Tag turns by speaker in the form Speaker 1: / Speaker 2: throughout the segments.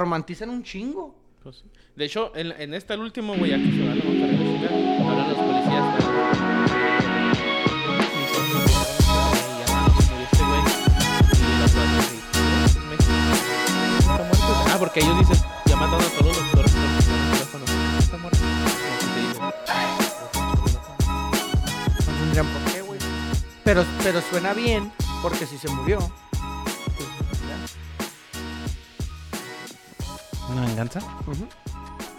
Speaker 1: romantizan un chingo.
Speaker 2: Pues sí. De hecho, en, en este el último, güey, ya que se va la montaña música, hablan los policías. güey. Y ya, murió este güey. Y las balas, sí. Está muerto. Ah, porque ellos dicen, ya mataron a todos los doctores. pero no tienen teléfono. Está muerto. Ah, No, sí, sí, sí.
Speaker 1: No tendrían por qué, güey. Pero, pero suena bien, porque si se murió. pues, ya.
Speaker 3: ¿Una venganza?
Speaker 1: Ujú.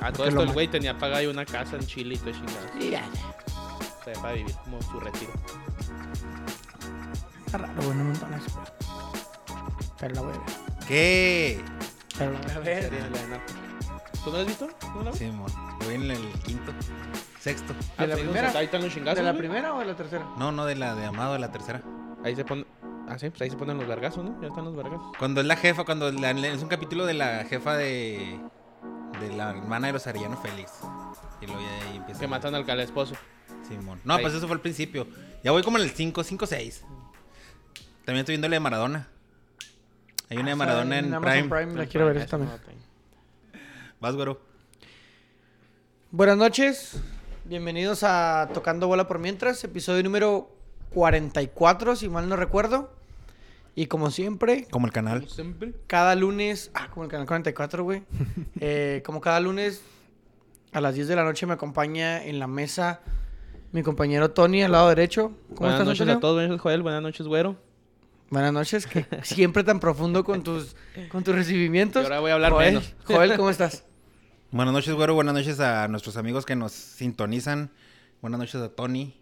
Speaker 2: A todo
Speaker 1: Porque lo
Speaker 2: esto el
Speaker 1: ma-
Speaker 2: güey tenía pagada ahí una casa en Chile y todo chingado.
Speaker 1: Y ya,
Speaker 2: O sea, para vivir como su retiro.
Speaker 1: Está raro, güey, no me entona eso. Pero la voy a ver.
Speaker 3: ¿Qué?
Speaker 1: Pero la voy a
Speaker 2: La
Speaker 1: ver.
Speaker 2: serie de la de Narcos. ¿Tú no la has visto? ¿No la has visto?
Speaker 3: Simón. Voy en el quinto. Sexto.
Speaker 1: ¿De la
Speaker 2: sí,
Speaker 1: primera?
Speaker 2: o sea, pues, ahí están los chingazos.
Speaker 1: ¿De la
Speaker 2: güey.
Speaker 1: primera o de la tercera?
Speaker 3: No, no de la de Amado, de la tercera.
Speaker 2: Ahí se pone. Ah, sí, pues ahí se ponen los vergazos, ¿no? Ya están los vergazos.
Speaker 3: Cuando es la jefa, cuando la- es un capítulo de la jefa de. de la hermana de los Arellano Félix. Y luego ya ahí empieza.
Speaker 2: Que matan al cala esposo.
Speaker 3: Simón. No,
Speaker 2: Ahí.
Speaker 3: pues eso fue al principio. Ya voy como en el 5, 5, 6. También estoy viendo la de Maradona. Hay
Speaker 2: Ah,
Speaker 3: una de Maradona en, Prime.
Speaker 1: Amazon Prime. La quiero ver esta también.
Speaker 3: Vas, güero.
Speaker 1: Buenas noches, bienvenidos a Tocando Bola por Mientras, episodio número 44, si mal no recuerdo. Y como siempre,
Speaker 3: Como el canal.
Speaker 2: Siempre.
Speaker 1: cada lunes, ah, como el canal 44, güey, Eh, como cada lunes a las 10 de la noche me acompaña en la mesa mi compañero Tony al lado derecho. ¿Cómo
Speaker 2: Buenas
Speaker 1: estás,
Speaker 2: noches
Speaker 1: Antonio?
Speaker 2: a todos. Buenas noches, Joel. Buenas noches, güero.
Speaker 1: Buenas noches, que siempre tan profundo con tus, con tus recibimientos.
Speaker 2: Y ahora voy a hablar
Speaker 1: Joel,
Speaker 2: menos.
Speaker 1: Joel, ¿cómo estás?
Speaker 3: Buenas noches, güero. Buenas noches a nuestros amigos que nos sintonizan. Buenas noches a Tony.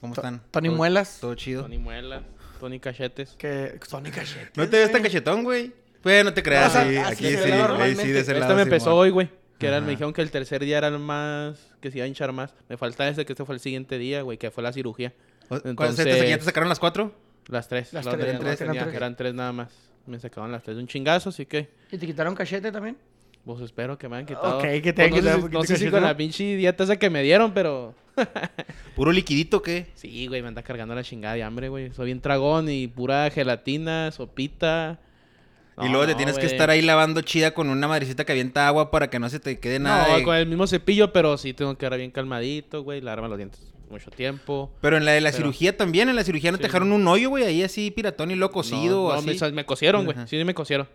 Speaker 3: ¿Cómo están?
Speaker 1: Tony
Speaker 3: ¿Todo-
Speaker 1: Muelas.
Speaker 3: Todo chido.
Speaker 2: Tony Muelas, Tony Cachetes.
Speaker 1: Que Tony Cachete.
Speaker 3: No te ves tan cachetón, güey. Güey, no te creas.
Speaker 1: O sea,
Speaker 3: sí,
Speaker 1: así
Speaker 3: aquí
Speaker 1: se
Speaker 3: sí,
Speaker 1: ve
Speaker 3: ahí
Speaker 1: normalmente.
Speaker 3: sí, de ese
Speaker 2: Este
Speaker 3: lado,
Speaker 2: me empezó
Speaker 3: Simón.
Speaker 2: hoy, güey. Que era,
Speaker 3: Ajá.
Speaker 2: me dijeron que el tercer día era el más. Que se iba a hinchar más. Me falta ese que este fue el siguiente día, güey, que fue la cirugía.
Speaker 3: O-
Speaker 1: este
Speaker 3: ¿cuál-
Speaker 2: Entonces-
Speaker 3: ¿te- ¿Ya te sacaron las cuatro?
Speaker 2: Las tres.
Speaker 1: Las
Speaker 2: La otra
Speaker 1: tres,
Speaker 2: ya no
Speaker 1: tres, eran
Speaker 2: tenía,
Speaker 1: tres.
Speaker 2: Eran tres nada más. Me sacaban las tres de un chingazo, así que.
Speaker 1: ¿Y te quitaron cachete también?
Speaker 2: Vos espero que me hayan quitado.
Speaker 1: Ok, que te
Speaker 2: Pues
Speaker 1: hayan
Speaker 2: no
Speaker 1: quitado
Speaker 2: sé si-
Speaker 1: un
Speaker 2: No
Speaker 1: poquito
Speaker 2: sé si
Speaker 1: de
Speaker 2: con
Speaker 1: cachete,
Speaker 2: la
Speaker 1: ¿no?
Speaker 2: pinche dieta esa que me dieron, pero.
Speaker 3: ¿Puro liquidito o qué?
Speaker 2: Sí, güey, me anda cargando la chingada de hambre, güey. Soy bien tragón y pura gelatina, sopita.
Speaker 3: y
Speaker 2: No,
Speaker 3: luego te
Speaker 2: no,
Speaker 3: tienes
Speaker 2: güey.
Speaker 3: que estar ahí lavando chida con una madrecita que avienta agua para que no se te quede nada.
Speaker 2: No,
Speaker 3: de-
Speaker 2: con el mismo cepillo, pero sí tengo que estar bien calmadito, güey. Lavarme los dientes mucho tiempo.
Speaker 3: Pero en la de la
Speaker 2: Pero-
Speaker 3: cirugía también, en la cirugía no
Speaker 2: Sí.
Speaker 3: te dejaron un hoyo, güey, ahí así piratón y loco cocido
Speaker 2: No,
Speaker 3: o
Speaker 2: no,
Speaker 3: así.
Speaker 2: Me, me cosieron, güey.
Speaker 3: Ajá.
Speaker 2: Sí, me cosieron.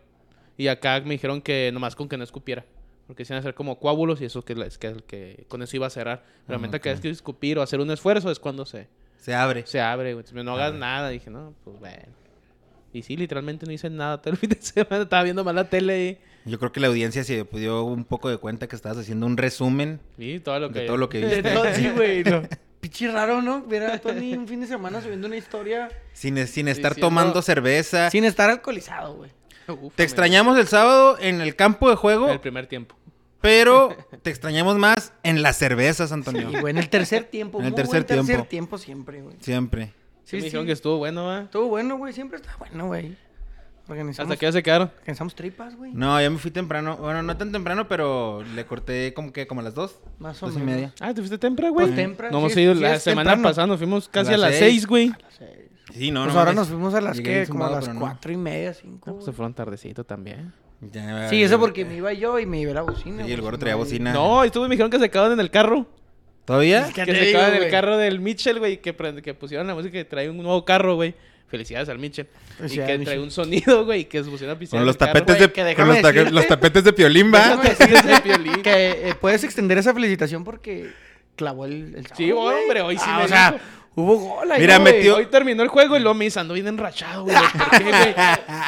Speaker 2: Y acá me dijeron que nomás con que no escupiera. Porque se iban a hacer como coágulos y eso que, es que, que con eso iba a cerrar. Pero
Speaker 3: Ah,
Speaker 2: mientras que
Speaker 3: ok.
Speaker 2: es que escupir o hacer un esfuerzo es cuando se,
Speaker 3: Se abre.
Speaker 2: se abre, güey. Entonces, no hagas nada. Dije, no, pues bueno. Y sí, literalmente no hice nada todo el fin de semana. Estaba viendo más la tele
Speaker 3: Yo creo que la audiencia se dio un poco de cuenta que estabas haciendo un resumen
Speaker 2: y, y todo lo que...
Speaker 3: de todo lo que
Speaker 1: De
Speaker 3: viste.
Speaker 1: todo, sí, güey. no. Pinche raro, ¿no? Ver a Tony un fin de semana subiendo una historia
Speaker 3: Sin, sin estar
Speaker 2: Diciendo-
Speaker 3: tomando cerveza.
Speaker 1: sin estar alcoholizado, güey.
Speaker 2: Uf, me-
Speaker 3: Te extrañamos el sábado en el campo de juego,
Speaker 2: El primer tiempo.
Speaker 3: pero te extrañamos más en las cervezas, Antonio.
Speaker 1: Y, güey, en el tercer tiempo.
Speaker 3: En el
Speaker 1: muy
Speaker 3: tercer
Speaker 1: buen tercer
Speaker 3: tiempo.
Speaker 1: tiempo. siempre, güey.
Speaker 3: Siempre.
Speaker 2: Sí,
Speaker 1: Sí,
Speaker 2: me
Speaker 1: sí.
Speaker 2: dijeron que estuvo bueno, va.
Speaker 1: Estuvo bueno, güey. Siempre está bueno, güey. Organizamos,
Speaker 2: Hasta que ya se quedaron.
Speaker 1: organizamos tripas, güey.
Speaker 3: No, yo me fui temprano. Bueno, no tan temprano, pero le corté como que como a las dos.
Speaker 1: Más o
Speaker 3: dos y
Speaker 1: menos.
Speaker 3: media.
Speaker 2: Ah, ¿te fuiste temprano, güey?
Speaker 1: Pues temprano,
Speaker 2: No hemos
Speaker 1: sí,
Speaker 2: ido
Speaker 1: sí
Speaker 2: la
Speaker 1: es
Speaker 2: semana
Speaker 1: temprano.
Speaker 2: pasada, nos fuimos casi
Speaker 3: A
Speaker 2: a
Speaker 3: las
Speaker 2: las
Speaker 3: seis.
Speaker 2: seis, güey.
Speaker 3: Sí, no,
Speaker 1: pues
Speaker 3: no.
Speaker 1: ahora
Speaker 3: mames.
Speaker 1: nos fuimos a las
Speaker 3: Llegué
Speaker 1: que,
Speaker 3: bien
Speaker 1: como a
Speaker 3: zumbado,
Speaker 1: las
Speaker 3: pero no.
Speaker 1: cuatro y media, cinco.
Speaker 2: No, pues se fueron tardecito también.
Speaker 3: Ya,
Speaker 1: Sí, eso porque me iba yo y me iba la bocina.
Speaker 3: Sí,
Speaker 1: güey,
Speaker 3: el gorro
Speaker 1: si
Speaker 3: traía
Speaker 1: no,
Speaker 3: bocina.
Speaker 2: No, estuvo, me dijeron que se quedaron en el carro.
Speaker 3: ¿Todavía?
Speaker 1: Ah. ¿Qué
Speaker 2: que
Speaker 1: te
Speaker 2: se
Speaker 1: digo,
Speaker 2: quedaron en el
Speaker 1: güey?
Speaker 2: carro del Mitchell, güey. Que, prend- que pusieron la música y trae un nuevo carro, güey. Felicidades al Mitchell. Y
Speaker 1: Felicidades,
Speaker 2: que trae
Speaker 1: Mitchell.
Speaker 2: un sonido, güey, que se pusieron a pisar.
Speaker 3: Con los
Speaker 2: en el
Speaker 3: tapetes
Speaker 2: carro,
Speaker 1: güey,
Speaker 3: de
Speaker 1: que
Speaker 3: con
Speaker 1: déjame
Speaker 3: los, ta-
Speaker 1: decirte.
Speaker 3: los tapetes de piolín, va.
Speaker 1: Déjame decirte
Speaker 2: de violín.
Speaker 1: que eh, puedes extender esa felicitación porque clavó el, el
Speaker 2: Sí,
Speaker 1: sábado, güey.
Speaker 2: hombre, hoy sí
Speaker 1: Ah,
Speaker 2: me
Speaker 1: O sea,
Speaker 2: dijo.
Speaker 1: hubo gol ahí,
Speaker 3: Mira,
Speaker 1: güey.
Speaker 2: güey.
Speaker 3: metió-
Speaker 2: Hoy terminó el juego y luego me dice, ando bien enrachado, güey. ¿Por qué, güey?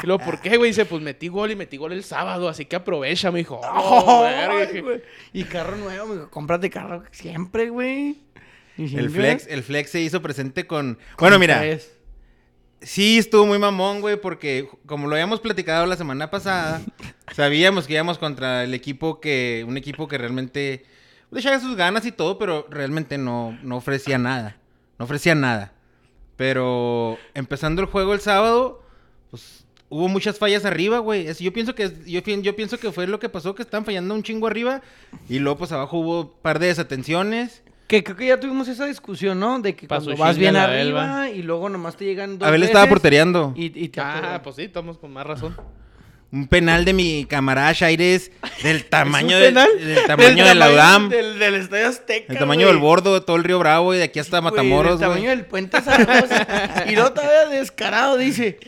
Speaker 2: Y luego, ¿por qué, güey? Dice, pues metí gol y metí gol el sábado, así que aprovecha, me dijo. Oh, verga,
Speaker 1: Ay,
Speaker 2: dije,
Speaker 1: güey. Y carro nuevo, me dijo, cómprate carro siempre, güey. Y dije,
Speaker 3: El
Speaker 1: "Yo,
Speaker 3: flex, el flex se hizo presente con. Bueno, mira,
Speaker 1: ¿sabes?
Speaker 3: sí estuvo muy mamón, güey, porque como lo habíamos platicado la semana pasada, sabíamos que íbamos contra el equipo que. Un equipo que realmente. Le echaba sus ganas y todo, pero realmente no, no ofrecía nada. No ofrecía nada. Pero empezando el juego el sábado, pues hubo muchas fallas arriba, güey. Es- Yo pienso que es- yo, pien- yo pienso que fue lo que pasó, que estaban fallando un chingo arriba y luego pues abajo hubo un par de desatenciones.
Speaker 1: Que creo que ya tuvimos esa discusión, ¿no? De que
Speaker 2: Pasó
Speaker 1: cuando vas bien
Speaker 2: chinga la
Speaker 1: arriba y luego nomás te llegan dos
Speaker 3: Abel estaba
Speaker 1: veces
Speaker 3: portereando.
Speaker 1: Y, y te
Speaker 2: Ah,
Speaker 1: atoran.
Speaker 2: pues sí, estamos con más razón.
Speaker 3: Un penal de mi camarada Shaires del tamaño,
Speaker 1: ¿Es un
Speaker 3: del,
Speaker 1: penal?
Speaker 3: del tamaño de la UDAM.
Speaker 1: Del, del Estadio Azteca.
Speaker 3: El tamaño
Speaker 1: güey.
Speaker 3: del bordo de todo el Río Bravo y de aquí hasta
Speaker 1: Güey,
Speaker 3: Matamoros,
Speaker 1: Del tamaño
Speaker 3: güey.
Speaker 1: del puente Zaragoza. y luego todavía descarado dice,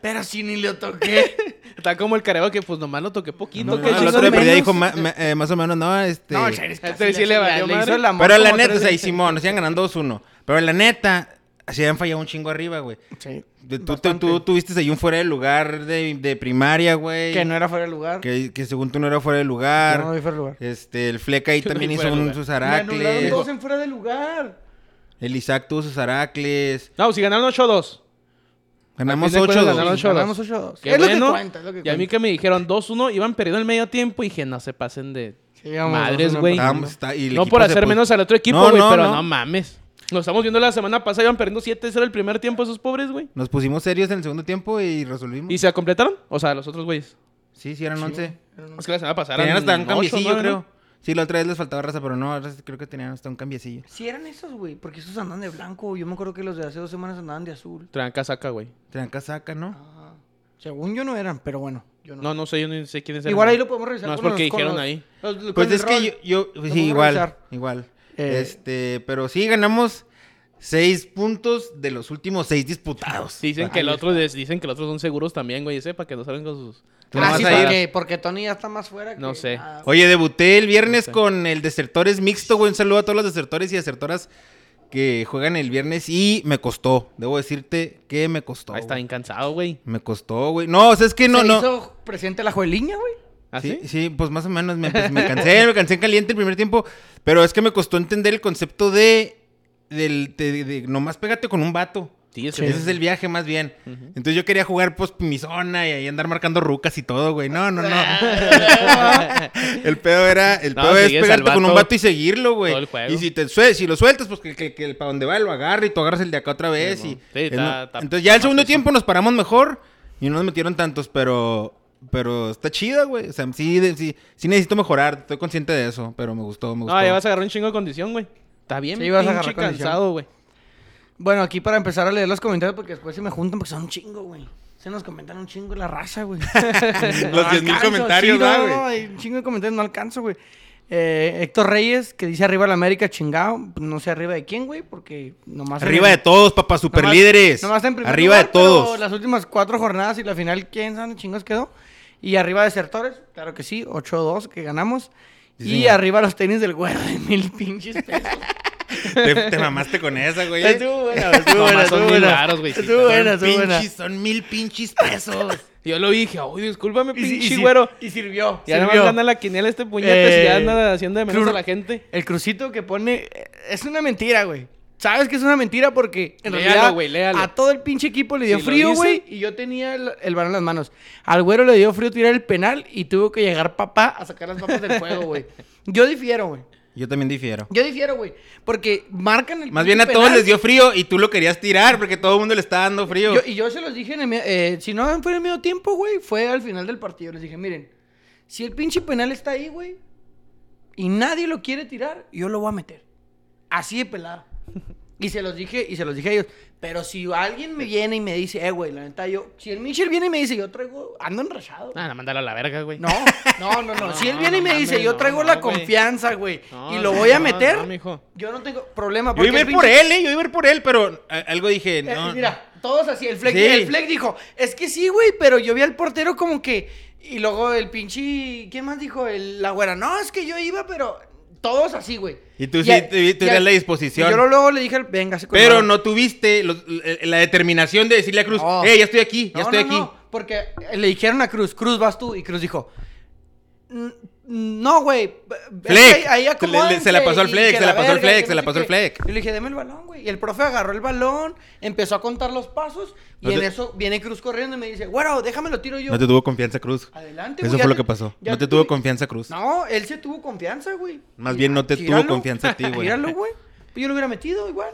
Speaker 1: pero si ni lo toqué.
Speaker 2: Está como el careo que pues nomás lo toqué poquito.
Speaker 3: No,
Speaker 1: que
Speaker 2: que
Speaker 3: el
Speaker 1: chingos
Speaker 3: otro día perdí,
Speaker 1: menos.
Speaker 3: dijo ma- ma- eh, más o menos, no, este...
Speaker 1: No, el Shaires
Speaker 2: Este
Speaker 1: casi
Speaker 2: sí le valió
Speaker 1: hizo
Speaker 2: madre.
Speaker 1: el amor
Speaker 3: Pero la
Speaker 1: como
Speaker 3: neta, o
Speaker 1: tres
Speaker 3: sea, y
Speaker 1: veces.
Speaker 3: Simón, nos iban ganando 2-1. Pero la neta, se habían fallado un chingo arriba, güey.
Speaker 1: Sí,
Speaker 3: De- Tú, tú,
Speaker 1: bastante.
Speaker 3: tú tuviste ahí un fuera de lugar de, de primaria, güey.
Speaker 1: Que no era fuera de lugar.
Speaker 3: que, que según tú no era fuera de lugar.
Speaker 1: Yo no vi fuera de lugar.
Speaker 3: Este, el Fleca ahí
Speaker 2: Yo no
Speaker 3: también
Speaker 2: vi
Speaker 3: hizo
Speaker 2: fuera de
Speaker 3: un,
Speaker 2: lugar.
Speaker 3: sus
Speaker 1: Me anularon
Speaker 3: aracles.
Speaker 1: dos en fuera de lugar.
Speaker 3: El Isaac tuvo sus aracles.
Speaker 2: No, si ganaron 8-2.
Speaker 3: Ganamos
Speaker 2: fin de cuentas, ganaron
Speaker 3: 8-2.
Speaker 2: ocho. 8-2.
Speaker 1: Ganamos 8-2.
Speaker 2: Qué
Speaker 1: Es lo que
Speaker 2: bueno.
Speaker 1: cuenta, es lo que
Speaker 2: Y a mí
Speaker 1: cuenta.
Speaker 2: que me dijeron 2-1, iban perdiendo el medio tiempo y dije, no se pasen de...
Speaker 1: Sí, vamos,
Speaker 2: Madres,
Speaker 1: vamos,
Speaker 2: güey.
Speaker 1: vamos.
Speaker 3: Estábamos- está- y el
Speaker 2: No
Speaker 3: equipo
Speaker 2: por
Speaker 3: se
Speaker 2: hacer
Speaker 3: puso-
Speaker 2: menos al otro equipo,
Speaker 3: No,
Speaker 2: güey,
Speaker 3: no,
Speaker 2: pero
Speaker 3: no.
Speaker 2: no. mames. Lo estamos viendo la semana pasada, iban perdiendo 7-0 el primer tiempo esos pobres, güey.
Speaker 3: Nos pusimos serios en el segundo tiempo y resolvimos.
Speaker 2: ¿Y se completaron? O sea, los otros güeyes.
Speaker 3: Sí, sí, eran 11.
Speaker 2: Es que la semana pasada
Speaker 3: Tenían hasta un
Speaker 2: ocho,
Speaker 3: cambiecillo,
Speaker 2: nueve, ¿no?
Speaker 3: creo. Sí, la otra vez les faltaba raza, pero no, ahora creo que tenían hasta un cambiecillo.
Speaker 1: Si eran esos, güey, porque esos andan de blanco. Yo me acuerdo que los de hace dos semanas andaban de azul.
Speaker 2: Traían casaca, güey.
Speaker 3: Tenían casaca, ¿no?
Speaker 1: Ajá. Según yo no eran, pero bueno, yo no.
Speaker 2: No, no sé, yo no sé quiénes eran.
Speaker 1: Igual ahí lo podemos revisar.
Speaker 2: No, es
Speaker 1: con
Speaker 2: porque
Speaker 1: los- con
Speaker 2: dijeron
Speaker 1: los-
Speaker 2: ahí.
Speaker 1: los- con
Speaker 3: Pues
Speaker 1: el
Speaker 3: es
Speaker 1: rol. Ah,
Speaker 3: que yo, yo-
Speaker 1: Lo
Speaker 3: sí,
Speaker 1: podemos
Speaker 3: igual,
Speaker 1: revisar.
Speaker 3: igual.
Speaker 1: Eh.
Speaker 3: Este, pero sí ganamos seis puntos de los últimos seis disputados.
Speaker 2: Dicen que, el
Speaker 3: Ahí
Speaker 2: otro, des- dicen que los otros son seguros también, güey. Sepa que no salen con sus...
Speaker 3: Tú
Speaker 1: Ah,
Speaker 3: nomás
Speaker 1: sí,
Speaker 3: a ir.
Speaker 1: porque, porque Tony ya está más fuera. que-
Speaker 2: No sé.
Speaker 1: Ah,
Speaker 3: Oye, debuté el viernes con el Desertores Mixto, güey. Un saludo a todos los desertores y desertoras que juegan el viernes y me costó. Debo decirte que me costó.
Speaker 2: Ah, está
Speaker 3: güey.
Speaker 2: bien cansado, güey.
Speaker 3: Me costó, güey. No, o sea, es que no,
Speaker 1: ¿Se
Speaker 3: no.
Speaker 1: hizo presidente la Joeliña, güey?
Speaker 2: ¿Ah,
Speaker 3: sí,
Speaker 2: sí?
Speaker 3: sí, pues más o menos me, pues, me cansé, me cansé en caliente el primer tiempo, pero es que me costó entender el concepto de, del, de, de- de nomás pégate con un vato.
Speaker 2: Sí, ese,
Speaker 3: Ese es el viaje más bien. Entonces yo quería jugar pues mi zona y ahí andar marcando rucas y todo, güey. No, no,
Speaker 2: Ah,
Speaker 3: no. el pedo era, el
Speaker 2: No,
Speaker 3: pedo es
Speaker 2: sigues al
Speaker 3: pegarte con un
Speaker 2: vato
Speaker 3: vato y seguirlo, güey.
Speaker 2: todo el juego.
Speaker 3: Y si te sue- si lo sueltas, pues que, que, para donde va lo agarra y tú agarras el de acá otra vez.
Speaker 2: Sí,
Speaker 3: y,
Speaker 2: mo. Sí,
Speaker 3: es
Speaker 2: está-
Speaker 3: no-
Speaker 2: está-
Speaker 3: entonces ya
Speaker 2: está
Speaker 3: el segundo
Speaker 2: macizo.
Speaker 3: tiempo nos paramos mejor y no nos metieron tantos, pero pero está chida, güey. O sea, sí, de- sí, sí necesito mejorar, estoy consciente de eso, pero me gustó, me gustó.
Speaker 2: No, ya vas a agarrar un chingo de condición, güey. Está bien,
Speaker 1: Sí, vas a
Speaker 2: pinche
Speaker 1: agarrar condición.
Speaker 2: cansado, güey.
Speaker 1: Bueno, aquí para empezar a leer los comentarios, porque después se me juntan porque son un chingo, güey. Se nos comentan un chingo la raza, güey.
Speaker 3: Los 10,000 comentarios,
Speaker 1: ¿no?
Speaker 3: ¿verdad,
Speaker 1: alcanzo, sí,
Speaker 3: güey?
Speaker 1: No, no, hay un chingo de comentarios, no alcanzo, güey. Eh, Héctor Reyes, que dice arriba la América, chingado. No sé arriba de quién, güey, porque nomás... en
Speaker 3: Arriba
Speaker 1: el-
Speaker 3: de todos, papá, super
Speaker 1: Nomás-
Speaker 3: líderes.
Speaker 1: nomás en primer
Speaker 3: Arriba
Speaker 1: lugar,
Speaker 3: de
Speaker 1: pero
Speaker 3: todos.
Speaker 1: Las últimas cuatro jornadas y la final, quién sabe, chingos quedó. Y arriba desertores, claro que sí, 8-2 que ganamos.
Speaker 3: Sí,
Speaker 1: y
Speaker 3: señor.
Speaker 1: arriba los tenis del güero de mil pinches pesos.
Speaker 3: Te, te mamaste con esa, güey.
Speaker 1: Estuvo buena, estuvo
Speaker 2: Nomás
Speaker 1: buena,
Speaker 2: ¿Eh? son
Speaker 1: estuvo
Speaker 2: mil
Speaker 1: buena.
Speaker 2: varos, güey, sí,
Speaker 1: Estuvo
Speaker 2: son
Speaker 1: buena,
Speaker 3: Son
Speaker 1: estuvo buena.
Speaker 3: pinches- son mil pinches pesos.
Speaker 2: Yo lo dije, uy, discúlpame,
Speaker 1: Y si- y
Speaker 2: pinche
Speaker 1: si-
Speaker 2: güero.
Speaker 1: Y sirvió,
Speaker 2: Ya nada más
Speaker 1: sirvió.
Speaker 2: gana la quiniela este puñetas y
Speaker 1: Eh,
Speaker 2: ya anda haciendo de menos
Speaker 1: Cruz-
Speaker 2: a la gente.
Speaker 1: El crucito que pone eh, es una mentira, güey. Sabes que es una mentira porque en
Speaker 2: Léalo,
Speaker 1: realidad
Speaker 2: güey, léalo.
Speaker 1: a todo el pinche equipo le dio
Speaker 2: Si lo
Speaker 1: frío,
Speaker 2: dice-
Speaker 1: güey, y yo tenía el, el balón en las manos. Al güero le dio frío tirar el penal y tuvo que llegar papá a sacar las papas del fuego, güey. Yo difiero, güey.
Speaker 3: Yo también difiero.
Speaker 1: Yo difiero, güey, porque marcan el
Speaker 3: Más
Speaker 1: pinche
Speaker 3: bien a todos
Speaker 1: penal.
Speaker 3: les dio frío y tú lo querías tirar porque todo el mundo le está dando frío.
Speaker 1: Yo- y yo se los dije, en el me- eh, si no fue en el medio tiempo, güey, fue al final del partido. Les dije, miren, si el pinche penal está ahí, güey, y nadie lo quiere tirar, yo lo voy a meter. Así de pelado. Y se los dije, y se los dije a ellos. Pero si alguien me viene y me dice, eh, güey, la neta, yo, si el Michel viene y me dice, yo traigo, ando enrachado.
Speaker 2: Nada, mándalo a la verga, güey.
Speaker 1: No, no, no, no. Si él
Speaker 2: No,
Speaker 1: viene y
Speaker 2: no
Speaker 1: me dice,
Speaker 2: mames,
Speaker 1: yo
Speaker 2: no,
Speaker 1: traigo
Speaker 2: no,
Speaker 1: la
Speaker 2: güey.
Speaker 1: confianza, güey,
Speaker 2: No,
Speaker 1: y lo
Speaker 2: sí,
Speaker 1: voy a
Speaker 2: no,
Speaker 1: meter,
Speaker 2: no, mijo.
Speaker 1: yo no tengo problema.
Speaker 3: Yo
Speaker 1: porque
Speaker 3: iba a
Speaker 1: el
Speaker 3: ir por
Speaker 1: pinche-
Speaker 3: él, ¿eh? Yo iba a ir por él, pero eh, algo dije,
Speaker 1: Eh,
Speaker 3: no.
Speaker 1: Mira, todos así. El Fleck,
Speaker 3: Sí.
Speaker 1: el Fleck dijo, es que sí, güey, pero yo vi al portero como que... Y luego el pinche... ¿Quién más dijo? El, la güera. No, es que yo iba, pero... Todos así, güey.
Speaker 3: Y tú sí
Speaker 1: a-
Speaker 3: te-
Speaker 1: y
Speaker 3: tenías
Speaker 1: a-
Speaker 3: la disposición.
Speaker 1: y Yo luego le dije, al- venga, se
Speaker 3: Pero no tuviste los- l- la determinación de decirle a Cruz,
Speaker 1: No.
Speaker 3: eh, ya estoy aquí, ya estoy aquí.
Speaker 1: porque le dijeron a Cruz, Cruz, vas tú. Y Cruz dijo, "N- no, güey. b- b- ahí-
Speaker 3: Fleck.
Speaker 1: ahí
Speaker 3: Se le-
Speaker 1: acomódense
Speaker 3: le- se la pasó al
Speaker 1: y
Speaker 3: Fleck,
Speaker 1: que
Speaker 3: se la pasó al
Speaker 1: verga, y
Speaker 3: Fleck,
Speaker 1: que
Speaker 3: se
Speaker 1: no
Speaker 3: la
Speaker 1: sé
Speaker 3: pasó al
Speaker 1: qué".
Speaker 3: Fleck.
Speaker 1: Yo le dije, deme el balón, güey. Y el profe agarró el balón, empezó a contar los pasos. Y
Speaker 3: No
Speaker 1: en
Speaker 3: te-
Speaker 1: eso viene Cruz corriendo y me dice, güero, déjame lo tiro yo.
Speaker 3: No te tuvo confianza Cruz.
Speaker 1: Adelante, güey,
Speaker 3: Eso fue
Speaker 1: ya
Speaker 3: lo
Speaker 1: te-
Speaker 3: que pasó.
Speaker 1: ya
Speaker 3: No te
Speaker 1: te
Speaker 3: tuvo
Speaker 1: tuve-
Speaker 3: confianza Cruz.
Speaker 1: No, él se tuvo confianza, güey.
Speaker 3: Más bien no te tuvo
Speaker 1: Tíralo.
Speaker 3: confianza a ti, güey.
Speaker 1: Tíralo, güey. Pues yo lo hubiera metido igual.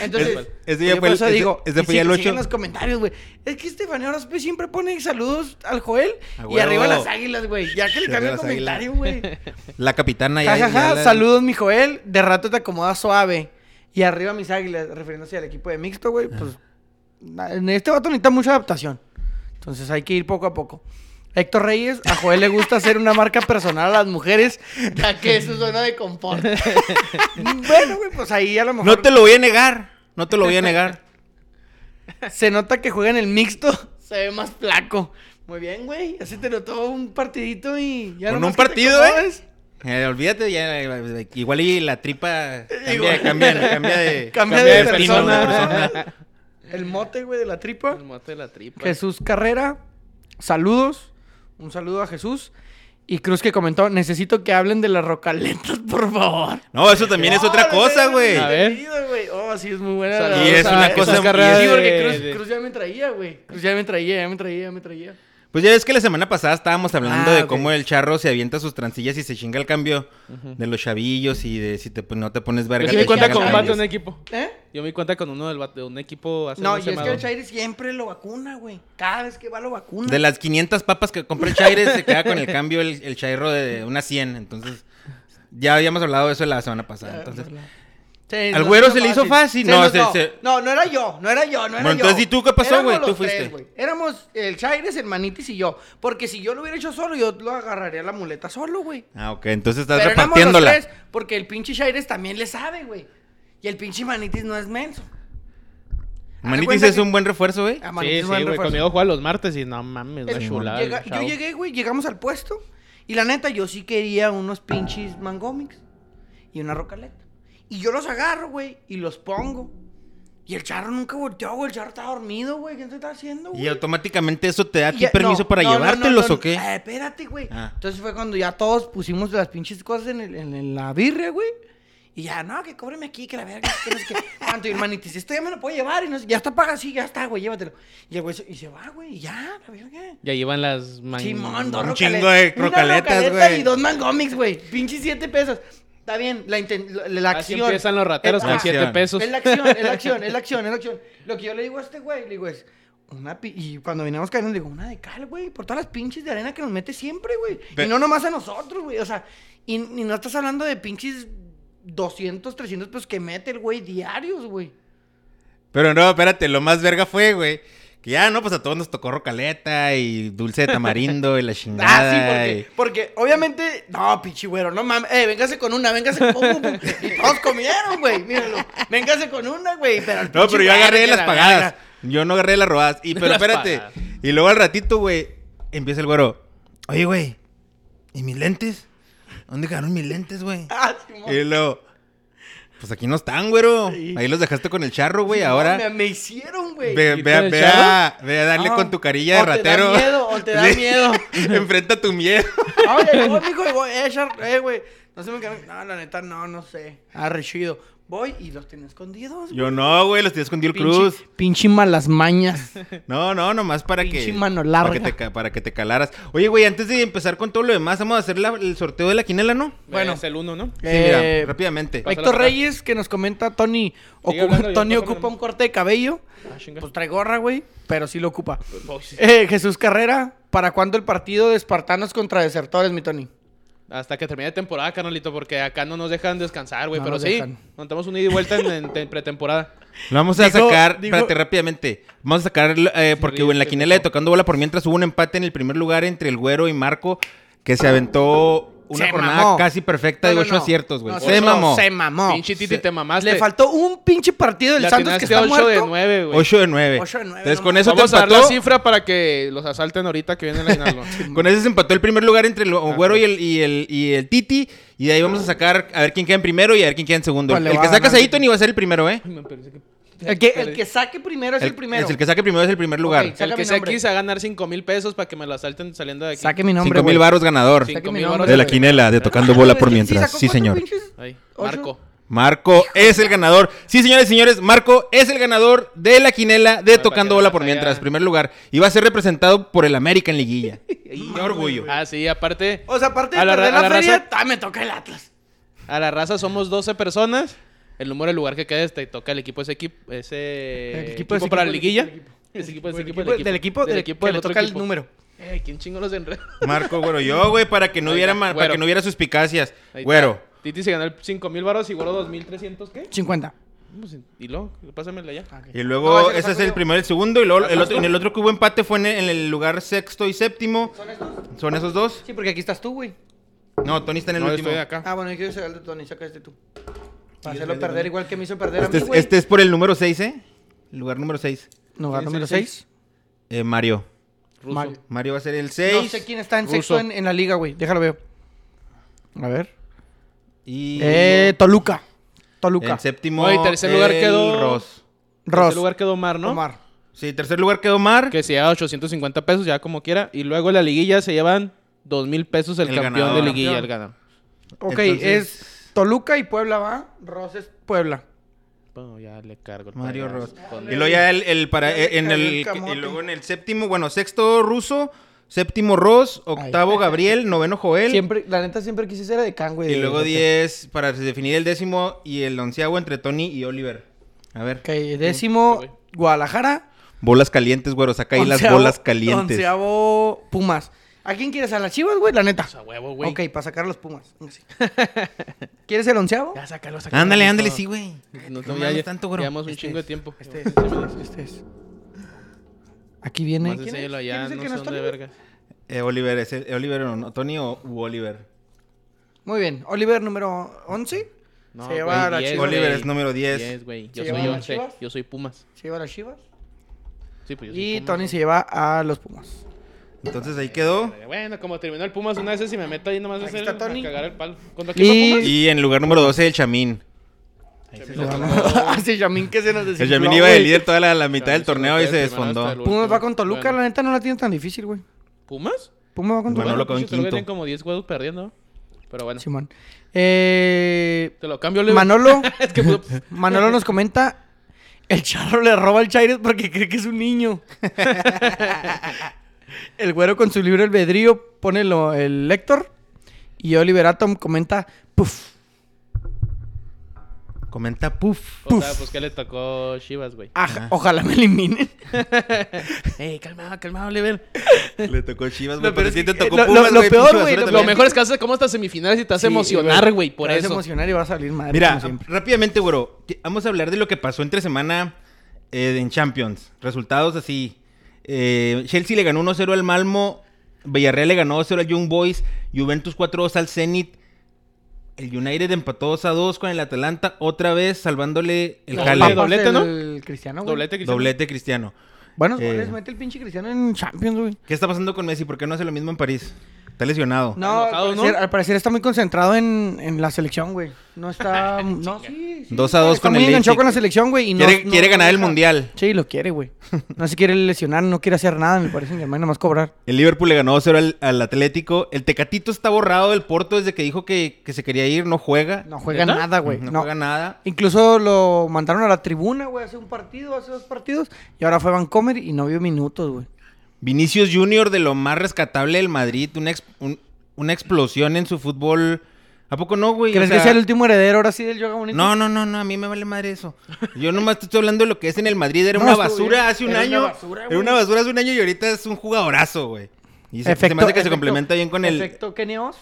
Speaker 1: Entonces,
Speaker 3: ese
Speaker 1: pues
Speaker 3: ya
Speaker 1: yo
Speaker 3: fue
Speaker 1: por
Speaker 3: el-
Speaker 1: eso
Speaker 3: ese-
Speaker 1: digo,
Speaker 3: ese
Speaker 1: y
Speaker 3: fue ya
Speaker 1: sí-
Speaker 3: el
Speaker 1: sigue
Speaker 3: ocho.
Speaker 1: en los comentarios, güey. Es que Estefanía Orozpe siempre pone saludos al Joel
Speaker 3: A
Speaker 1: y
Speaker 3: huevo.
Speaker 1: arriba las águilas, güey. Ya que le
Speaker 3: Sí,
Speaker 1: cambió el
Speaker 3: las águilas.
Speaker 1: comentario, güey.
Speaker 3: La capitana ya.
Speaker 1: Ja, ja,
Speaker 3: ya
Speaker 1: ja,
Speaker 3: la-
Speaker 1: saludos, mi Joel. De rato te acomodas suave. Y arriba mis
Speaker 3: Ah.
Speaker 1: águilas, refiriéndose al equipo de mixto, güey. Pues, na- en este vato necesita mucha adaptación. Entonces hay que ir poco a poco. Héctor Reyes, a Joel le gusta hacer una marca personal a las mujeres, ya que es su zona de confort. bueno, güey, pues ahí a lo mejor
Speaker 3: No te lo voy a negar. No te lo voy a negar.
Speaker 1: se nota que juega en el mixto, se ve más flaco. Muy bien, güey, así te notó un partidito y ya
Speaker 3: Con
Speaker 1: nomás
Speaker 3: un
Speaker 1: que te
Speaker 3: partido, ¿eh?
Speaker 1: acomodes.
Speaker 3: Eh, olvídate, ya, eh, igual y la tripa
Speaker 1: Igual.
Speaker 3: cambia, cambia, cambia de,
Speaker 1: Cambia de
Speaker 3: destino,
Speaker 1: persona.
Speaker 3: de persona.
Speaker 1: El mote, güey, de la tripa.
Speaker 2: El mote de la tripa.
Speaker 1: Jesús Carrera, saludos. Un saludo a Jesús. Y Cruz que comentó, necesito que hablen de las rocaletas, por favor.
Speaker 3: No, eso también es otra cosa, güey.
Speaker 2: A ver.
Speaker 1: Oh, sí, es muy buena.
Speaker 2: Saludos
Speaker 1: la-
Speaker 3: Y es
Speaker 1: o sea,
Speaker 3: una
Speaker 1: esa
Speaker 3: cosa-
Speaker 1: carrera
Speaker 3: y es-
Speaker 1: Sí, porque Cruz,
Speaker 2: de-
Speaker 1: Cruz ya me traía, güey. Cruz ya me traía, ya me traía, ya me traía.
Speaker 3: Pues ya ves que la semana pasada estábamos hablando
Speaker 1: Ah,
Speaker 3: de
Speaker 1: ok.
Speaker 3: cómo el charro se avienta sus transillas y se chinga el cambio de los chavillos y de si te, pues, no te pones verga.
Speaker 2: Yo
Speaker 1: sí
Speaker 2: sí
Speaker 1: me
Speaker 2: me
Speaker 3: te
Speaker 1: cuenta
Speaker 2: cuenta con
Speaker 3: chingas
Speaker 1: con
Speaker 2: un
Speaker 3: cambios.
Speaker 1: vato
Speaker 2: vato en equipo.
Speaker 1: ¿Eh?
Speaker 2: Yo me di cuenta con uno del vato- de un equipo hace
Speaker 1: No,
Speaker 2: una
Speaker 1: y es que
Speaker 2: semana.
Speaker 1: el Chaires siempre lo vacuna, güey. Cada vez que va lo vacuna.
Speaker 3: De las 500 papas que compra el Chaires, se queda con el cambio el, el Chairo de una 100. Entonces, ya habíamos hablado de eso la semana
Speaker 1: Ah,
Speaker 3: pasada. Entonces,
Speaker 1: Sí,
Speaker 3: Al
Speaker 1: no,
Speaker 3: güero
Speaker 1: no
Speaker 3: se le hizo fácil,
Speaker 1: Sí,
Speaker 3: no,
Speaker 1: no,
Speaker 3: se-
Speaker 1: no.
Speaker 3: se-
Speaker 1: No, no era yo, no era yo, no era
Speaker 3: Bueno,
Speaker 1: yo.
Speaker 3: entonces, ¿y tú qué pasó,
Speaker 1: Éramos
Speaker 3: güey? Tú
Speaker 1: los
Speaker 3: fuiste.
Speaker 1: tres, güey. Éramos el Chaires, el Manitis y yo. Porque si yo lo hubiera hecho solo, yo lo agarraría la muleta solo, güey.
Speaker 3: ah, ok, entonces estás
Speaker 1: Pero éramos los
Speaker 3: repartiéndola.
Speaker 1: tres, porque el pinche Chaires también le sabe, güey. Y el pinche Manitis no es menso.
Speaker 3: Manitis
Speaker 1: cuenta
Speaker 3: es
Speaker 1: que-
Speaker 3: un buen refuerzo, güey.
Speaker 1: Ah,
Speaker 2: Sí,
Speaker 1: Manitis
Speaker 2: sí,
Speaker 1: buen
Speaker 2: güey.
Speaker 1: refuerzo.
Speaker 2: Conmigo juega los martes y no mames, una
Speaker 1: El-
Speaker 2: chulada.
Speaker 1: llega-
Speaker 2: el
Speaker 1: yo
Speaker 2: chavo.
Speaker 1: llegué, güey, llegamos al puesto. Y la neta, yo sí quería unos pinches mangomics y una rocaleta. Y yo los agarro, güey, y los pongo. Y el charro nunca volteó, güey. El charro está dormido, güey. ¿Qué se está haciendo, güey?
Speaker 3: Y automáticamente eso te da a ti
Speaker 1: ya-
Speaker 3: permiso
Speaker 1: no,
Speaker 3: para
Speaker 1: no, no, no,
Speaker 3: llevártelos
Speaker 1: no,
Speaker 3: o qué.
Speaker 1: eh, espérate, güey.
Speaker 3: Ah.
Speaker 1: Entonces fue cuando ya todos pusimos las pinches cosas en, el- en el- la birria, güey. Y ya, no, que cóbreme aquí, que la verga, que no sé qué. Tanto, y el manito dice, esto ya me lo puedo llevar. Y no sé, ya está paga, sí, ya está, güey, llévatelo. Y el güey se, y se va, güey, y ya, la verga.
Speaker 2: Y ahí van las man-
Speaker 1: Simón, dos
Speaker 3: un
Speaker 1: rocale-
Speaker 3: chingo de
Speaker 1: una
Speaker 3: crocaletas,
Speaker 1: rocaleta
Speaker 3: güey.
Speaker 1: Y dos mangomics, güey. Pinche siete pesos. Está bien, la, inten- la- la
Speaker 2: Así
Speaker 1: acción.
Speaker 2: empiezan los rateros
Speaker 1: Eh,
Speaker 2: con
Speaker 1: ah,
Speaker 3: acción.
Speaker 2: 7 pesos.
Speaker 1: Es la acción, es la acción, es la acción, es la acción. Lo que yo le digo a este güey, le digo es. Una pi- y cuando veníamos cayendo, le digo, una de cal, güey, por todas las pinches de arena que nos mete siempre, güey.
Speaker 3: Pe-
Speaker 1: Y no nomás a nosotros, güey. O sea, y, y no estás hablando de pinches 200, 300 pesos que mete el güey diarios, güey.
Speaker 3: Pero no, espérate, lo más verga fue, güey. Que ya, no, pues a todos nos tocó rocaleta y dulce de tamarindo y la
Speaker 1: Ah, sí,
Speaker 3: chingada.
Speaker 1: porque, porque obviamente. No, pinche güero, no mames. Eh, véngase con una, véngase con pum, pum, pum. Y todos comieron, güey, míralo. Véngase con una, güey. Pero el
Speaker 3: y- No,
Speaker 1: pinche
Speaker 3: pero yo agarré
Speaker 1: güero
Speaker 3: de
Speaker 1: que
Speaker 3: las
Speaker 1: la
Speaker 3: pagadas.
Speaker 1: verga.
Speaker 3: Yo no agarré de las robadas. Y pero
Speaker 2: las
Speaker 3: espérate.
Speaker 2: pagadas.
Speaker 3: Y luego al ratito, güey, empieza el güero. Oye, güey, ¿y mis lentes? ¿Dónde quedaron mis lentes, güey?
Speaker 1: Ah, Simón.
Speaker 3: Y luego, pues aquí no están, güero.
Speaker 1: Sí.
Speaker 3: Ahí los dejaste con el charro, güey. Ahora
Speaker 1: Me, me hicieron, güey.
Speaker 3: ve,
Speaker 2: ¿Y
Speaker 3: ve,
Speaker 2: con
Speaker 3: a-
Speaker 2: el
Speaker 3: ve
Speaker 2: charro?
Speaker 3: a, ve a darle
Speaker 1: Ah.
Speaker 3: con tu carilla de
Speaker 1: O te da
Speaker 3: ratero.
Speaker 1: miedo, o te da
Speaker 3: Le-
Speaker 1: miedo.
Speaker 3: Enfrenta tu miedo.
Speaker 1: Oye, ahí voy, mijo, ahí voy. Eh, Char- eh, güey. No se me encargan. No, la neta, no, no sé. Arre, chido. Voy y los tenía escondidos.
Speaker 3: Yo no, güey, los tienes con el Cruz.
Speaker 1: Pinche, pinche malas mañas.
Speaker 3: No, no, nomás para
Speaker 1: Pinche
Speaker 3: que.
Speaker 1: mano larga.
Speaker 3: Para que, te, ca- para que te calaras. Oye, güey, antes de empezar con todo lo demás, vamos a hacer la- el sorteo de la quinela, ¿no?
Speaker 1: Bueno.
Speaker 2: Bueno. Es el uno, ¿no?
Speaker 3: Sí,
Speaker 1: Eh,
Speaker 3: mira, rápidamente.
Speaker 2: Pásala
Speaker 1: Héctor
Speaker 2: para acá.
Speaker 1: Reyes, que nos comenta Tony. ocu-
Speaker 2: hablando, yo
Speaker 1: Tony
Speaker 2: paso
Speaker 1: ocupa
Speaker 2: nomás.
Speaker 1: un corte de cabello.
Speaker 2: Ah, chinga.
Speaker 1: Pues trae gorra, güey. Pero sí lo ocupa.
Speaker 2: Oh, sí.
Speaker 1: Eh, Jesús Carrera, ¿para cuándo el partido de espartanos contra desertores, mi Tony?
Speaker 2: Hasta que termine temporada, carnalito, porque acá no nos dejan descansar, güey.
Speaker 1: No
Speaker 2: pero
Speaker 1: nos
Speaker 2: sí,
Speaker 1: dejan.
Speaker 2: montamos un ida y vuelta en, en- en pretemporada.
Speaker 3: Lo vamos a
Speaker 1: Dijo-
Speaker 3: sacar.
Speaker 1: dijo-
Speaker 3: Espérate, rápidamente. Vamos a sacar. eh, porque
Speaker 2: ríe,
Speaker 3: en la
Speaker 2: qué
Speaker 3: quinela de
Speaker 2: rico.
Speaker 3: tocando bola por mientras hubo un empate en el primer lugar entre el güero y Marco, que se aventó una
Speaker 1: Se
Speaker 3: jornada
Speaker 1: mamó.
Speaker 3: casi
Speaker 1: No,
Speaker 3: perfecta de
Speaker 1: no, no.
Speaker 3: ocho aciertos, güey.
Speaker 1: No,
Speaker 3: se
Speaker 1: no,
Speaker 3: mamó.
Speaker 1: Se mamó.
Speaker 2: Pinche Titi,
Speaker 3: sí.
Speaker 2: te mamaste.
Speaker 1: Le faltó un pinche partido del
Speaker 2: Le
Speaker 1: Santos que
Speaker 2: atinaste
Speaker 1: está
Speaker 2: 8
Speaker 1: muerto.
Speaker 2: de 9, güey.
Speaker 3: 8 de 9.
Speaker 1: Ocho de nueve,
Speaker 3: Entonces,
Speaker 1: no
Speaker 3: con
Speaker 1: mames.
Speaker 3: eso te
Speaker 2: Vamos a dar la
Speaker 3: empató.
Speaker 2: cifra para que los asalten ahorita que viene la aguinaldo.
Speaker 3: Con ese se empató el primer lugar entre el güero y el, y, el, y el Titi. Y de ahí vamos a sacar a ver quién queda en primero y a ver quién queda en segundo.
Speaker 1: Pues
Speaker 3: El,
Speaker 1: le
Speaker 3: el
Speaker 1: va
Speaker 3: que
Speaker 1: a
Speaker 3: sacas
Speaker 1: ganar.
Speaker 3: ahí, Tony, va a ser el primero, ¿eh?
Speaker 2: Me parece que-
Speaker 1: El que, el que saque primero es el, primero.
Speaker 3: es el que saque primero es el primer lugar.
Speaker 1: Ok,
Speaker 2: El
Speaker 1: Saca mi
Speaker 2: que se
Speaker 1: nombre.
Speaker 2: aquí se va a ganar 5 mil pesos para que me lo asalten saliendo de aquí.
Speaker 1: Saque mi nombre,
Speaker 3: Cinco
Speaker 1: güey.
Speaker 3: mil varos ganador.
Speaker 2: Cinco
Speaker 1: Saque mi
Speaker 2: mil
Speaker 1: nombre,
Speaker 2: varos.
Speaker 3: De la
Speaker 1: güey.
Speaker 3: quinela, de tocando bola por
Speaker 1: Sí,
Speaker 3: mientras.
Speaker 1: sacó
Speaker 3: Sí,
Speaker 1: cuatro
Speaker 3: señor.
Speaker 1: pinches.
Speaker 2: Ahí,
Speaker 1: Ocho.
Speaker 2: Marco.
Speaker 3: Marco es el ganador. Sí, señores y señores, Marco es el ganador de la quinela de
Speaker 2: Bueno,
Speaker 3: tocando
Speaker 2: para que
Speaker 3: bola
Speaker 2: veas
Speaker 3: por
Speaker 2: allá.
Speaker 3: mientras. Primer lugar. Y va a ser representado por el América en liguilla. Qué orgullo.
Speaker 2: Ah, sí, aparte,
Speaker 1: O sea, aparte de
Speaker 2: A la ra-
Speaker 1: perder
Speaker 2: a
Speaker 1: la,
Speaker 2: la
Speaker 1: feria,
Speaker 2: raza-
Speaker 1: ah, me toca el Atlas.
Speaker 2: a la raza somos 12 personas. El número del lugar que quedes te toca el equipo ese equipo ese
Speaker 1: El equipo, ese
Speaker 2: para la
Speaker 1: equipo,
Speaker 2: liguilla.
Speaker 1: el equipo.
Speaker 2: Ese equipo ese
Speaker 1: Del
Speaker 2: equipo
Speaker 1: equipo, del equipo, del que le
Speaker 2: otro
Speaker 1: toca el
Speaker 2: equipo.
Speaker 1: número.
Speaker 2: Eh, quién chingo los enreda.
Speaker 3: Marco, güero, yo, güey, para que no
Speaker 2: Ahí
Speaker 3: hubiera,
Speaker 2: está,
Speaker 3: ma- para
Speaker 2: güero.
Speaker 3: que no hubiera suspicacias.
Speaker 2: Ahí está.
Speaker 3: Güero.
Speaker 2: Titi se ganó el 5 mil baros y guardó 2.300, ¿qué?
Speaker 1: 50.
Speaker 2: Pues, y luego, pásamela ya.
Speaker 1: Ah, ok.
Speaker 3: Y
Speaker 1: No,
Speaker 3: luego
Speaker 1: ese lo
Speaker 3: ese es
Speaker 1: paso
Speaker 3: el
Speaker 1: yo.
Speaker 3: primero, el segundo, y luego el
Speaker 2: ¿Pasaste?
Speaker 3: otro, en el otro que hubo empate fue en el, en el lugar sexto y séptimo.
Speaker 1: ¿Son estos?
Speaker 3: ¿Son esos dos?
Speaker 1: Sí, porque aquí estás tú, güey.
Speaker 3: No, Tony está en el
Speaker 2: no,
Speaker 3: último.
Speaker 2: estoy acá.
Speaker 1: Ah, bueno, yo quiero sacar el de Tony, saca este tú. Para
Speaker 3: Sí,
Speaker 1: hacerlo
Speaker 3: dale,
Speaker 1: perder
Speaker 3: dale.
Speaker 1: igual que me hizo perder
Speaker 3: Este
Speaker 1: a
Speaker 3: es,
Speaker 1: mí, güey.
Speaker 3: este es por el número 6, ¿eh? El lugar número 6.
Speaker 1: Lugar
Speaker 3: Sí,
Speaker 1: número
Speaker 3: sí, sí.
Speaker 1: 6.
Speaker 3: Eh, Mario.
Speaker 2: Ruso.
Speaker 1: Mario.
Speaker 3: Mario va a ser el
Speaker 1: No
Speaker 3: 6.
Speaker 1: sé quién está en
Speaker 2: Ruso.
Speaker 1: sexto en, en la liga, güey. Déjalo veo. A ver.
Speaker 3: Y
Speaker 1: Eh, Toluca. Toluca.
Speaker 3: en séptimo.
Speaker 2: Oye, tercer lugar
Speaker 3: el
Speaker 2: quedó-
Speaker 3: Ross.
Speaker 2: En
Speaker 1: Ross.
Speaker 2: ese lugar quedó Omar, ¿no?
Speaker 1: Omar.
Speaker 3: Sí, tercer lugar quedó Mar.
Speaker 2: Que se lleva 850 pesos, ya como quiera. Y luego en la liguilla se llevan 2 mil pesos el,
Speaker 3: El
Speaker 2: campeón
Speaker 3: ganador.
Speaker 2: de liguilla,
Speaker 1: Campeón.
Speaker 2: el ganador.
Speaker 1: Ok,
Speaker 3: Entonces-
Speaker 1: es Toluca y Puebla, ¿va? Ross es Puebla.
Speaker 2: Bueno, ya le cargo el
Speaker 3: Mario
Speaker 2: payaso
Speaker 3: Ross.
Speaker 2: con-
Speaker 3: Y luego ya el, el para
Speaker 1: Ya le
Speaker 3: en
Speaker 1: cayó
Speaker 3: el
Speaker 1: el camote.
Speaker 3: y luego en el séptimo, bueno, sexto ruso, séptimo Ross, octavo Gabriel, noveno Joel.
Speaker 1: Siempre, la neta siempre quise ser de Can, güey.
Speaker 3: Y
Speaker 1: de-
Speaker 3: luego
Speaker 1: de-
Speaker 3: 10 para definir el décimo y el onceavo entre Tony y Oliver. A ver.
Speaker 1: Ok, décimo,
Speaker 2: Sí, güey.
Speaker 1: Guadalajara.
Speaker 3: Bolas calientes, güero. Saca ahí las
Speaker 1: Onceavo-
Speaker 3: bolas calientes.
Speaker 1: Onceavo Pumas. ¿A quién quieres? ¿A las chivas, güey? La neta.
Speaker 2: A huevo, güey.
Speaker 1: Ok, para sacar a los Pumas. Venga, sí. ¿Quieres el onceavo?
Speaker 2: Ya sácalo, sácalo.
Speaker 3: Ándale, ándale, sí, güey.
Speaker 2: No,
Speaker 3: No
Speaker 2: no, ya,
Speaker 3: mames
Speaker 2: ya-
Speaker 3: tanto, güey.
Speaker 2: Llevamos un
Speaker 3: Este
Speaker 2: chingo
Speaker 3: es.
Speaker 2: de tiempo.
Speaker 1: Este es, este es, este es. Aquí viene.
Speaker 2: Más
Speaker 1: ¿Quién es?
Speaker 2: enséñalo
Speaker 1: ¿Quién
Speaker 2: allá,
Speaker 1: es el
Speaker 2: no
Speaker 1: que
Speaker 2: sé
Speaker 1: no está
Speaker 2: dónde
Speaker 1: libre?
Speaker 2: verga.
Speaker 3: Eh, Oliver, ¿es el- Oliver o no? ¿Tony o u Oliver?
Speaker 1: Muy bien. Oliver número 11.
Speaker 2: No,
Speaker 1: se lleva
Speaker 2: güey,
Speaker 1: a la
Speaker 2: diez,
Speaker 1: Chivas.
Speaker 3: Oliver
Speaker 2: güey.
Speaker 3: es número 10.
Speaker 2: 10, güey. Yo
Speaker 1: ¿Se
Speaker 2: soy
Speaker 1: llevan a
Speaker 2: 11.
Speaker 1: Chivas?
Speaker 2: Yo soy Pumas.
Speaker 1: Se lleva a las chivas.
Speaker 2: Sí, pues yo soy
Speaker 1: Y
Speaker 2: Pumas,
Speaker 1: Tony
Speaker 2: güey.
Speaker 1: se lleva a los Pumas.
Speaker 3: Entonces ahí quedó.
Speaker 2: Bueno, como terminó el Pumas una vez, si me meto ahí nomás a
Speaker 1: Aquí
Speaker 2: hacer
Speaker 1: está
Speaker 2: a
Speaker 1: Tony.
Speaker 2: cagar el palo. ¿Contra
Speaker 1: Y-
Speaker 2: quién va Pumas?
Speaker 3: Y en lugar número 12, el Chamín.
Speaker 1: Así, Yamín, que se nos
Speaker 3: El
Speaker 1: desinfló,
Speaker 3: Chamín iba de
Speaker 1: güey.
Speaker 3: líder toda la, la mitad
Speaker 2: Chamín
Speaker 3: del
Speaker 2: se
Speaker 3: torneo
Speaker 2: fue de
Speaker 3: y se
Speaker 2: primero hasta
Speaker 3: desfondó.
Speaker 2: el último.
Speaker 1: Pumas va con Toluca,
Speaker 2: Bueno.
Speaker 1: la neta no la tiene tan difícil, güey.
Speaker 2: ¿Pumas? pues
Speaker 1: Pumas va con Toluca.
Speaker 3: Bueno, lo quedó en
Speaker 2: pinche Toluca
Speaker 3: quinto.
Speaker 2: tiene como 10 huevos perdiendo. Pero bueno.
Speaker 1: Simón. Eh,
Speaker 2: Te lo cambio, Oliver.
Speaker 1: Manolo,
Speaker 2: Es que puso-
Speaker 1: Manolo nos comenta: el charro le roba al Chaires porque cree que es un niño. el güero con su libro albedrío pone lo- el Lector. Y Oliver Atom comenta: Puf,
Speaker 3: Comenta Puff.
Speaker 2: O sea, pues que le tocó Chivas, güey.
Speaker 1: aj, ojalá me eliminen.
Speaker 2: Ey, calmado, calmado, Oliver. pues,
Speaker 3: Le tocó Chivas,
Speaker 1: Lo
Speaker 3: güey.
Speaker 1: peor
Speaker 3: pero
Speaker 1: es
Speaker 3: sí
Speaker 1: que-
Speaker 3: te tocó
Speaker 1: lo- lo-
Speaker 3: Pumas,
Speaker 1: lo
Speaker 3: güey,
Speaker 1: peor,
Speaker 3: pinche
Speaker 1: güey,
Speaker 3: basura
Speaker 1: lo
Speaker 2: Lo
Speaker 3: también.
Speaker 2: mejor es que haces como estas semifinales y te hace
Speaker 1: Sí,
Speaker 2: emocionar, güey, por
Speaker 1: Te vas a
Speaker 2: eso.
Speaker 1: emocionar y vas a salir madre.
Speaker 3: Mira,
Speaker 1: como siempre.
Speaker 3: rápidamente, güero. que- Vamos a hablar de lo que pasó entre semana eh, en Champions. Resultados así. Eh, Chelsea le ganó 1-0 al Malmo. Villarreal le ganó 2-0 al Young Boys. Juventus 4-2 al Zenit. El United empató 2-2 con el Atalanta. Otra vez salvándole el
Speaker 2: Doble,
Speaker 3: jale.
Speaker 2: doble. doblete,
Speaker 1: del Cristiano, güey.
Speaker 2: Doblete, Cristiano.
Speaker 3: Doblete cristiano.
Speaker 1: Buenos
Speaker 3: Eh.
Speaker 1: goles, mete el pinche Cristiano en Champions, güey.
Speaker 3: ¿Qué está pasando con Messi? ¿Por qué no hace lo mismo en París? Está lesionado.
Speaker 1: No,
Speaker 2: enojado,
Speaker 1: al
Speaker 2: ¿no?
Speaker 1: parecer, al parecer está muy concentrado en, en la selección, güey. No está. no, sí. sí,
Speaker 3: Dos a
Speaker 1: está-
Speaker 3: dos
Speaker 1: está
Speaker 3: con
Speaker 1: muy
Speaker 3: el
Speaker 1: enganchado
Speaker 3: Leipzig.
Speaker 1: con la selección, güey. y no-
Speaker 3: Quiere-
Speaker 1: no-
Speaker 3: quiere
Speaker 1: no
Speaker 3: ganar el
Speaker 1: deja-
Speaker 3: mundial.
Speaker 1: Sí, lo quiere, güey. No se quiere lesionar, no quiere hacer nada, me parece, mi hermano, nomás cobrar.
Speaker 3: El Liverpool le ganó 0 al, al Atlético. El Tecatito está borrado del Porto desde que dijo que, que se quería ir. No juega.
Speaker 1: No juega
Speaker 2: ¿Neta?
Speaker 1: nada, güey.
Speaker 3: No,
Speaker 1: No,
Speaker 3: juega nada.
Speaker 1: Incluso lo mandaron a la tribuna, güey, hace un partido, hace dos partidos. Y ahora fue Vancomer y no vio minutos, güey.
Speaker 3: Vinicius Junior de lo más rescatable del Madrid. Una, ex- un- una explosión en su fútbol. ¿A poco no, güey? O
Speaker 1: ¿Crees que
Speaker 3: sea,
Speaker 1: sea el último heredero ahora sí del yoga bonito?
Speaker 3: No, no, no, no. A mí me vale madre eso. Yo nomás te estoy hablando de lo que es en el Madrid. Era
Speaker 1: No,
Speaker 3: una
Speaker 1: estuvo
Speaker 3: basura
Speaker 1: bien.
Speaker 3: hace un
Speaker 1: Era una
Speaker 3: año.
Speaker 1: basura,
Speaker 3: era
Speaker 1: güey.
Speaker 3: una basura hace un año y ahorita es un jugadorazo, güey. Y se, se me hace que se
Speaker 1: efecto-
Speaker 3: complementa bien con el,
Speaker 1: Efecto Kenny Oz.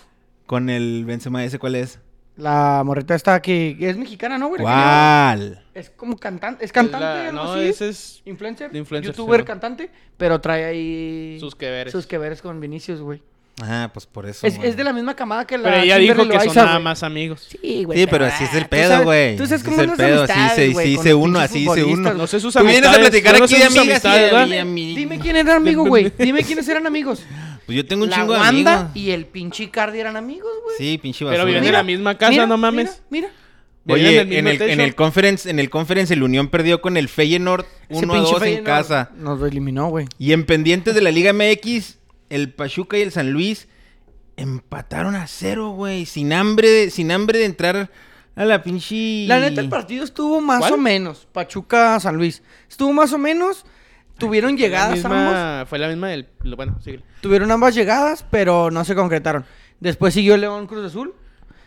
Speaker 3: con el Benzema ese. ¿Cuál es?
Speaker 1: La morrita está aquí. Es mexicana, ¿no, güey? La Kenny Oz.
Speaker 3: ¿Cuál?
Speaker 1: Es como cantante, es
Speaker 2: Es la-
Speaker 1: cantante, algo
Speaker 2: no,
Speaker 1: así.
Speaker 2: ese es
Speaker 1: Influencer,
Speaker 2: de influencer,
Speaker 1: youtuber,
Speaker 2: sí, ¿no?
Speaker 1: cantante, pero trae ahí
Speaker 2: sus que veres.
Speaker 1: sus que veres con Vinicius, güey.
Speaker 3: Ah, pues por eso.
Speaker 1: Es,
Speaker 3: güey.
Speaker 1: es de la misma camada que la
Speaker 2: Pero ella
Speaker 1: Kimberly
Speaker 2: dijo que son
Speaker 1: Loaiza,
Speaker 2: nada
Speaker 1: güey.
Speaker 2: más amigos.
Speaker 1: Sí, güey.
Speaker 3: Sí, pero así es el
Speaker 1: ah, tú
Speaker 3: pedo,
Speaker 1: sabes-
Speaker 3: güey.
Speaker 1: Tú sabes
Speaker 3: Así
Speaker 1: cómo
Speaker 3: es el pedo, así se,
Speaker 1: güey,
Speaker 3: sí
Speaker 1: con
Speaker 3: se
Speaker 1: los
Speaker 3: uno,
Speaker 1: pinches
Speaker 3: así se uno.
Speaker 1: futbolistas,
Speaker 2: No sé sus
Speaker 3: Tú vienes a
Speaker 2: amistades,
Speaker 3: platicar
Speaker 2: yo no
Speaker 3: aquí
Speaker 2: sé
Speaker 3: de
Speaker 2: sus
Speaker 3: amigas.
Speaker 2: amistades,
Speaker 3: y de
Speaker 2: ¿verdad?
Speaker 3: ami-
Speaker 1: Dime quién era amigo, güey. Dime quiénes eran amigos.
Speaker 3: Pues yo tengo un
Speaker 1: la
Speaker 3: chingo de
Speaker 1: Wanda
Speaker 3: amigos.
Speaker 1: y el pinche Cardi eran amigos, güey.
Speaker 3: Sí, pinche
Speaker 2: Pero
Speaker 3: basura.
Speaker 2: viven en la misma casa,
Speaker 1: mira,
Speaker 2: no mames.
Speaker 1: Mira, mira.
Speaker 3: Oye,
Speaker 2: Vivían del
Speaker 3: en
Speaker 2: mismo
Speaker 3: el, en
Speaker 2: techo.
Speaker 3: el conference, en el conference el Unión perdió con el Feyenoord
Speaker 1: Ese
Speaker 3: 1 a 2 en
Speaker 1: Feyenoord
Speaker 3: casa.
Speaker 1: Nos lo eliminó, güey.
Speaker 3: Y en pendientes de la Liga MX, el Pachuca y el San Luis empataron a cero, güey. Sin hambre, sin hambre de entrar a la pinche.
Speaker 1: La neta, el partido estuvo más
Speaker 2: ¿Cuál?
Speaker 1: o menos. Pachuca, San Luis. Estuvo más o menos. Tuvieron
Speaker 2: Fue la
Speaker 1: llegadas ambos.
Speaker 2: misma, fue la misma del... lo- Bueno, sí.
Speaker 1: Tuvieron ambas llegadas, pero no se concretaron. Después siguió León Cruz Azul.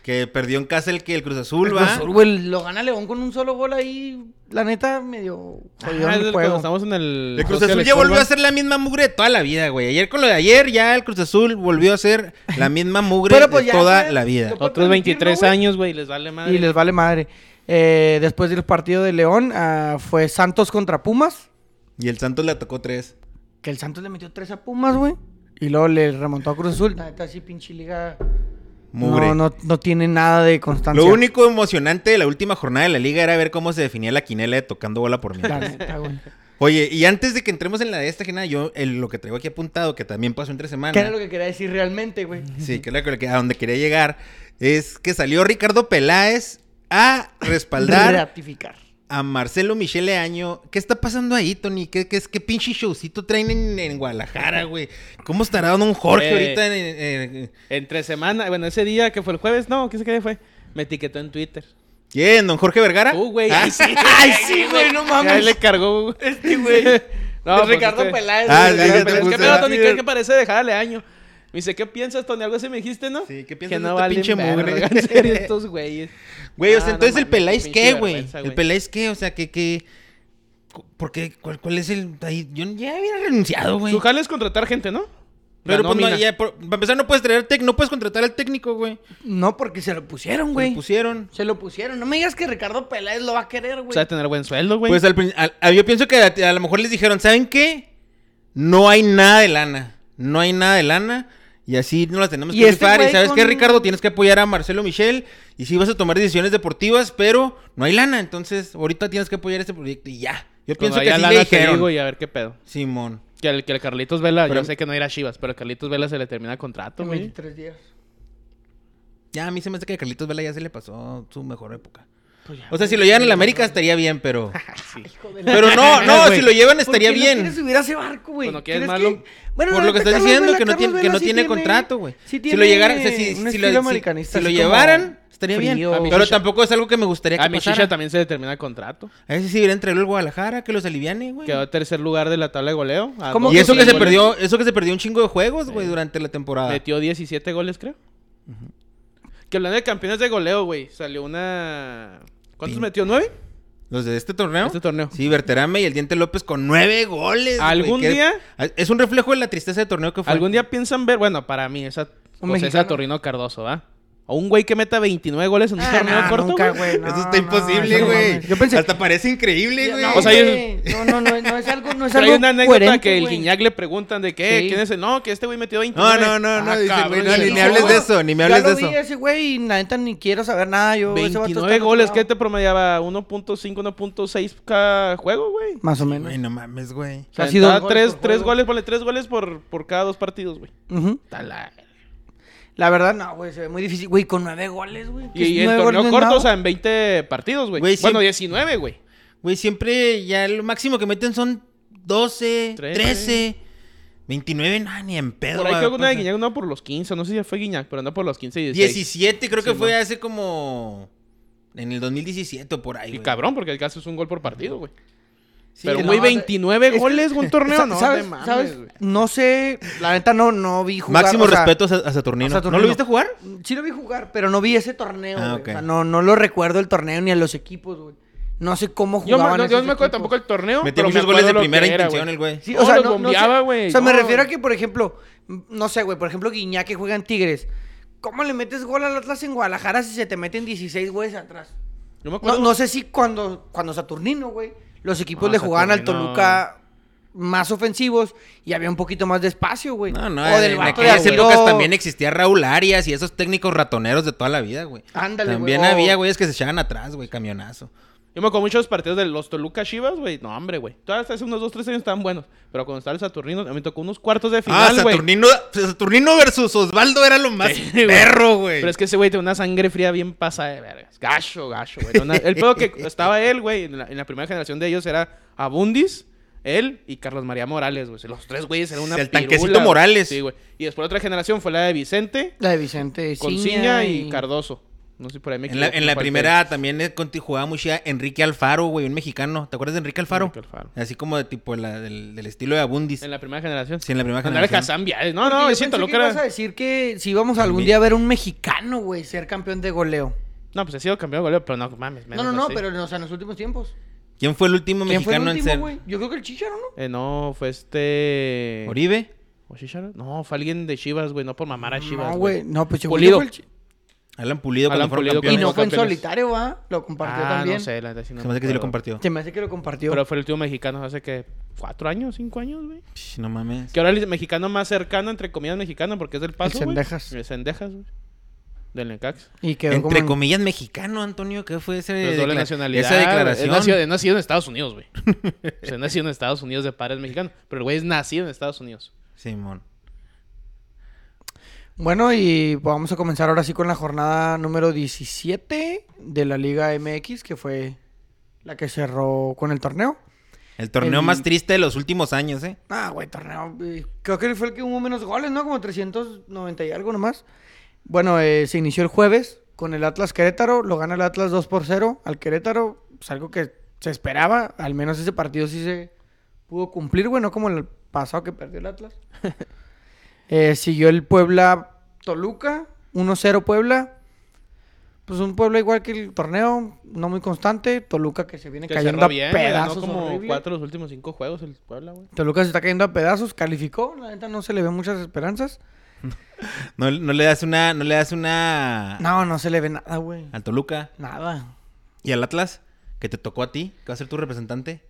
Speaker 3: Que perdió en casa el que el Cruz Azul,
Speaker 1: Cruz
Speaker 3: va.
Speaker 1: Azul, güey, Pues, lo gana León con un solo gol ahí. La neta, medio jodido
Speaker 2: Ah,
Speaker 1: el
Speaker 2: es el- cuando
Speaker 1: juego.
Speaker 2: estamos en el.
Speaker 3: El Cruz
Speaker 2: Social
Speaker 3: Azul ya
Speaker 2: Expo,
Speaker 3: volvió
Speaker 2: ¿va?
Speaker 3: a ser la misma mugre toda la vida, güey. Ayer con lo de ayer, ya el Cruz Azul volvió a ser la misma mugre
Speaker 1: Pero, pues, ya,
Speaker 3: de toda
Speaker 1: güey.
Speaker 3: la vida.
Speaker 1: puedo
Speaker 2: Otros 23
Speaker 1: permitirlo, güey.
Speaker 2: años, güey, les vale madre.
Speaker 1: Y les vale madre. Eh, después del partido de León ah, fue Santos contra Pumas.
Speaker 3: Y el Santos le atacó tres.
Speaker 1: Que el Santos le metió tres a Pumas, güey. Y luego le remontó a Cruz Azul. La neta, sí, pinche liga.
Speaker 3: Mugre.
Speaker 1: No, no, no tiene nada de constancia.
Speaker 3: Lo único emocionante de la última jornada de la liga era ver cómo se definía la quinela de tocando bola por mí.
Speaker 1: La neta, güey.
Speaker 3: Oye, y antes de que entremos en la de esta jornada, yo el- lo que traigo aquí apuntado, que también pasó entre semana.
Speaker 1: ¿Qué era lo que quería decir realmente, güey?
Speaker 3: Sí, que era lo que- a donde quería llegar, es que salió Ricardo Peláez a respaldar
Speaker 1: Ratificar.
Speaker 3: a Marcelo Michele Año. ¿Qué está pasando ahí, Tony? ¿Qué, qué, es- qué pinche showcito traen en, en Guadalajara, güey? ¿Cómo estará don Jorge
Speaker 2: Eh.
Speaker 3: ahorita en, en- en-
Speaker 2: Entre semana, bueno, ese día que fue el jueves, no, ¿qué sé qué día fue? Me etiquetó en Twitter.
Speaker 3: ¿Quién? ¿Don Jorge Vergara?
Speaker 2: Tú, Uh, güey.
Speaker 3: Ah,
Speaker 2: Ay, sí,
Speaker 1: Ay, sí, güey, no
Speaker 2: Ya
Speaker 1: mames.
Speaker 2: le cargó, güey. Este,
Speaker 1: güey.
Speaker 2: pues,
Speaker 1: Ricardo
Speaker 2: este-
Speaker 1: Peláez.
Speaker 3: Ah,
Speaker 1: güey, Ricardo
Speaker 3: sí, ya te
Speaker 1: Peláez.
Speaker 2: Pero
Speaker 3: puse
Speaker 2: ¿Qué
Speaker 1: ¿Qué pedo,
Speaker 2: pedo,
Speaker 3: la-
Speaker 1: Tony?
Speaker 2: Tony? ¿Qué, qué parece dejarle año? Me dice, ¿qué piensas, Tony? Algo así me dijiste, ¿no?
Speaker 3: Sí, ¿qué
Speaker 2: Que
Speaker 3: piensas de
Speaker 2: no
Speaker 3: esta
Speaker 2: valen
Speaker 3: pinche
Speaker 2: verga,
Speaker 3: mugre?
Speaker 2: en serio, estos güeyes.
Speaker 3: Güey, o
Speaker 2: Ah,
Speaker 3: sea,
Speaker 2: no
Speaker 3: entonces el
Speaker 2: mames,
Speaker 3: Peláez
Speaker 2: pinche
Speaker 3: qué, güey.
Speaker 2: vergüenza,
Speaker 3: El
Speaker 2: güey.
Speaker 3: Peláez qué, o sea, que qué cu- ¿Por qué? ¿Cuál, cuál es el...? ahí? Yo ya hubiera renunciado, güey.
Speaker 2: Su jale es contratar gente, ¿no?
Speaker 3: Pero
Speaker 2: La
Speaker 3: pues no,
Speaker 2: nómina.
Speaker 3: ya, por- para empezar no puedes traer tec- no puedes contratar al técnico, güey.
Speaker 1: No, porque se lo pusieron,
Speaker 3: Güey.
Speaker 1: güey.
Speaker 3: pusieron.
Speaker 1: Se lo pusieron. No me digas que Ricardo Peláez lo va a querer, güey.
Speaker 2: O sea, tener buen sueldo, güey.
Speaker 3: Pues al, prin- al- a- yo pienso que a, a lo mejor les dijeron, ¿saben qué? No hay nada de lana. No hay nada de lana. Y así no las tenemos
Speaker 1: Y
Speaker 3: que
Speaker 1: este
Speaker 3: rifar.
Speaker 1: güey
Speaker 3: y sabes
Speaker 1: con-
Speaker 3: qué, Ricardo, tienes que apoyar a Marcelo Michel. Y sí vas a tomar decisiones deportivas, pero no hay lana. Entonces, ahorita tienes que apoyar este proyecto y ya. Yo
Speaker 2: Cuando
Speaker 3: pienso que
Speaker 2: haya
Speaker 3: así
Speaker 2: lana
Speaker 3: le
Speaker 2: te
Speaker 3: dijeron.
Speaker 2: digo y Pues a ver qué pedo.
Speaker 3: Simón.
Speaker 2: Que el, que el Carlitos Vela,
Speaker 3: Pero-
Speaker 2: yo sé que no irá a Chivas, pero el Carlitos Vela se le termina contrato,
Speaker 1: En
Speaker 2: güey.
Speaker 1: 23 días.
Speaker 3: Ya, a mí se me hace que a Carlitos Vela ya se le pasó su mejor época.
Speaker 1: Pues ya,
Speaker 3: O sea, si lo llevan al América estaría bien, pero...
Speaker 1: hijo de la-
Speaker 3: Pero no, no,
Speaker 2: Güey.
Speaker 3: si lo llevan
Speaker 1: ¿Por
Speaker 3: estaría
Speaker 1: qué no
Speaker 3: bien.
Speaker 1: quieres subir a ese barco, güey.
Speaker 2: Cuando quieres
Speaker 1: ¿Crees
Speaker 2: malo.
Speaker 1: que- Bueno,
Speaker 3: por
Speaker 1: la
Speaker 3: lo
Speaker 1: neta,
Speaker 3: que estás
Speaker 1: Carlos
Speaker 3: diciendo,
Speaker 1: Vela-
Speaker 3: que no
Speaker 1: Carlos
Speaker 3: tiene, que
Speaker 1: Vela
Speaker 3: no
Speaker 1: sí
Speaker 3: tiene contrato, güey.
Speaker 1: sí
Speaker 3: si lo
Speaker 1: tiene
Speaker 3: llegaran, o sea, si,
Speaker 1: un
Speaker 3: si lo,
Speaker 1: estilo
Speaker 3: si-
Speaker 1: americanista,
Speaker 3: si lo
Speaker 1: así como
Speaker 3: llevaran, estaría
Speaker 1: frío. A mi
Speaker 3: bien. Pero
Speaker 2: chicha-
Speaker 3: tampoco es algo que me gustaría
Speaker 2: A
Speaker 3: que
Speaker 2: mi chicha
Speaker 3: pasara.
Speaker 2: también se le termina contrato.
Speaker 3: A ver si se hubiera entregado el Guadalajara, que los aliviane, güey.
Speaker 2: Quedó tercer lugar de la tabla de goleo. a
Speaker 1: ¿Cómo?
Speaker 2: dos
Speaker 3: Y
Speaker 1: que
Speaker 3: eso
Speaker 1: sí,
Speaker 3: que se
Speaker 2: goles.
Speaker 3: perdió, eso que se perdió un chingo de juegos, güey, durante la temporada.
Speaker 2: Metió 17 goles, creo. Que hablando de campeones de goleo, güey. Salió una. ¿Cuántos
Speaker 3: Pin-
Speaker 2: metió? ¿Nueve?
Speaker 3: ¿Los de este torneo?
Speaker 2: Este torneo.
Speaker 3: Sí, Berterame y el Diente López con nueve goles. güey,
Speaker 2: ¿Algún
Speaker 3: que-
Speaker 2: día?
Speaker 3: Es un reflejo de la tristeza de torneo que fue.
Speaker 2: ¿Algún día piensan ver? Bueno, para mí, esa.
Speaker 1: Un
Speaker 2: José
Speaker 1: mexicano.
Speaker 2: Torrino Cardoso, ¿va? O un güey que meta 29 goles en un
Speaker 1: Ah,
Speaker 2: torneo
Speaker 1: no,
Speaker 2: corto.
Speaker 1: nunca, güey,
Speaker 2: güey.
Speaker 1: no,
Speaker 3: Eso
Speaker 1: no,
Speaker 3: está imposible,
Speaker 1: eso no
Speaker 3: güey.
Speaker 1: mames. Yo pensé.
Speaker 3: Hasta parece increíble, güey.
Speaker 1: No,
Speaker 2: O sea, yo-
Speaker 1: güey, no, no, no, no es algo, no es
Speaker 2: Pero
Speaker 1: algo
Speaker 2: hay una anécdota
Speaker 1: coherente,
Speaker 2: que el
Speaker 1: güey.
Speaker 2: Guiñac le preguntan de qué,
Speaker 1: Sí.
Speaker 2: quién es el. No, que este güey metió 29.
Speaker 3: No, no, no, no,
Speaker 2: Ah,
Speaker 3: dice,
Speaker 2: cabrón,
Speaker 3: güey, no,
Speaker 2: y
Speaker 3: ni,
Speaker 2: yo,
Speaker 3: ni hables
Speaker 2: no,
Speaker 3: de eso, ni me hables
Speaker 1: ya
Speaker 3: de
Speaker 1: lo
Speaker 3: eso.
Speaker 1: vi ese güey y la neta ni quiero saber nada. Yo, ese vato está
Speaker 2: 29 goles, ¿qué
Speaker 1: enojado.
Speaker 2: te promediaba? 1.5, 1.6 cada juego, güey.
Speaker 1: Más o
Speaker 3: Güey,
Speaker 1: menos.
Speaker 3: no mames, güey.
Speaker 2: O sea,
Speaker 1: Casi dos
Speaker 2: estaba
Speaker 1: goles
Speaker 2: tres,
Speaker 1: por
Speaker 2: tres
Speaker 1: juego.
Speaker 2: goles, ponle tres goles por, por cada dos partidos, güey.
Speaker 1: Ujú.
Speaker 2: Está la-
Speaker 1: La verdad, no, güey, se ve muy difícil. Güey, con nueve goles, güey. que
Speaker 2: Y, y
Speaker 1: nueve goles
Speaker 2: en torneo
Speaker 1: no es
Speaker 2: corto,
Speaker 1: nada.
Speaker 2: o sea, en 20 partidos, güey.
Speaker 3: Güey, sí.
Speaker 2: Bueno, 19, güey.
Speaker 3: Güey, siempre ya lo máximo que meten son 12,
Speaker 2: Trece.
Speaker 3: 13, 29, nah, ni en pedo.
Speaker 2: Por ahí
Speaker 3: va,
Speaker 2: creo que una de
Speaker 3: pasa.
Speaker 2: Guiñac andaba por los 15, no sé si ya fue Guiñac, pero anda por los 15 y 16.
Speaker 3: 17, creo que
Speaker 2: Sí,
Speaker 3: fue
Speaker 2: man.
Speaker 3: hace como en el 2017 o por ahí.
Speaker 2: Y
Speaker 3: güey.
Speaker 2: cabrón, porque el caso es un gol por partido, güey.
Speaker 3: Sí,
Speaker 2: pero,
Speaker 1: no,
Speaker 2: güey,
Speaker 1: o sea,
Speaker 2: 29 goles, un torneo,
Speaker 1: Sa-
Speaker 2: no,
Speaker 1: ¿Sabes?
Speaker 2: te mames,
Speaker 1: ¿sabes?
Speaker 2: güey.
Speaker 1: No sé, la neta no, no vi jugar.
Speaker 3: Máximo
Speaker 1: o sea,
Speaker 3: respeto a, Sa- a Saturnino.
Speaker 1: a Saturnino.
Speaker 3: ¿No lo viste jugar?
Speaker 1: Sí lo vi jugar, pero no vi ese torneo,
Speaker 3: Ah,
Speaker 1: güey.
Speaker 3: ok.
Speaker 1: O sea, no, no lo recuerdo el torneo ni a los equipos, güey. No sé cómo
Speaker 2: Yo
Speaker 1: jugaban
Speaker 2: ma- no, yo no
Speaker 1: esos
Speaker 2: me
Speaker 1: equipos.
Speaker 2: acuerdo tampoco el torneo.
Speaker 3: Metió
Speaker 2: pero me
Speaker 3: muchos goles de
Speaker 2: acuerdo lo
Speaker 3: primera
Speaker 2: que era,
Speaker 3: intención el güey.
Speaker 1: Sí,
Speaker 2: Oh,
Speaker 1: o sea,
Speaker 2: los
Speaker 1: no, no sé-
Speaker 2: bombeaba, güey.
Speaker 1: o sea, me
Speaker 2: No.
Speaker 1: refiero a que, por ejemplo, m- no sé, güey, por ejemplo, Guiñac que juega en Tigres. ¿Cómo le metes gol al Atlas en Guadalajara si se te meten 16 güeyes atrás?
Speaker 2: Yo me
Speaker 1: No,
Speaker 2: acuerdo.
Speaker 1: no sé si cuando, cuando Saturnino, güey, los equipos
Speaker 2: No,
Speaker 1: le jugaban al
Speaker 2: Saturnino.
Speaker 1: Toluca más ofensivos y había un poquito más de espacio, güey.
Speaker 3: No, no,
Speaker 1: o
Speaker 3: en,
Speaker 1: del
Speaker 3: en
Speaker 1: vato de
Speaker 3: aquellas
Speaker 1: Agüero.
Speaker 3: épocas también existía Raúl Arias y esos técnicos ratoneros de toda la vida, güey.
Speaker 1: Ándale, güey,
Speaker 3: También
Speaker 1: o-
Speaker 3: había güeyes que se echaban atrás, güey, camionazo.
Speaker 2: Yo me acuerdo mucho de los partidos de los Toluca Chivas, güey. No, hombre, güey. Todavía hasta hace unos 2, 3 años estaban buenos. Pero cuando estaba el Saturnino, a mí me tocó unos cuartos de
Speaker 3: ah,
Speaker 2: final, güey.
Speaker 3: Saturnino, Saturnino versus Osvaldo era lo más
Speaker 2: Sí, güey.
Speaker 3: perro, güey.
Speaker 2: Pero es que ese güey tiene una sangre fría bien pasada de vergas. Gacho, gacho, güey. Era una- El pedo que estaba él, güey, en la, en la primera generación de ellos era Abundis, él y Carlos María Morales, güey. Los tres güeyes eran una
Speaker 3: El
Speaker 2: pirula,
Speaker 3: tanquecito
Speaker 2: güey.
Speaker 3: Morales.
Speaker 2: Sí, güey. Y después otra generación fue la de Vicente,
Speaker 1: La de Vicente
Speaker 2: Conciña
Speaker 1: Ciña
Speaker 2: y... Cardoso. No sé si por ahí me
Speaker 3: En la,
Speaker 2: equivoco,
Speaker 3: en la
Speaker 2: ¿cuál
Speaker 3: primera también eh, conti- jugaba muy chida Enrique Alfaro, güey, un mexicano. ¿Te acuerdas de Enrique
Speaker 2: fue?
Speaker 3: Alfaro?
Speaker 2: Enrique Alfaro.
Speaker 3: Así como de tipo la- del, del estilo de Abundis.
Speaker 2: En la primera generación.
Speaker 3: Sí, en la primera
Speaker 2: Andaba
Speaker 3: generación.
Speaker 2: Hassan Biades. No,
Speaker 1: Porque
Speaker 2: no,
Speaker 1: yo
Speaker 2: es cierto,
Speaker 1: pensé
Speaker 2: lo
Speaker 1: que
Speaker 2: que era-
Speaker 1: ibas a decir que si íbamos algún día a ver un mexicano, güey, ser campeón de goleo.
Speaker 2: No, pues ha sido campeón de goleo, pero no mames.
Speaker 1: No,
Speaker 2: menos
Speaker 1: no, no,
Speaker 2: así.
Speaker 1: pero o sea, en los últimos tiempos.
Speaker 3: ¿Quién fue el último
Speaker 1: ¿Quién fue el
Speaker 3: mexicano
Speaker 1: último,
Speaker 3: en
Speaker 1: güey? Yo creo que el Chicharo, ¿no?
Speaker 2: Eh, no, fue este.
Speaker 3: ser? ¿Oribe?
Speaker 2: ¿O Chicharo? No, fue alguien de Chivas, güey. No por mamar a Ah, Chivas.
Speaker 1: no, güey. No, pues yo creo que
Speaker 2: Pulido.
Speaker 1: fue el Chi-
Speaker 3: Alan Pulido
Speaker 2: Alan
Speaker 3: cuando fueron
Speaker 2: Pulido
Speaker 1: Y
Speaker 3: campeones.
Speaker 1: no fue en
Speaker 2: campeones.
Speaker 1: solitario, ¿va? Lo compartió
Speaker 2: Ah,
Speaker 1: también.
Speaker 2: no sé, la neta sí no
Speaker 3: Se me
Speaker 2: me
Speaker 3: hace que sí lo
Speaker 2: acuerdo.
Speaker 3: compartió.
Speaker 1: Se me hace que lo compartió.
Speaker 2: Pero fue el último mexicano hace que cuatro años, cinco años, güey.
Speaker 3: Psh, no mames.
Speaker 2: Que ahora el mexicano más cercano, entre comillas, mexicano, porque es del paso. güey.
Speaker 1: Cendejas.
Speaker 2: El Cendejas, güey. Del Necax.
Speaker 1: y quedó como
Speaker 3: Entre
Speaker 1: en-
Speaker 3: comillas mexicano, Antonio, ¿qué fue ese
Speaker 2: Pero es doble
Speaker 3: Eh, decla-
Speaker 2: nacionalidad.
Speaker 3: esa declaración?
Speaker 2: Es nacido, es nacido en Estados Unidos, güey. o sea, es nacido en Estados Unidos de padres mexicanos. Pero el güey es nacido en Estados Unidos.
Speaker 3: Simón.
Speaker 1: Bueno, y pues, vamos a comenzar ahora sí con la jornada número 17 de la Liga MX, que fue la que cerró con el torneo.
Speaker 3: El torneo
Speaker 1: El-
Speaker 3: más triste de los últimos años, ¿eh?
Speaker 1: Ah, güey, torneo. eh, Creo que fue el que hubo menos goles, ¿no? Como 390 y algo nomás. Bueno, eh, se inició el jueves con el Atlas Querétaro. Lo gana el Atlas 2 por 0 al Querétaro. Es algo que se esperaba. Al menos ese partido sí se pudo cumplir, güey. No como el pasado que perdió el Atlas. Eh, siguió el Puebla Toluca. 1-0 Puebla. Pues un Puebla igual que el torneo. No muy constante. Toluca que se viene
Speaker 2: Que
Speaker 1: cayendo
Speaker 2: cerró
Speaker 1: a
Speaker 2: bien, güey, ganó
Speaker 1: pedazos.
Speaker 2: como
Speaker 1: horrible.
Speaker 2: cuatro de los últimos cinco juegos el Puebla, güey.
Speaker 1: Toluca se está cayendo a pedazos, calificó, la neta no se le ven muchas esperanzas.
Speaker 3: No, no le das una, no le das
Speaker 2: Ah.
Speaker 3: una
Speaker 1: No, no se le ve nada, güey.
Speaker 3: al Toluca
Speaker 1: Nada.
Speaker 3: y al Atlas, que te tocó a ti, que va a ser tu representante.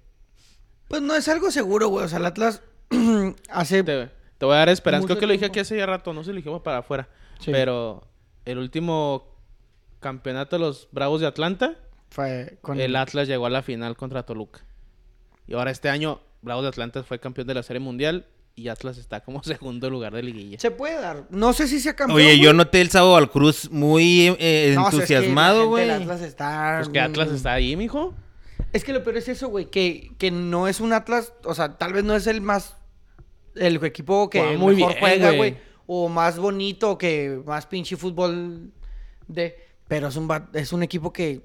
Speaker 1: Pues no es algo seguro, güey. O sea, el Atlas hace.
Speaker 2: Te, te voy a dar esperanza.
Speaker 1: Mucho
Speaker 2: Creo que lo dije
Speaker 1: tiempo.
Speaker 2: aquí hace ya rato, no sé si lo dijimos para afuera.
Speaker 1: Sí.
Speaker 2: Pero el último campeonato de los Bravos de Atlanta,
Speaker 1: Fue con
Speaker 2: el Atlas llegó a la final contra Toluca. Y ahora este año, Bravos de Atlanta fue campeón de la Serie Mundial y Atlas está como segundo lugar de liguilla.
Speaker 1: Se puede dar. No sé si se ha cambiado.
Speaker 3: Oye, yo noté el sábado al Cruz muy eh, entusiasmado, güey.
Speaker 1: El Atlas está.
Speaker 2: Pues que Atlas está ahí, mijo.
Speaker 1: Es que lo peor es eso, güey. Que, que no es un Atlas. O sea, tal vez no es el más. El equipo que
Speaker 2: Juega muy
Speaker 1: mejor
Speaker 2: bien,
Speaker 1: juega,
Speaker 2: güey.
Speaker 1: güey. O más bonito, o que más pinche fútbol de. Pero es un, va- es un equipo que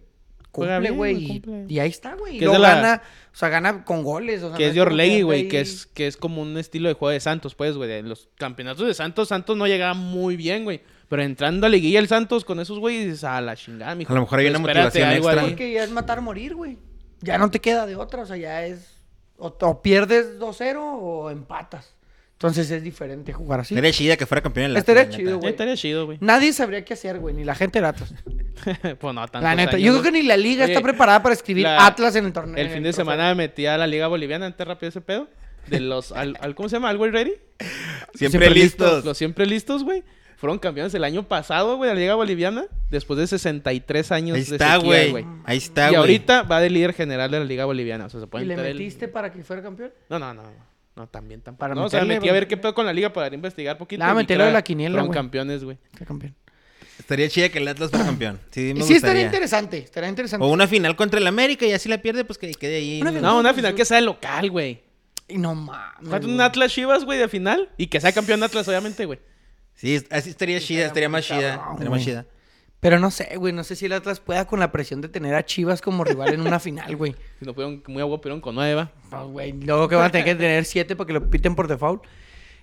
Speaker 2: Juega
Speaker 1: cumple,
Speaker 2: bien,
Speaker 1: güey.
Speaker 2: güey,
Speaker 1: y-
Speaker 2: cumple.
Speaker 1: Y, ahí está, güey. Y
Speaker 2: Que es
Speaker 1: luego
Speaker 2: de la-
Speaker 1: gana. O sea, gana con goles. o sea,
Speaker 2: que
Speaker 1: no
Speaker 2: es de
Speaker 1: como que
Speaker 2: Orlegui,
Speaker 1: anda
Speaker 2: güey,
Speaker 1: ahí-
Speaker 2: que es, que es como un estilo de juego de Santos, pues, güey. En los campeonatos de Santos, Santos no llegaba muy bien, güey. Pero entrando a liguilla el Santos con esos güeyes, dices, a la chingada, mijo.
Speaker 3: A lo mejor hay una
Speaker 2: Espérate
Speaker 3: motivación
Speaker 2: algo
Speaker 3: extra.
Speaker 2: ahí.
Speaker 1: Porque ya es matar o morir, güey. Ya no te queda de otra. O sea, ya es. O, o pierdes 2-0 o empatas. Entonces es diferente jugar así.
Speaker 3: Estaría chida que fuera campeón en la
Speaker 1: Estaría
Speaker 3: neta.
Speaker 1: chido, güey.
Speaker 2: Ya estaría chido, güey.
Speaker 1: Nadie sabría qué hacer, güey. Ni la gente de Atlas.
Speaker 2: pues no, tantos
Speaker 1: La neta,
Speaker 2: años,
Speaker 1: yo
Speaker 2: güey.
Speaker 1: creo que ni la liga
Speaker 2: Oye,
Speaker 1: está preparada para escribir
Speaker 2: la-
Speaker 1: Atlas en el torneo.
Speaker 2: El
Speaker 1: en
Speaker 2: fin de
Speaker 1: trofeo.
Speaker 2: semana me metí a la Liga Boliviana, antes rápido ese pedo. De los. al- al- ¿Cómo se llama? ¿Al Way Ready?
Speaker 3: Siempre,
Speaker 1: Siempre
Speaker 3: listos.
Speaker 2: Los siempre listos, güey. Fueron campeones el año pasado, güey, de la Liga Boliviana. Después de 63 años
Speaker 3: Ahí
Speaker 2: de
Speaker 3: está,
Speaker 2: sequía,
Speaker 3: güey.
Speaker 2: Y
Speaker 3: Ahí está, güey.
Speaker 2: ahorita va de líder general de la Liga Boliviana. O sea, se puede
Speaker 1: ¿Y le
Speaker 2: entrar el-
Speaker 1: metiste para que fuera campeón?
Speaker 2: No, no, no. no. No, también tampoco.
Speaker 1: Para
Speaker 2: no, o sea,
Speaker 1: meterle,
Speaker 2: metí a ver
Speaker 1: güey.
Speaker 2: qué pedo con la liga para investigar poquito.
Speaker 1: Nah,
Speaker 2: y vi
Speaker 1: metí
Speaker 2: que
Speaker 1: lo de
Speaker 2: era-
Speaker 1: la quiniela,
Speaker 2: fueron
Speaker 1: güey.
Speaker 2: campeón, güey.
Speaker 1: Fue campeón.
Speaker 3: Estaría chida que el Atlas fuera campeón. Sí,
Speaker 1: sí,
Speaker 3: me
Speaker 1: estaría
Speaker 3: gustaría.
Speaker 1: interesante. Estaría interesante.
Speaker 3: O una final contra el América y así la pierde, pues que quede ahí.
Speaker 1: Una
Speaker 3: ¿no?
Speaker 2: No, una final que sea de local, güey.
Speaker 1: Y no mames.
Speaker 2: Falta un
Speaker 1: güey.
Speaker 2: Atlas Chivas, güey, de final. Y que sea campeón Atlas, obviamente, güey.
Speaker 3: Sí, es- así estaría chida, estaría más
Speaker 1: muy
Speaker 3: chida.
Speaker 1: cabrón,
Speaker 3: Estaría más
Speaker 1: güey.
Speaker 3: chida.
Speaker 1: Pero no sé, güey. No sé si el Atlas pueda con la presión de tener a Chivas como rival en una final, güey.
Speaker 2: Si no fueron muy agua, pero con nueva.
Speaker 1: No, güey. Luego que van a tener que tener siete para que lo piten por default.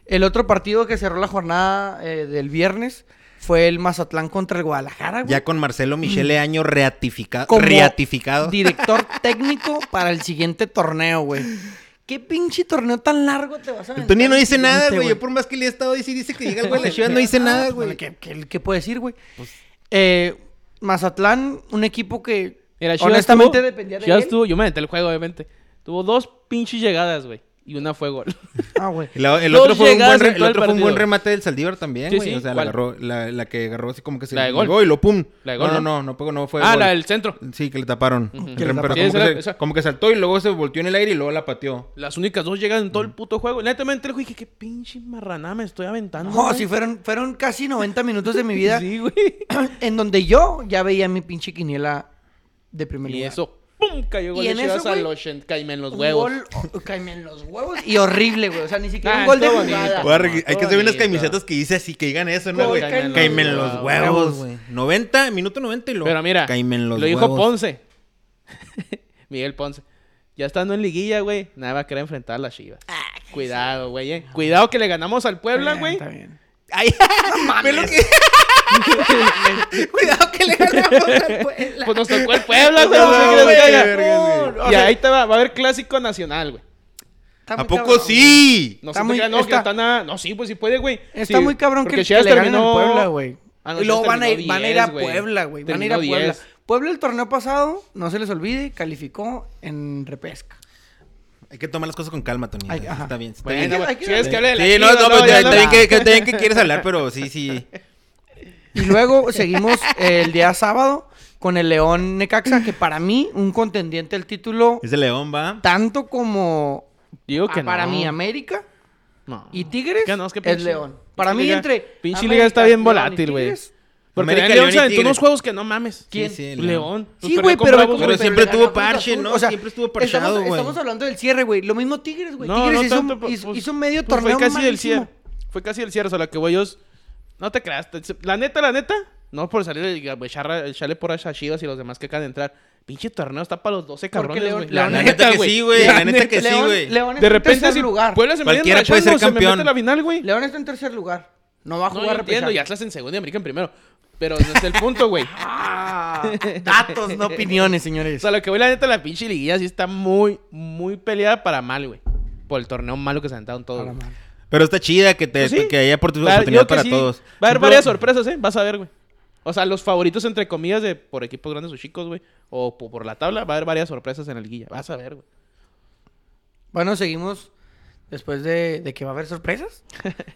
Speaker 1: El otro partido que cerró la jornada eh, del viernes fue el Mazatlán contra el Guadalajara, güey.
Speaker 3: Ya con Marcelo Michele Año reatificado.
Speaker 1: Mm. como
Speaker 3: Reatificado.
Speaker 1: Director técnico para el siguiente torneo, güey. ¿Qué pinche torneo tan largo te vas a aventar?
Speaker 3: Antonio Pues no dice nada,
Speaker 1: Siguiente,
Speaker 3: güey. Yo por más que le he estado dice, dice que llega el güey de las Chivas, no dice
Speaker 1: Ah,
Speaker 3: nada,
Speaker 1: pues,
Speaker 3: güey. Pues
Speaker 1: ¿Qué, qué, qué puede decir, güey? Eh, Mazatlán, un equipo que
Speaker 2: Mira, Chivas
Speaker 1: honestamente
Speaker 2: tuvo-
Speaker 1: dependía de
Speaker 2: Chivas
Speaker 1: él.
Speaker 2: tuvo- yo me aventé el juego, obviamente. Tuvo dos pinches llegadas, güey. Y una fue gol.
Speaker 1: Ah, güey.
Speaker 3: Y la- el
Speaker 2: Dos
Speaker 3: otro, fue un,
Speaker 2: llegadas en
Speaker 3: buen, re- el
Speaker 2: todo el
Speaker 3: otro fue un
Speaker 2: partido.
Speaker 3: buen remate del Saldívar también,
Speaker 2: Sí,
Speaker 3: güey.
Speaker 2: sí,
Speaker 3: o sea, la,
Speaker 2: ¿cuál?
Speaker 3: agarró, la, la que agarró así como que se
Speaker 2: La de
Speaker 3: el
Speaker 2: gol.
Speaker 3: y lo pum.
Speaker 2: La de gol,
Speaker 3: no,
Speaker 2: ¿no?
Speaker 3: no, no, no, fue- no fue
Speaker 2: ah,
Speaker 3: gol.
Speaker 2: la del centro.
Speaker 3: Sí, que le taparon.
Speaker 1: Que
Speaker 3: Que
Speaker 1: le
Speaker 3: le
Speaker 1: taparon.
Speaker 3: taparon.
Speaker 2: Sí,
Speaker 3: Como,
Speaker 2: esa-
Speaker 3: que se-
Speaker 2: esa-
Speaker 3: como que saltó y luego se volteó en el aire y luego la pateó.
Speaker 2: Las únicas dos llegadas en todo el puto juego. Netamente el juego dije, qué pinche marranada me estoy aventando.
Speaker 1: No,
Speaker 2: güey.
Speaker 1: sí, fueron, fueron casi 90 minutos de mi vida
Speaker 2: Sí, güey.
Speaker 1: en donde yo ya veía mi pinche quiniela de primer
Speaker 2: Y
Speaker 1: lugar.
Speaker 2: eso, ¡Pum! Cayó gol
Speaker 1: Y
Speaker 2: de
Speaker 1: en eso,
Speaker 2: Chivas al
Speaker 1: güey,
Speaker 2: 80. Caíme en los
Speaker 1: Un
Speaker 2: huevos.
Speaker 1: gol- oh, cáeme en los huevos y horrible, güey. O sea, ni siquiera
Speaker 2: Ah,
Speaker 1: un gol de
Speaker 2: estuvo
Speaker 1: jugada.
Speaker 2: bonito.
Speaker 3: Voy a re- hay que hacer unas
Speaker 2: Bonito.
Speaker 3: camisetas que dice así, que digan eso, ¿no,
Speaker 1: Gol,
Speaker 3: güey?
Speaker 1: Caimen
Speaker 3: Caimen
Speaker 1: los
Speaker 3: los
Speaker 2: huevos,
Speaker 3: huevos, güey. 90, minuto 90 y luego.
Speaker 2: Pero mira,
Speaker 3: Caimen los
Speaker 2: lo dijo
Speaker 3: huevos.
Speaker 2: Ponce. Miguel Ponce. Ya estando en liguilla, güey, nada va a querer enfrentar a las Chivas.
Speaker 1: Ah,
Speaker 2: Cuidado, güey, eh. Cuidado que le ganamos al Puebla,
Speaker 1: Está
Speaker 2: güey.
Speaker 1: bien, está bien.
Speaker 3: Ay, ve lo que... Cuidado que le ganamos al Puebla.
Speaker 2: Pues nos tocó el Puebla, güey.
Speaker 3: No,
Speaker 2: no sé qué les
Speaker 3: güey,
Speaker 2: caiga.
Speaker 3: qué vergas, güey.
Speaker 2: Y ahí te va, va a haber clásico nacional, güey.
Speaker 1: Está muy
Speaker 3: ¿A poco
Speaker 1: cabrón,
Speaker 3: sí?
Speaker 2: No
Speaker 1: Está
Speaker 2: sé
Speaker 1: muy-
Speaker 2: no, que
Speaker 1: está-
Speaker 2: están a- No, sí, pues sí puede, güey.
Speaker 1: güey. Está
Speaker 2: Sí,
Speaker 1: muy cabrón que,
Speaker 2: porque
Speaker 1: que
Speaker 2: Chivas
Speaker 1: le ganen
Speaker 2: terminó-
Speaker 1: al Puebla, güey.
Speaker 2: Ah, no,
Speaker 1: y luego
Speaker 2: Chivas
Speaker 1: van a, ir,
Speaker 2: terminó
Speaker 1: van a ir a
Speaker 2: 10, güey.
Speaker 1: Puebla, güey. Van a ir a
Speaker 2: Terminó
Speaker 1: Puebla.
Speaker 2: 10.
Speaker 1: Puebla el torneo pasado, no se les olvide, calificó en repesca.
Speaker 3: Hay que tomar las cosas con calma, Tony.
Speaker 1: Ay, ajá.
Speaker 3: Está bien. Está
Speaker 2: Bueno,
Speaker 3: bien.
Speaker 1: Hay que-
Speaker 2: güey,
Speaker 1: hay que-
Speaker 2: si quieres que hable de la
Speaker 3: Sí, no,
Speaker 2: Chivas,
Speaker 3: no,
Speaker 2: luego
Speaker 3: pues,
Speaker 2: ya
Speaker 3: está bien
Speaker 2: hablamos.
Speaker 3: que, que- está bien que quieres hablar, pero sí, sí.
Speaker 1: Y luego seguimos eh, el día sábado con el León Necaxa, que para mí, un contendiente al título,
Speaker 3: Ese león va.
Speaker 1: tanto como
Speaker 2: Digo
Speaker 1: ah,
Speaker 2: que no.
Speaker 1: para mí América
Speaker 2: No.
Speaker 1: y Tigres,
Speaker 2: Que no, es que
Speaker 1: es
Speaker 2: pinche-
Speaker 1: León. Para
Speaker 2: pinche
Speaker 1: mí,
Speaker 2: liga-
Speaker 1: entre.
Speaker 2: pinche liga está
Speaker 1: León
Speaker 2: bien
Speaker 1: y
Speaker 2: volátil, güey.
Speaker 1: Tigres,
Speaker 2: Porque
Speaker 3: América,
Speaker 2: el León se
Speaker 3: León y
Speaker 2: aventó unos
Speaker 3: Tigres.
Speaker 2: juegos que no mames.
Speaker 1: ¿Quién?
Speaker 3: Sí, sí, el
Speaker 2: León. Pues
Speaker 1: Sí,
Speaker 2: perdió
Speaker 1: güey,
Speaker 2: con
Speaker 1: pero, ve
Speaker 2: Bravos,
Speaker 1: cómo
Speaker 3: Pero
Speaker 1: le
Speaker 2: güey.
Speaker 3: siempre
Speaker 1: ganó
Speaker 3: tuvo
Speaker 1: a Cruz
Speaker 3: parche,
Speaker 1: Azul.
Speaker 3: ¿no? Siempre estuvo parchado,
Speaker 1: estamos,
Speaker 3: güey.
Speaker 1: Estamos hablando del cierre, güey. Lo mismo Tigres, güey.
Speaker 2: No,
Speaker 1: Tigres
Speaker 2: no
Speaker 1: hizo, un-
Speaker 2: tanto, pues,
Speaker 1: hizo,
Speaker 2: pues,
Speaker 1: hizo medio
Speaker 2: pues
Speaker 1: torneo
Speaker 2: Fue casi del
Speaker 1: malísimo.
Speaker 2: cierre. Fue casi del cierre. O sea, lo que voy yo es- No te creas. te- La neta, la neta. No por salir el, el charra- el chale por a Chivas y los demás que acaban de entrar. Pinche torneo está para los 12
Speaker 1: Porque
Speaker 2: cabrones,
Speaker 1: León-
Speaker 2: güey.
Speaker 1: León-
Speaker 3: La neta que sí, güey. La neta que sí,
Speaker 1: León,
Speaker 3: güey.
Speaker 1: León está
Speaker 2: De repente,
Speaker 1: en
Speaker 2: si
Speaker 1: tercer lugar.
Speaker 2: Puebla se me viene
Speaker 3: Cualquiera puede ser
Speaker 2: enrachando, se me
Speaker 3: campeón.
Speaker 2: mete la final, güey.
Speaker 1: León está en tercer lugar. No va a
Speaker 2: No,
Speaker 1: jugar
Speaker 2: yo
Speaker 1: repechaje.
Speaker 2: entiendo. Ya estás en segundo y América en primero. Pero no es el punto, güey.
Speaker 1: Ah, datos, no opiniones,
Speaker 2: O
Speaker 1: señores.
Speaker 2: sea, lo que voy, la neta, la pinche liguilla sí está muy, muy peleada para mal, güey. Por el torneo malo que se aventaron todos.
Speaker 1: Para
Speaker 2: güey.
Speaker 1: mal.
Speaker 3: Pero está chida que, te,
Speaker 2: Pues sí.
Speaker 3: que haya oportun-
Speaker 2: Va a haber- yo
Speaker 3: oportunidad
Speaker 2: que
Speaker 3: para
Speaker 2: sí,
Speaker 3: todos.
Speaker 2: Va a haber
Speaker 3: Bro,
Speaker 2: varias sorpresas, ¿eh? Vas a ver, güey. O sea, los favoritos, entre comillas, de por equipos grandes o chicos, güey. O po- por la tabla, va a haber varias sorpresas en la liguilla. Vas a ver, güey.
Speaker 1: Bueno, seguimos después de, de que va a haber sorpresas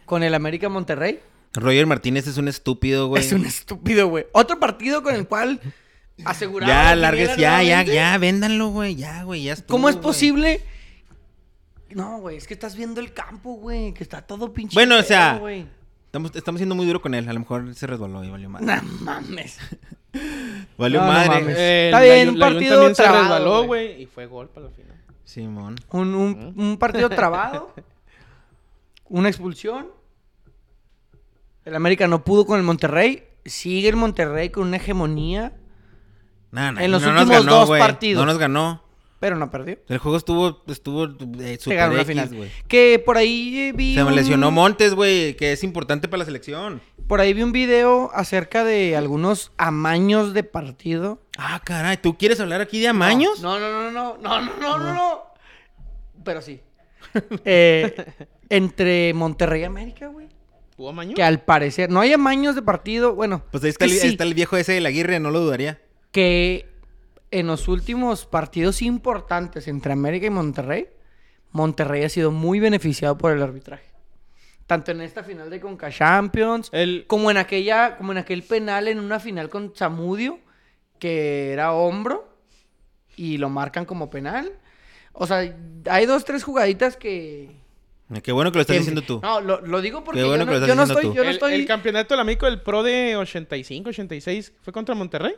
Speaker 1: con el América Monterrey.
Speaker 3: Roger Martínez es un estúpido, güey.
Speaker 1: Es un estúpido, güey. Otro partido con el cual aseguraba.
Speaker 3: Ya,
Speaker 1: que
Speaker 3: largues,
Speaker 1: viniera
Speaker 3: ya, ya,
Speaker 1: nuevamente.
Speaker 3: ya, véndanlo, güey. Ya, güey, ya estuvo,
Speaker 1: ¿Cómo es
Speaker 3: güey.
Speaker 1: posible? No, güey, es que estás viendo el campo, güey, que está todo pinche.
Speaker 3: Bueno, o
Speaker 1: feo,
Speaker 3: sea-
Speaker 1: güey.
Speaker 3: Estamos, estamos siendo muy duro con él. A lo mejor se resbaló y valió madre.
Speaker 1: No mames.
Speaker 3: Valió
Speaker 1: No, no
Speaker 3: madre.
Speaker 1: mames.
Speaker 3: Eh,
Speaker 2: Eh,
Speaker 1: Pues, Está
Speaker 2: la
Speaker 1: bien,
Speaker 2: Ju-
Speaker 1: un
Speaker 2: la Jun
Speaker 1: partido
Speaker 2: también
Speaker 1: trabado,
Speaker 2: se resbaló,
Speaker 1: güey.
Speaker 2: güey. Y fue gol para la final.
Speaker 3: Simón.
Speaker 1: Un,
Speaker 3: ¿Eh?
Speaker 1: un- un partido trabado. Una expulsión. El América no pudo con el Monterrey. Sigue el Monterrey con una hegemonía,
Speaker 3: Nah, nah,
Speaker 1: En los
Speaker 3: no nos
Speaker 1: últimos
Speaker 3: ganó,
Speaker 1: dos
Speaker 3: güey.
Speaker 1: partidos.
Speaker 3: No nos ganó.
Speaker 1: pero no perdió.
Speaker 3: El juego estuvo, estuvo eh,
Speaker 1: Se
Speaker 3: super
Speaker 1: ganó la
Speaker 3: X,
Speaker 1: final.
Speaker 3: güey.
Speaker 1: Que por ahí eh, vi.
Speaker 3: Se me
Speaker 1: un-
Speaker 3: lesionó Montes, güey, que es importante para la selección.
Speaker 1: Por ahí vi un video acerca de algunos amaños de partido.
Speaker 3: Ah, caray, ¿tú quieres hablar aquí de amaños?
Speaker 1: No, no, no, no, no, no, no, no, no. Pero sí. Eh, entre Monterrey y América, güey.
Speaker 2: ¿Jugó Maño?
Speaker 1: Que al parecer no hay amaños de partido. Bueno,
Speaker 3: Pues ahí está,
Speaker 1: que
Speaker 3: el,
Speaker 1: sí,
Speaker 3: está el viejo ese del Aguirre, no lo dudaría.
Speaker 1: que en los últimos partidos importantes entre América y Monterrey, Monterrey ha sido muy beneficiado por el arbitraje. Tanto en esta final de Conca Champions,
Speaker 2: El...
Speaker 1: como en aquella, como en aquel penal en una final con Zamudio, que era hombro, y lo marcan como penal. O sea, hay dos, tres jugaditas que.
Speaker 3: Qué bueno que lo estás
Speaker 1: que-
Speaker 3: diciendo tú.
Speaker 1: No, lo, lo digo porque
Speaker 3: Qué bueno
Speaker 1: yo, no,
Speaker 3: que lo estás
Speaker 1: yo no
Speaker 3: diciendo
Speaker 1: estoy,
Speaker 3: tú.
Speaker 1: yo no
Speaker 2: el-
Speaker 1: estoy.
Speaker 2: el campeonato del amigo del Pro de 85, 86, ¿fue contra Monterrey?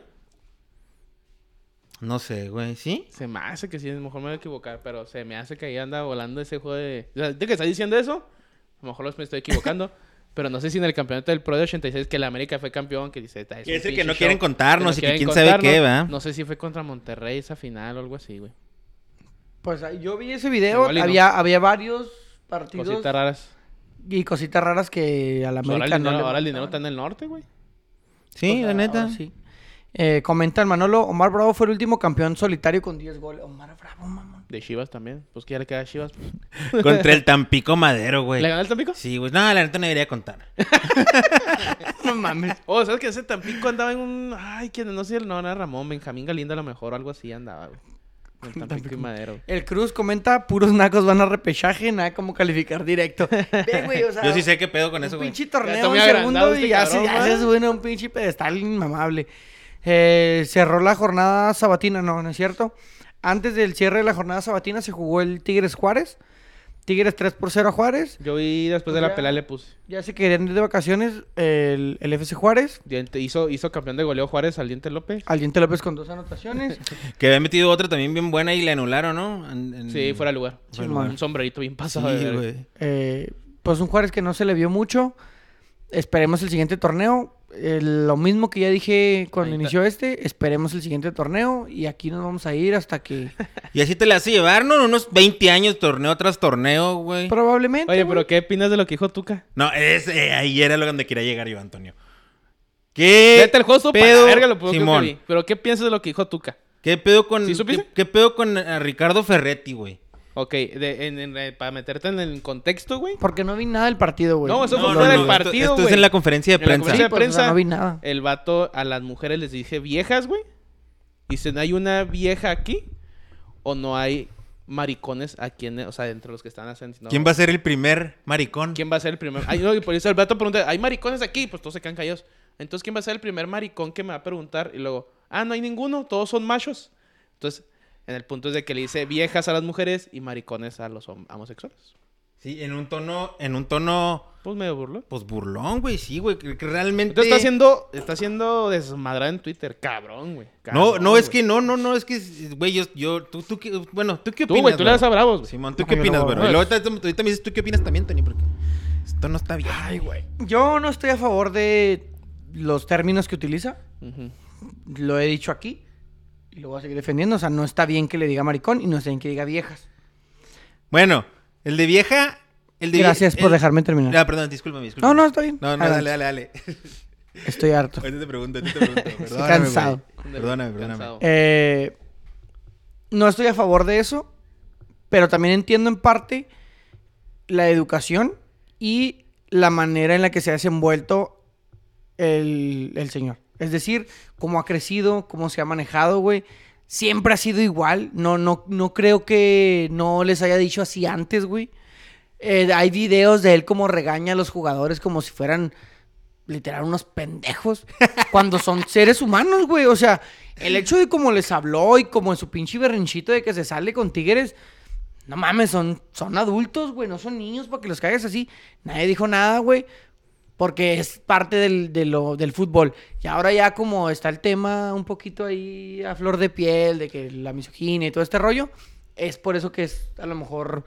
Speaker 3: No sé, güey, ¿sí?
Speaker 2: Se me hace que sí, a lo mejor me voy a equivocar, pero se me hace que ahí anda volando ese juego de... O sea, ahorita que estás diciendo eso, a lo mejor los- me estoy equivocando, pero no sé si en el campeonato del Pro de 86 que el América fue campeón, que dice... "Esta
Speaker 3: Que
Speaker 2: un
Speaker 3: es el que
Speaker 2: pinche
Speaker 3: no quieren contarnos y que
Speaker 2: quieren
Speaker 3: quién sabe qué, ¿verdad?
Speaker 2: No sé si fue contra Monterrey esa final o algo así, güey.
Speaker 1: Pues ah, yo vi ese video,
Speaker 2: Igual y no.
Speaker 1: había, había varios partidos
Speaker 2: Cositas raras.
Speaker 1: y cositas raras que a la
Speaker 2: Pues ahora el
Speaker 1: América no
Speaker 2: dinero,
Speaker 1: le
Speaker 2: ahora el dinero
Speaker 1: gustaban.
Speaker 2: está en el norte, güey.
Speaker 3: Sí,
Speaker 1: O
Speaker 2: Pues, ah,
Speaker 1: sea,
Speaker 3: la neta.
Speaker 1: ahora sí. Eh, comenta el Manolo, Omar Bravo fue el último campeón solitario con 10 goles. Omar Bravo, mamón.
Speaker 2: De Chivas también. Pues que ya le queda a Chivas.
Speaker 3: Contra el Tampico Madero, güey.
Speaker 2: ¿Le ganó el Tampico?
Speaker 3: Sí, güey. No, la neta no debería contar.
Speaker 1: No mames.
Speaker 2: Oh, ¿sabes que ese Tampico andaba en un... Ay, que no sé, no, no era Ramón, Benjamín Galindo a lo mejor, algo así andaba, güey. En Tampico, y Madero. güey.
Speaker 1: El Cruz comenta, puros nacos van a repechaje, nada como calificar directo. Ve, güey, o sea,
Speaker 3: Yo sí sé qué pedo con
Speaker 1: un
Speaker 3: eso, güey.
Speaker 1: pinche
Speaker 2: Ya está
Speaker 1: torneo
Speaker 2: muy
Speaker 1: un
Speaker 2: agrandado
Speaker 1: segundo
Speaker 2: este
Speaker 1: y ya se
Speaker 2: cabrón,
Speaker 1: ya
Speaker 2: ¿eh?
Speaker 1: se sube a un pinche pedestal inmamable. Eh, cerró la jornada sabatina, no, no es cierto. Antes del cierre de la jornada sabatina se jugó el Tigres Juárez. Tigres 3 por 0 a Juárez.
Speaker 2: Yo vi después de
Speaker 1: Ya.
Speaker 2: la pelea le puse.
Speaker 1: Ya se querían ir de vacaciones el, el FC Juárez.
Speaker 2: Diente- hizo, hizo campeón de goleo Juárez al Diente López.
Speaker 1: Al Diente López con dos anotaciones.
Speaker 3: Que había metido otra también bien buena y le anularon, ¿no? En- en-
Speaker 2: Sí, fuera de lugar.
Speaker 1: Simón.
Speaker 2: un sombrerito bien
Speaker 3: Sí,
Speaker 2: pasado. de verga.
Speaker 3: güey.
Speaker 1: Eh, pues un Juárez que no se le vio mucho. Esperemos el siguiente torneo. Eh, lo mismo que ya dije cuando
Speaker 2: Ahí está.
Speaker 1: inició este. Esperemos el siguiente torneo. Y aquí nos vamos a ir hasta que.
Speaker 3: Y así te la hace llevar, ¿no? Unos 20 años, torneo tras torneo, güey.
Speaker 1: Probablemente.
Speaker 2: Oye,
Speaker 1: güey.
Speaker 2: pero ¿qué opinas de lo que dijo Tuca?
Speaker 3: No, es, eh, ahí era lo donde quería llegar yo, Antonio. ¿Qué
Speaker 2: Vete el juego estuvo para
Speaker 3: Eh, pedo,
Speaker 2: la verga, lo poco que
Speaker 3: Simón?
Speaker 2: vi. Pero ¿qué piensas de lo que dijo Tuca?
Speaker 3: ¿Qué pedo con,
Speaker 2: ¿Sí supiste?
Speaker 3: qué, qué pedo con eh, Ricardo Ferretti, güey?
Speaker 2: Ok, de- en- en- eh, para meterte en el contexto, güey.
Speaker 1: Porque no vi nada del partido, güey.
Speaker 2: No, eso
Speaker 1: fue
Speaker 2: fue fuera del
Speaker 3: esto-
Speaker 2: partido,
Speaker 3: Esto, es
Speaker 2: güey.
Speaker 3: en la conferencia de
Speaker 2: En la
Speaker 3: prensa.
Speaker 1: Sí,
Speaker 2: conferencia- de
Speaker 1: pues, o sea,
Speaker 2: prensa. Eh,
Speaker 1: no vi nada.
Speaker 2: El vato a las mujeres les dice viejas, güey. Dicen, ¿hay una vieja aquí? ¿O no hay maricones aquí? En, o sea, entre los que están haciendo.
Speaker 3: ¿Quién va a ser el primer maricón?
Speaker 2: ¿Quién va a ser el primer? Ay, no, y por eso el vato pregunta, ¿hay maricones aquí? Pues todos se quedan callados. Entonces, ¿quién va a ser el primer maricón que me va a preguntar? Y luego, ah, no hay ninguno, todos son machos. Entonces, en el punto es de que le dice viejas a las mujeres y maricones a los hom- homosexuales.
Speaker 3: Sí, en un tono, en un tono,
Speaker 2: Pues medio burló.
Speaker 3: pues burlón, güey, sí, güey, que que realmente...
Speaker 2: Entonces está haciendo, está haciendo desmadrada en Twitter, cabrón, güey.
Speaker 3: No,
Speaker 2: Cabrón,
Speaker 3: no, es
Speaker 2: güey.
Speaker 3: que no, no, no, es que, güey, yo, yo, tú, tú, qué- bueno, ¿tú qué
Speaker 2: Tú,
Speaker 3: opinas?
Speaker 2: güey, tú le das a
Speaker 3: güey?
Speaker 2: bravos, güey.
Speaker 3: Simón, ¿tú
Speaker 1: No,
Speaker 3: qué
Speaker 1: yo no
Speaker 3: opinas,
Speaker 1: voy a
Speaker 3: bro? Y
Speaker 2: ver.
Speaker 3: luego ahorita- ahorita me dices, ¿tú qué opinas también, Tony? Porque esto no está bien. Ay, güey.
Speaker 1: Yo no estoy a favor de los términos que utiliza.
Speaker 2: Ujú.
Speaker 1: Lo he dicho aquí. Y lo voy a seguir defendiendo. O sea, no está bien que le diga maricón y no está bien que diga viejas.
Speaker 3: Bueno, el de vieja... El de vie-
Speaker 1: Gracias por
Speaker 3: el-
Speaker 1: dejarme terminar.
Speaker 3: Ah, perdón, discúlpame, discúlpame.
Speaker 1: No, no, está bien.
Speaker 3: No, no,
Speaker 1: Adelante.
Speaker 3: dale, dale, dale.
Speaker 1: Estoy harto.
Speaker 3: Ahorita te pregunto, ahorita te pregunto. Perdóname, güey.
Speaker 1: cansado.
Speaker 3: Perdóname, perdóname.
Speaker 2: Cansado.
Speaker 1: Eh, no estoy a favor de eso, pero también entiendo en parte la educación y la manera en la que se ha desenvuelto el, el señor. Es decir, cómo ha crecido, cómo se ha manejado, güey. Siempre ha sido igual. No, no, no creo que no les haya dicho así antes, güey. Eh, hay videos de él como regaña a los jugadores como si fueran literal unos pendejos cuando son seres humanos, güey. O sea, el hecho de cómo les habló y como en su pinche berrinchito de que se sale con tigres, no mames, son, son adultos, güey, no son niños para que los caigas así. Nadie dijo nada, güey, porque es parte del, de lo- del fútbol. Y ahora ya como está el tema un poquito ahí a flor de piel, de que la misoginia y todo este rollo, es por eso que es a lo mejor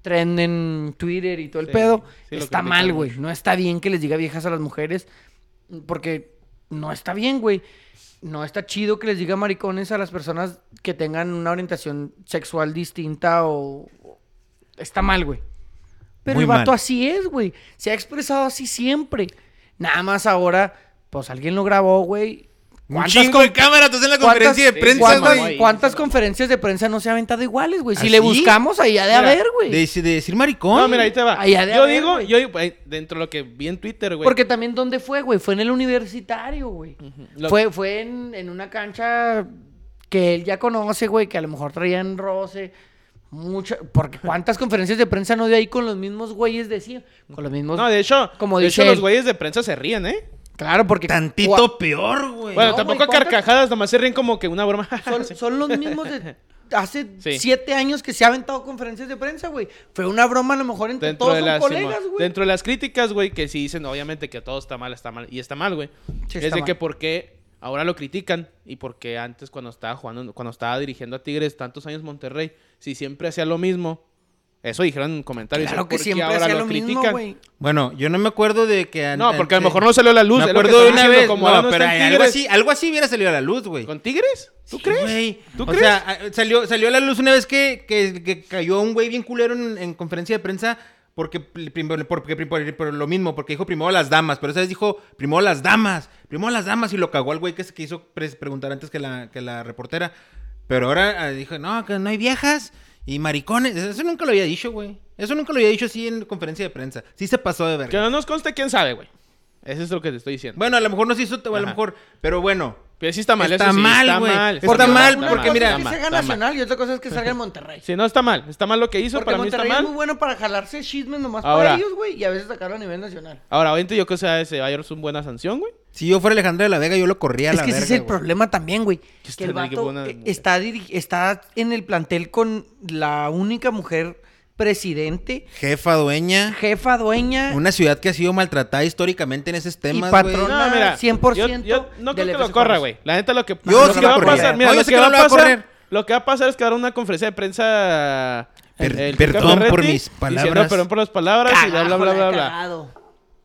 Speaker 1: trend en Twitter y todo el
Speaker 2: Sí,
Speaker 1: pedo.
Speaker 2: sí, lo
Speaker 1: está
Speaker 2: critican
Speaker 1: mal,
Speaker 2: mucho.
Speaker 1: güey. No está bien que les diga viejas a las mujeres. Porque no está bien, güey. No está chido que les diga maricones a las personas que tengan una orientación sexual distinta o... o- Está mal, güey. Pero
Speaker 3: Muy
Speaker 1: el vato
Speaker 3: mal.
Speaker 1: así es, güey. Se ha expresado así siempre. Nada más ahora, pues alguien lo grabó, güey.
Speaker 3: Un
Speaker 1: ¿Cuántas
Speaker 3: chingo de cámaras, entonces en la conferencia de
Speaker 1: cuántas-
Speaker 3: prensa,
Speaker 1: ¿Cuántas,
Speaker 3: güey.
Speaker 1: cuántas
Speaker 2: Sí, sí, sí.
Speaker 1: conferencias de prensa no se ha aventado iguales, güey? Si
Speaker 3: ¿Ah,
Speaker 1: le
Speaker 3: sí?
Speaker 1: buscamos, ahí ha de
Speaker 2: Mira,
Speaker 1: haber, güey.
Speaker 3: De, de decir maricón.
Speaker 2: No, mira, ahí te va.
Speaker 1: Ahí ha de
Speaker 2: yo
Speaker 1: haber,
Speaker 2: digo,
Speaker 1: güey.
Speaker 2: yo digo, eh, dentro de lo que vi en Twitter, güey.
Speaker 1: Porque también, ¿dónde fue, güey? Fue en el universitario, güey.
Speaker 2: Ujú. Lo-
Speaker 1: Fue, fue en, en una cancha que él ya conoce, güey, que a lo mejor traían roce. Mucha, porque cuántas conferencias de prensa no dio ahí con los mismos güeyes de sí, con los mismos.
Speaker 2: No, de hecho,
Speaker 1: como
Speaker 2: de
Speaker 1: dice
Speaker 2: hecho
Speaker 1: él.
Speaker 2: los güeyes de prensa se ríen, ¿eh?
Speaker 1: Claro, porque
Speaker 3: Tantito
Speaker 1: cua-
Speaker 3: peor, güey.
Speaker 2: Bueno,
Speaker 1: No,
Speaker 2: tampoco
Speaker 1: güey,
Speaker 2: a
Speaker 1: ¿cuántas-
Speaker 2: carcajadas, nomás se ríen como que una broma.
Speaker 1: son, son los mismos de hace
Speaker 2: Sí.
Speaker 1: siete años que se ha aventado conferencias de prensa, güey. Fue una broma a lo mejor entre
Speaker 2: dentro
Speaker 1: todos
Speaker 2: de
Speaker 1: sus
Speaker 2: las
Speaker 1: colegas,
Speaker 2: Simón,
Speaker 1: güey.
Speaker 2: dentro de las críticas, güey, que sí dicen obviamente que todo está mal, está mal y está mal, güey.
Speaker 1: Sí,
Speaker 2: es
Speaker 1: está
Speaker 2: de
Speaker 1: mal.
Speaker 2: que por qué ahora lo critican y por qué antes cuando estaba jugando cuando estaba dirigiendo a Tigres tantos años Monterrey, si siempre hacía lo mismo. Eso dijeron en comentarios.
Speaker 1: Claro
Speaker 2: ¿por
Speaker 1: que
Speaker 2: qué
Speaker 1: siempre
Speaker 2: ahora
Speaker 1: hacía lo mismo, güey.
Speaker 3: Bueno, yo no me acuerdo de que... an-
Speaker 2: No, porque a lo
Speaker 3: antes-
Speaker 2: mejor no salió a la luz,
Speaker 3: Me
Speaker 2: es lo que
Speaker 3: acuerdo de
Speaker 2: están
Speaker 3: una
Speaker 2: diciendo,
Speaker 3: vez.
Speaker 2: como
Speaker 3: no,
Speaker 2: ahora no
Speaker 3: pero
Speaker 2: está en
Speaker 3: algo
Speaker 2: Tigres.
Speaker 3: así, algo así hubiera salido a la luz, güey.
Speaker 2: ¿Con Tigres? ¿Tú
Speaker 3: Sí,
Speaker 2: crees?
Speaker 3: güey.
Speaker 2: ¿Tú
Speaker 3: o
Speaker 2: crees?
Speaker 3: sea, a- salió, salió a la luz una vez que, que- que cayó un güey bien culero en, en conferencia de prensa porque, pl- prim- por, porque prim- por- por lo mismo, porque dijo primero las damas, pero esa vez dijo primero las damas, primero las damas y lo cagó al güey que se quiso pres- preguntar antes que la, que la reportera. Pero ahora ah, dijo, no, que no hay viejas y maricones. Eso nunca lo había dicho, güey. Eso nunca lo había dicho así en conferencia de prensa. Sí se pasó de verga.
Speaker 2: Que no nos conste quién sabe, güey. Eso es lo que te estoy diciendo.
Speaker 3: Bueno, a lo mejor no se hizo, o a lo
Speaker 2: Ajá.
Speaker 3: mejor, pero bueno.
Speaker 2: Pero sí está mal,
Speaker 3: Está
Speaker 2: eso sí,
Speaker 3: mal,
Speaker 2: está
Speaker 3: güey.
Speaker 2: mal.
Speaker 3: Está Porque mal,
Speaker 1: una
Speaker 3: porque
Speaker 1: cosa
Speaker 3: mira-
Speaker 1: es que sea
Speaker 2: está mal.
Speaker 1: nacional y otra cosa es que salga en Monterrey.
Speaker 2: Sí, no está mal. Está mal lo que hizo,
Speaker 1: Porque
Speaker 2: para mí está
Speaker 1: Monterrey es
Speaker 2: mal.
Speaker 1: muy bueno para jalarse chismes nomás para
Speaker 2: Ahora.
Speaker 1: ellos, güey, y a veces sacarlo a nivel nacional.
Speaker 2: Ahora, obviamente yo creo que sea, se va a llevar su buena sanción, güey.
Speaker 3: Si yo fuera Alejandra de la Vega, yo lo corría a
Speaker 1: Es
Speaker 3: la
Speaker 1: que ese
Speaker 3: verga,
Speaker 1: es el
Speaker 3: güey.
Speaker 1: problema también, güey.
Speaker 2: Yo
Speaker 1: Que el
Speaker 2: también, qué
Speaker 1: vato
Speaker 2: buena
Speaker 1: eh,
Speaker 2: mujer.
Speaker 1: está, dirigi- está en el plantel con la única mujer presidente,
Speaker 3: Jefa, dueña.
Speaker 1: jefa, dueña
Speaker 3: Una ciudad que ha sido maltratada históricamente en esos
Speaker 1: y
Speaker 3: temas, güey.
Speaker 1: patrona
Speaker 2: No, mira,
Speaker 1: 100%
Speaker 2: yo- yo no creo
Speaker 1: del
Speaker 2: que
Speaker 1: FC
Speaker 2: lo corra,
Speaker 1: Juárez.
Speaker 2: güey. La neta, lo que,
Speaker 3: Yo
Speaker 2: lo
Speaker 1: sí
Speaker 2: que
Speaker 1: lo
Speaker 2: va a
Speaker 1: correría.
Speaker 2: pasar, mira,
Speaker 3: No, yo
Speaker 2: lo
Speaker 3: sé
Speaker 2: que
Speaker 3: que
Speaker 2: va
Speaker 3: no
Speaker 2: a
Speaker 3: lo va a correr.
Speaker 2: pasar, lo que va a pasar es que hará una conferencia de prensa.
Speaker 3: Per-
Speaker 2: Tuca
Speaker 3: perdón por
Speaker 2: Ferretti,
Speaker 3: mis palabras.
Speaker 2: Diciendo perdón por las palabras y bla,
Speaker 1: Cagajo, la
Speaker 2: bla, bla,
Speaker 1: he
Speaker 2: bla, bla.
Speaker 1: cagado.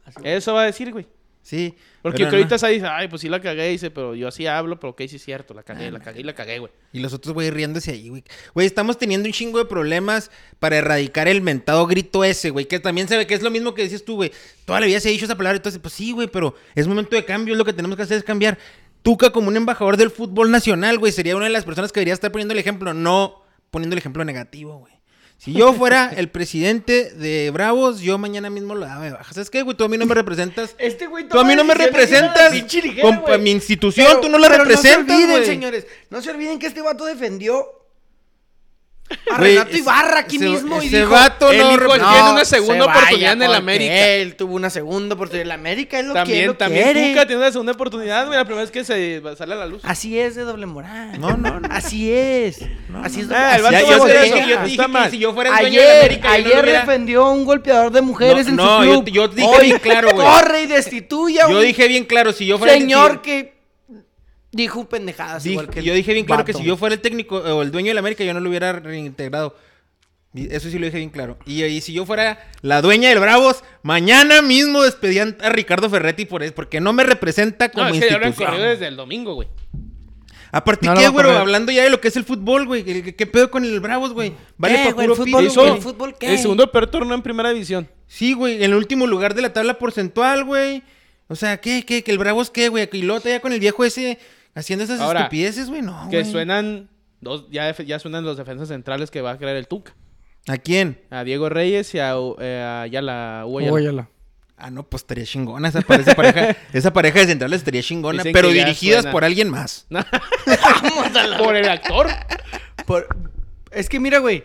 Speaker 1: Así.
Speaker 2: Eso va a decir, güey.
Speaker 3: Sí.
Speaker 2: Porque yo creo
Speaker 3: pero
Speaker 2: que ahorita
Speaker 3: no.
Speaker 2: esa dice, ay, pues sí la cagué, dice, pero yo así hablo, pero ok, sí es cierto, la cagué, la cagué y la cagué, güey.
Speaker 3: Y los otros, güey, riéndose ahí, güey. Güey, estamos teniendo un chingo de problemas para erradicar el mentado grito ese, güey. Que también se ve que es lo mismo que decías tú, güey. Toda la vida se ha dicho esa palabra. Entonces, pues sí, güey, pero es momento de cambio. Lo que tenemos que hacer es cambiar. Tuca, como un embajador del fútbol nacional, güey, sería una de las personas que debería estar poniendo el ejemplo, no poniendo el ejemplo negativo, güey. Si yo fuera el presidente de Bravos, yo mañana mismo lo daba de baja. ¿Sabes qué, güey? Tú a mí no me representas.
Speaker 1: Este güey
Speaker 3: Tú a mí no me
Speaker 1: toma decisiones bien a la
Speaker 3: representas.
Speaker 1: pinche ligera,
Speaker 3: Con,
Speaker 1: güey.
Speaker 3: mi institución, tú no la
Speaker 1: pero No
Speaker 3: representas,
Speaker 1: se olviden,
Speaker 3: güey.
Speaker 1: señores. No se olviden que este vato defendió a
Speaker 3: Güey,
Speaker 1: Renato Ibarra aquí
Speaker 3: ese-
Speaker 1: mismo. y
Speaker 3: ese
Speaker 1: dijo,
Speaker 3: vato
Speaker 2: él
Speaker 3: no
Speaker 2: dijo,
Speaker 3: repre-
Speaker 2: él Pues tiene una
Speaker 1: se
Speaker 2: segunda
Speaker 1: vaya
Speaker 2: oportunidad en el
Speaker 1: porque
Speaker 2: América".
Speaker 1: Él tuvo una segunda oportunidad en el América. Es lo que él
Speaker 2: También,
Speaker 1: lo
Speaker 2: también
Speaker 1: quiere.
Speaker 2: Tuca tiene una segunda oportunidad, güey, la primera vez que se sale a la luz.
Speaker 1: Así es de doble moral.
Speaker 3: No, no, no.
Speaker 1: Así es. Así es.
Speaker 2: no. Ah,
Speaker 1: así
Speaker 2: el vato
Speaker 1: es
Speaker 2: va
Speaker 1: doble
Speaker 2: a hacer eso,
Speaker 1: moral.
Speaker 2: yo dije que si
Speaker 3: yo fuera
Speaker 1: Ayer, ayer defendió a un golpeador de mujeres en
Speaker 3: No,
Speaker 1: su
Speaker 3: no, yo-
Speaker 1: club.
Speaker 3: yo dije
Speaker 1: Hoy
Speaker 3: bien claro, güey.
Speaker 1: Corre y destituya a
Speaker 3: Yo
Speaker 1: un
Speaker 3: dije bien claro, si yo fuera el-
Speaker 1: señor
Speaker 3: si-
Speaker 1: que dijo pendejadas
Speaker 3: dije-
Speaker 1: igual que el
Speaker 3: yo dije bien claro que
Speaker 1: vato.
Speaker 3: si yo fuera el técnico eh, o el dueño del América yo no lo hubiera reintegrado. Y Eso sí lo dije bien claro. Y, y si yo fuera la dueña del Bravos, mañana mismo despedían a Ricardo Ferretti por eso, porque no me representa como
Speaker 2: No, es que ya lo han
Speaker 3: institución.
Speaker 2: corrido desde el domingo, güey.
Speaker 3: Aparte,
Speaker 1: No lo
Speaker 3: ¿qué,
Speaker 1: va a
Speaker 3: güey?
Speaker 1: correr.
Speaker 3: Hablando ya de lo que es el fútbol, güey. ¿Qué, qué pedo con el Bravos, güey? Vale
Speaker 1: ¿Qué,
Speaker 3: para
Speaker 1: güey?
Speaker 3: puro
Speaker 1: ¿El
Speaker 3: pito,
Speaker 1: fútbol,
Speaker 3: güey.
Speaker 1: el fútbol qué?
Speaker 2: El segundo peor torneo en primera división.
Speaker 3: Sí, güey, en el último lugar de la tabla porcentual, güey. O sea, ¿qué, qué, que el Bravos qué, güey? Y luego ya con el viejo ese haciendo esas
Speaker 2: Ahora,
Speaker 3: estupideces, güey, no,
Speaker 2: Que
Speaker 3: güey.
Speaker 2: suenan dos, ya, def- ya suenan los defensas centrales que va a crear el Tuca.
Speaker 3: ¿A quién?
Speaker 2: A Diego Reyes y a, U- eh, a Yala, Hugo Ayala.
Speaker 3: Ah, no, pues estaría chingona esa, pare- esa pareja. esa pareja de centrales estaría chingona,
Speaker 2: Dicen
Speaker 3: pero
Speaker 2: que ya
Speaker 3: dirigidas
Speaker 2: suena.
Speaker 3: por alguien más.
Speaker 2: Por el actor.
Speaker 1: Por- Es que mira, güey.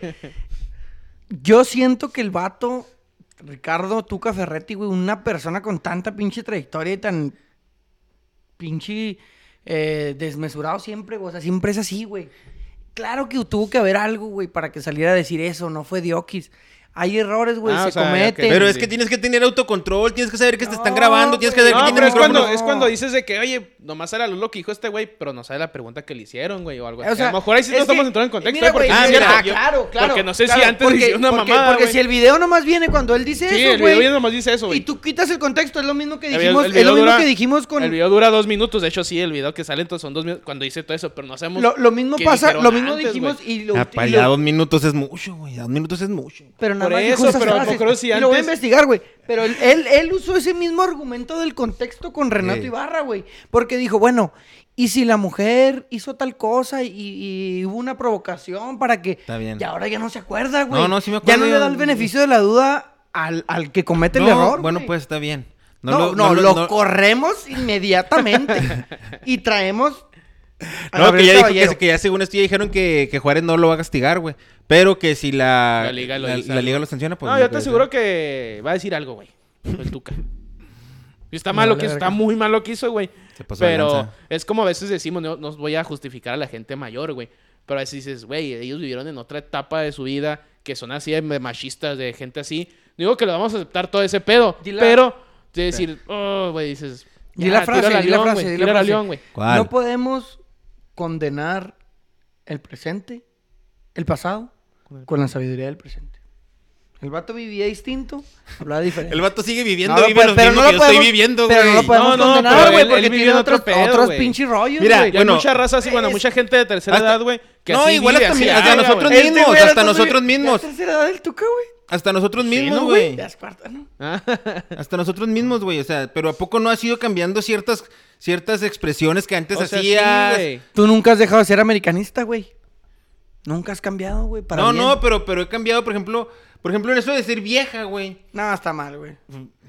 Speaker 1: Yo siento que el vato, Ricardo Tuca Ferretti, güey, una persona con tanta pinche trayectoria y tan pinche eh, desmesurado siempre, güey. O sea, siempre es así, güey. Claro que tuvo que haber algo, güey, para que saliera a decir eso. No fue Diokis. Hay errores, güey,
Speaker 2: Ah,
Speaker 1: se
Speaker 2: o sea, ya que-
Speaker 1: cometen.
Speaker 3: Pero es
Speaker 2: Sí.
Speaker 3: que tienes que tener autocontrol, tienes que saber que te están
Speaker 1: No,
Speaker 3: grabando, tienes que
Speaker 1: güey.
Speaker 3: saber que
Speaker 2: No,
Speaker 1: tiene
Speaker 2: pero
Speaker 3: tienes
Speaker 2: es cuando,
Speaker 1: micrófono.
Speaker 2: es cuando dices de que, oye, nomás era lo que dijo este güey, pero no sabe la pregunta que le hicieron, güey, o algo así.
Speaker 1: O sea,
Speaker 2: a lo mejor ahí sí
Speaker 1: es
Speaker 2: no estamos
Speaker 1: que-
Speaker 2: entrando en contexto.
Speaker 1: mira,
Speaker 2: ¿eh? porque
Speaker 1: güey,
Speaker 2: sí
Speaker 3: ah,
Speaker 2: es
Speaker 3: mira,
Speaker 2: cierto, yo-
Speaker 1: claro, claro.
Speaker 2: Porque no sé si
Speaker 1: claro,
Speaker 2: antes le hicieron una
Speaker 1: porque,
Speaker 2: mamada,
Speaker 1: Porque
Speaker 2: güey.
Speaker 1: si el video nomás viene cuando él dice
Speaker 2: Sí,
Speaker 1: eso,
Speaker 2: el video ya
Speaker 1: güey.
Speaker 2: nomás dice eso, güey.
Speaker 1: Y tú quitas el contexto, es lo mismo que
Speaker 2: El video-
Speaker 1: dijimos, es
Speaker 2: el
Speaker 1: lo
Speaker 2: video
Speaker 1: mismo
Speaker 2: dura-
Speaker 1: que dijimos con
Speaker 2: El video dura dos minutos, de hecho sí, el video que sale entonces son dos minutos, cuando dice todo eso, pero no sabemos...
Speaker 1: lo, lo mismo
Speaker 2: qué
Speaker 1: pasa,
Speaker 2: dijeron
Speaker 1: lo mismo
Speaker 2: antes,
Speaker 1: dijimos
Speaker 2: güey.
Speaker 1: y lo,
Speaker 3: Ah,
Speaker 1: y
Speaker 3: para
Speaker 1: lo-
Speaker 3: allá dos minutos es mucho, güey. Dos minutos es mucho.
Speaker 1: pero nada
Speaker 2: Por
Speaker 1: más dijo
Speaker 2: eso,
Speaker 1: esas
Speaker 2: pero a lo
Speaker 1: frases.
Speaker 2: mejor
Speaker 1: Y
Speaker 2: si
Speaker 1: lo voy a
Speaker 2: antes-
Speaker 1: investigar, güey. Pero él, él, él usó ese mismo argumento del contexto con Renato
Speaker 3: Sí.
Speaker 1: Ibarra, güey. Porque dijo, bueno, y si la mujer hizo tal cosa y, y hubo una provocación para que.
Speaker 3: Está bien.
Speaker 1: Y ahora ya no se acuerda, güey.
Speaker 3: No, no, sí me
Speaker 1: Ya
Speaker 3: acuerdo,
Speaker 1: no le
Speaker 3: yo-
Speaker 1: da el beneficio de la duda al, al que comete
Speaker 3: No,
Speaker 1: el error.
Speaker 3: bueno,
Speaker 1: güey.
Speaker 3: pues está bien.
Speaker 1: No, no, lo,
Speaker 3: no-
Speaker 1: corremos inmediatamente y traemos. a
Speaker 3: No, que
Speaker 1: Gabriel
Speaker 3: ya, dijo
Speaker 1: Caballero.
Speaker 3: que, que ya según esto ya dijeron que, que Juárez no lo va a castigar, güey. Pero que si la,
Speaker 2: La liga lo dice
Speaker 3: la
Speaker 2: algo.
Speaker 3: liga lo sanciona, pues...
Speaker 2: no,
Speaker 3: no
Speaker 2: yo te
Speaker 3: puede ser.
Speaker 2: aseguro que va a decir algo, güey. El Tuca. Y está
Speaker 1: Me
Speaker 2: malo
Speaker 1: vale
Speaker 2: que hizo,
Speaker 1: verga.
Speaker 2: está muy malo que hizo, güey.
Speaker 3: Se pasó de
Speaker 2: Pero
Speaker 3: lanza.
Speaker 2: es como a veces decimos, no, no voy a justificar a la gente mayor, güey. Pero a veces dices, güey, ellos vivieron en otra etapa de su vida que son así de machistas, de gente así. No Digo que lo vamos a aceptar todo ese pedo.
Speaker 1: Di la-
Speaker 2: Pero de decir, oh, güey, dices. "Ah,
Speaker 1: Di
Speaker 3: Ah,
Speaker 1: la
Speaker 2: ya,
Speaker 1: frase,
Speaker 2: tírala al
Speaker 1: di la
Speaker 2: león,
Speaker 1: frase,
Speaker 2: güey,
Speaker 1: di la
Speaker 2: tírala al
Speaker 1: frase.
Speaker 2: león, güey.
Speaker 3: ¿Cuál?
Speaker 1: No podemos condenar el presente, el pasado, con la sabiduría del presente. El vato vivía distinto, hablaba diferente.
Speaker 3: El vato sigue viviendo,
Speaker 1: No lo
Speaker 3: vive
Speaker 1: puede-
Speaker 3: lo
Speaker 1: pero
Speaker 3: mismo
Speaker 1: no
Speaker 3: que
Speaker 1: lo
Speaker 3: yo estoy
Speaker 1: podemos-
Speaker 3: viviendo, güey.
Speaker 1: Pero no lo podemos
Speaker 2: No, no,
Speaker 1: condenar,
Speaker 2: pero
Speaker 1: güey,
Speaker 2: él-
Speaker 1: porque
Speaker 2: él
Speaker 1: tiene
Speaker 2: vivió en
Speaker 1: otros,
Speaker 2: otro pedo,
Speaker 1: otros
Speaker 2: güey.
Speaker 1: pinches rollos,
Speaker 3: Mira,
Speaker 1: güey.
Speaker 2: Y
Speaker 3: Bueno,
Speaker 2: hay mucha raza así, bueno,
Speaker 1: es-
Speaker 2: mucha gente de tercera
Speaker 3: hasta-
Speaker 2: edad, güey. Que
Speaker 3: No,
Speaker 2: así
Speaker 3: igual
Speaker 2: vive,
Speaker 3: hasta
Speaker 2: así
Speaker 3: mi- hasta
Speaker 2: habla,
Speaker 3: nosotros
Speaker 2: güey.
Speaker 3: mismos, hasta nosotros mismos.
Speaker 1: La tercera edad del Tuca, güey.
Speaker 3: Hasta nosotros
Speaker 2: Sí,
Speaker 3: mismos,
Speaker 2: ¿no,
Speaker 3: güey.
Speaker 1: Ya es cuarta, ¿no?
Speaker 2: Ah,
Speaker 3: Hasta nosotros mismos, güey. O sea, pero ¿a poco no has ido cambiando ciertas, ciertas expresiones que antes
Speaker 2: O sea, sí,
Speaker 3: hacías?
Speaker 2: güey.
Speaker 1: Tú nunca has dejado de ser americanista, güey. Nunca has cambiado, güey. para
Speaker 3: no,
Speaker 1: bien.
Speaker 3: no, pero, pero he cambiado, por ejemplo, por ejemplo, en eso de decir vieja, güey.
Speaker 1: No, está mal, güey.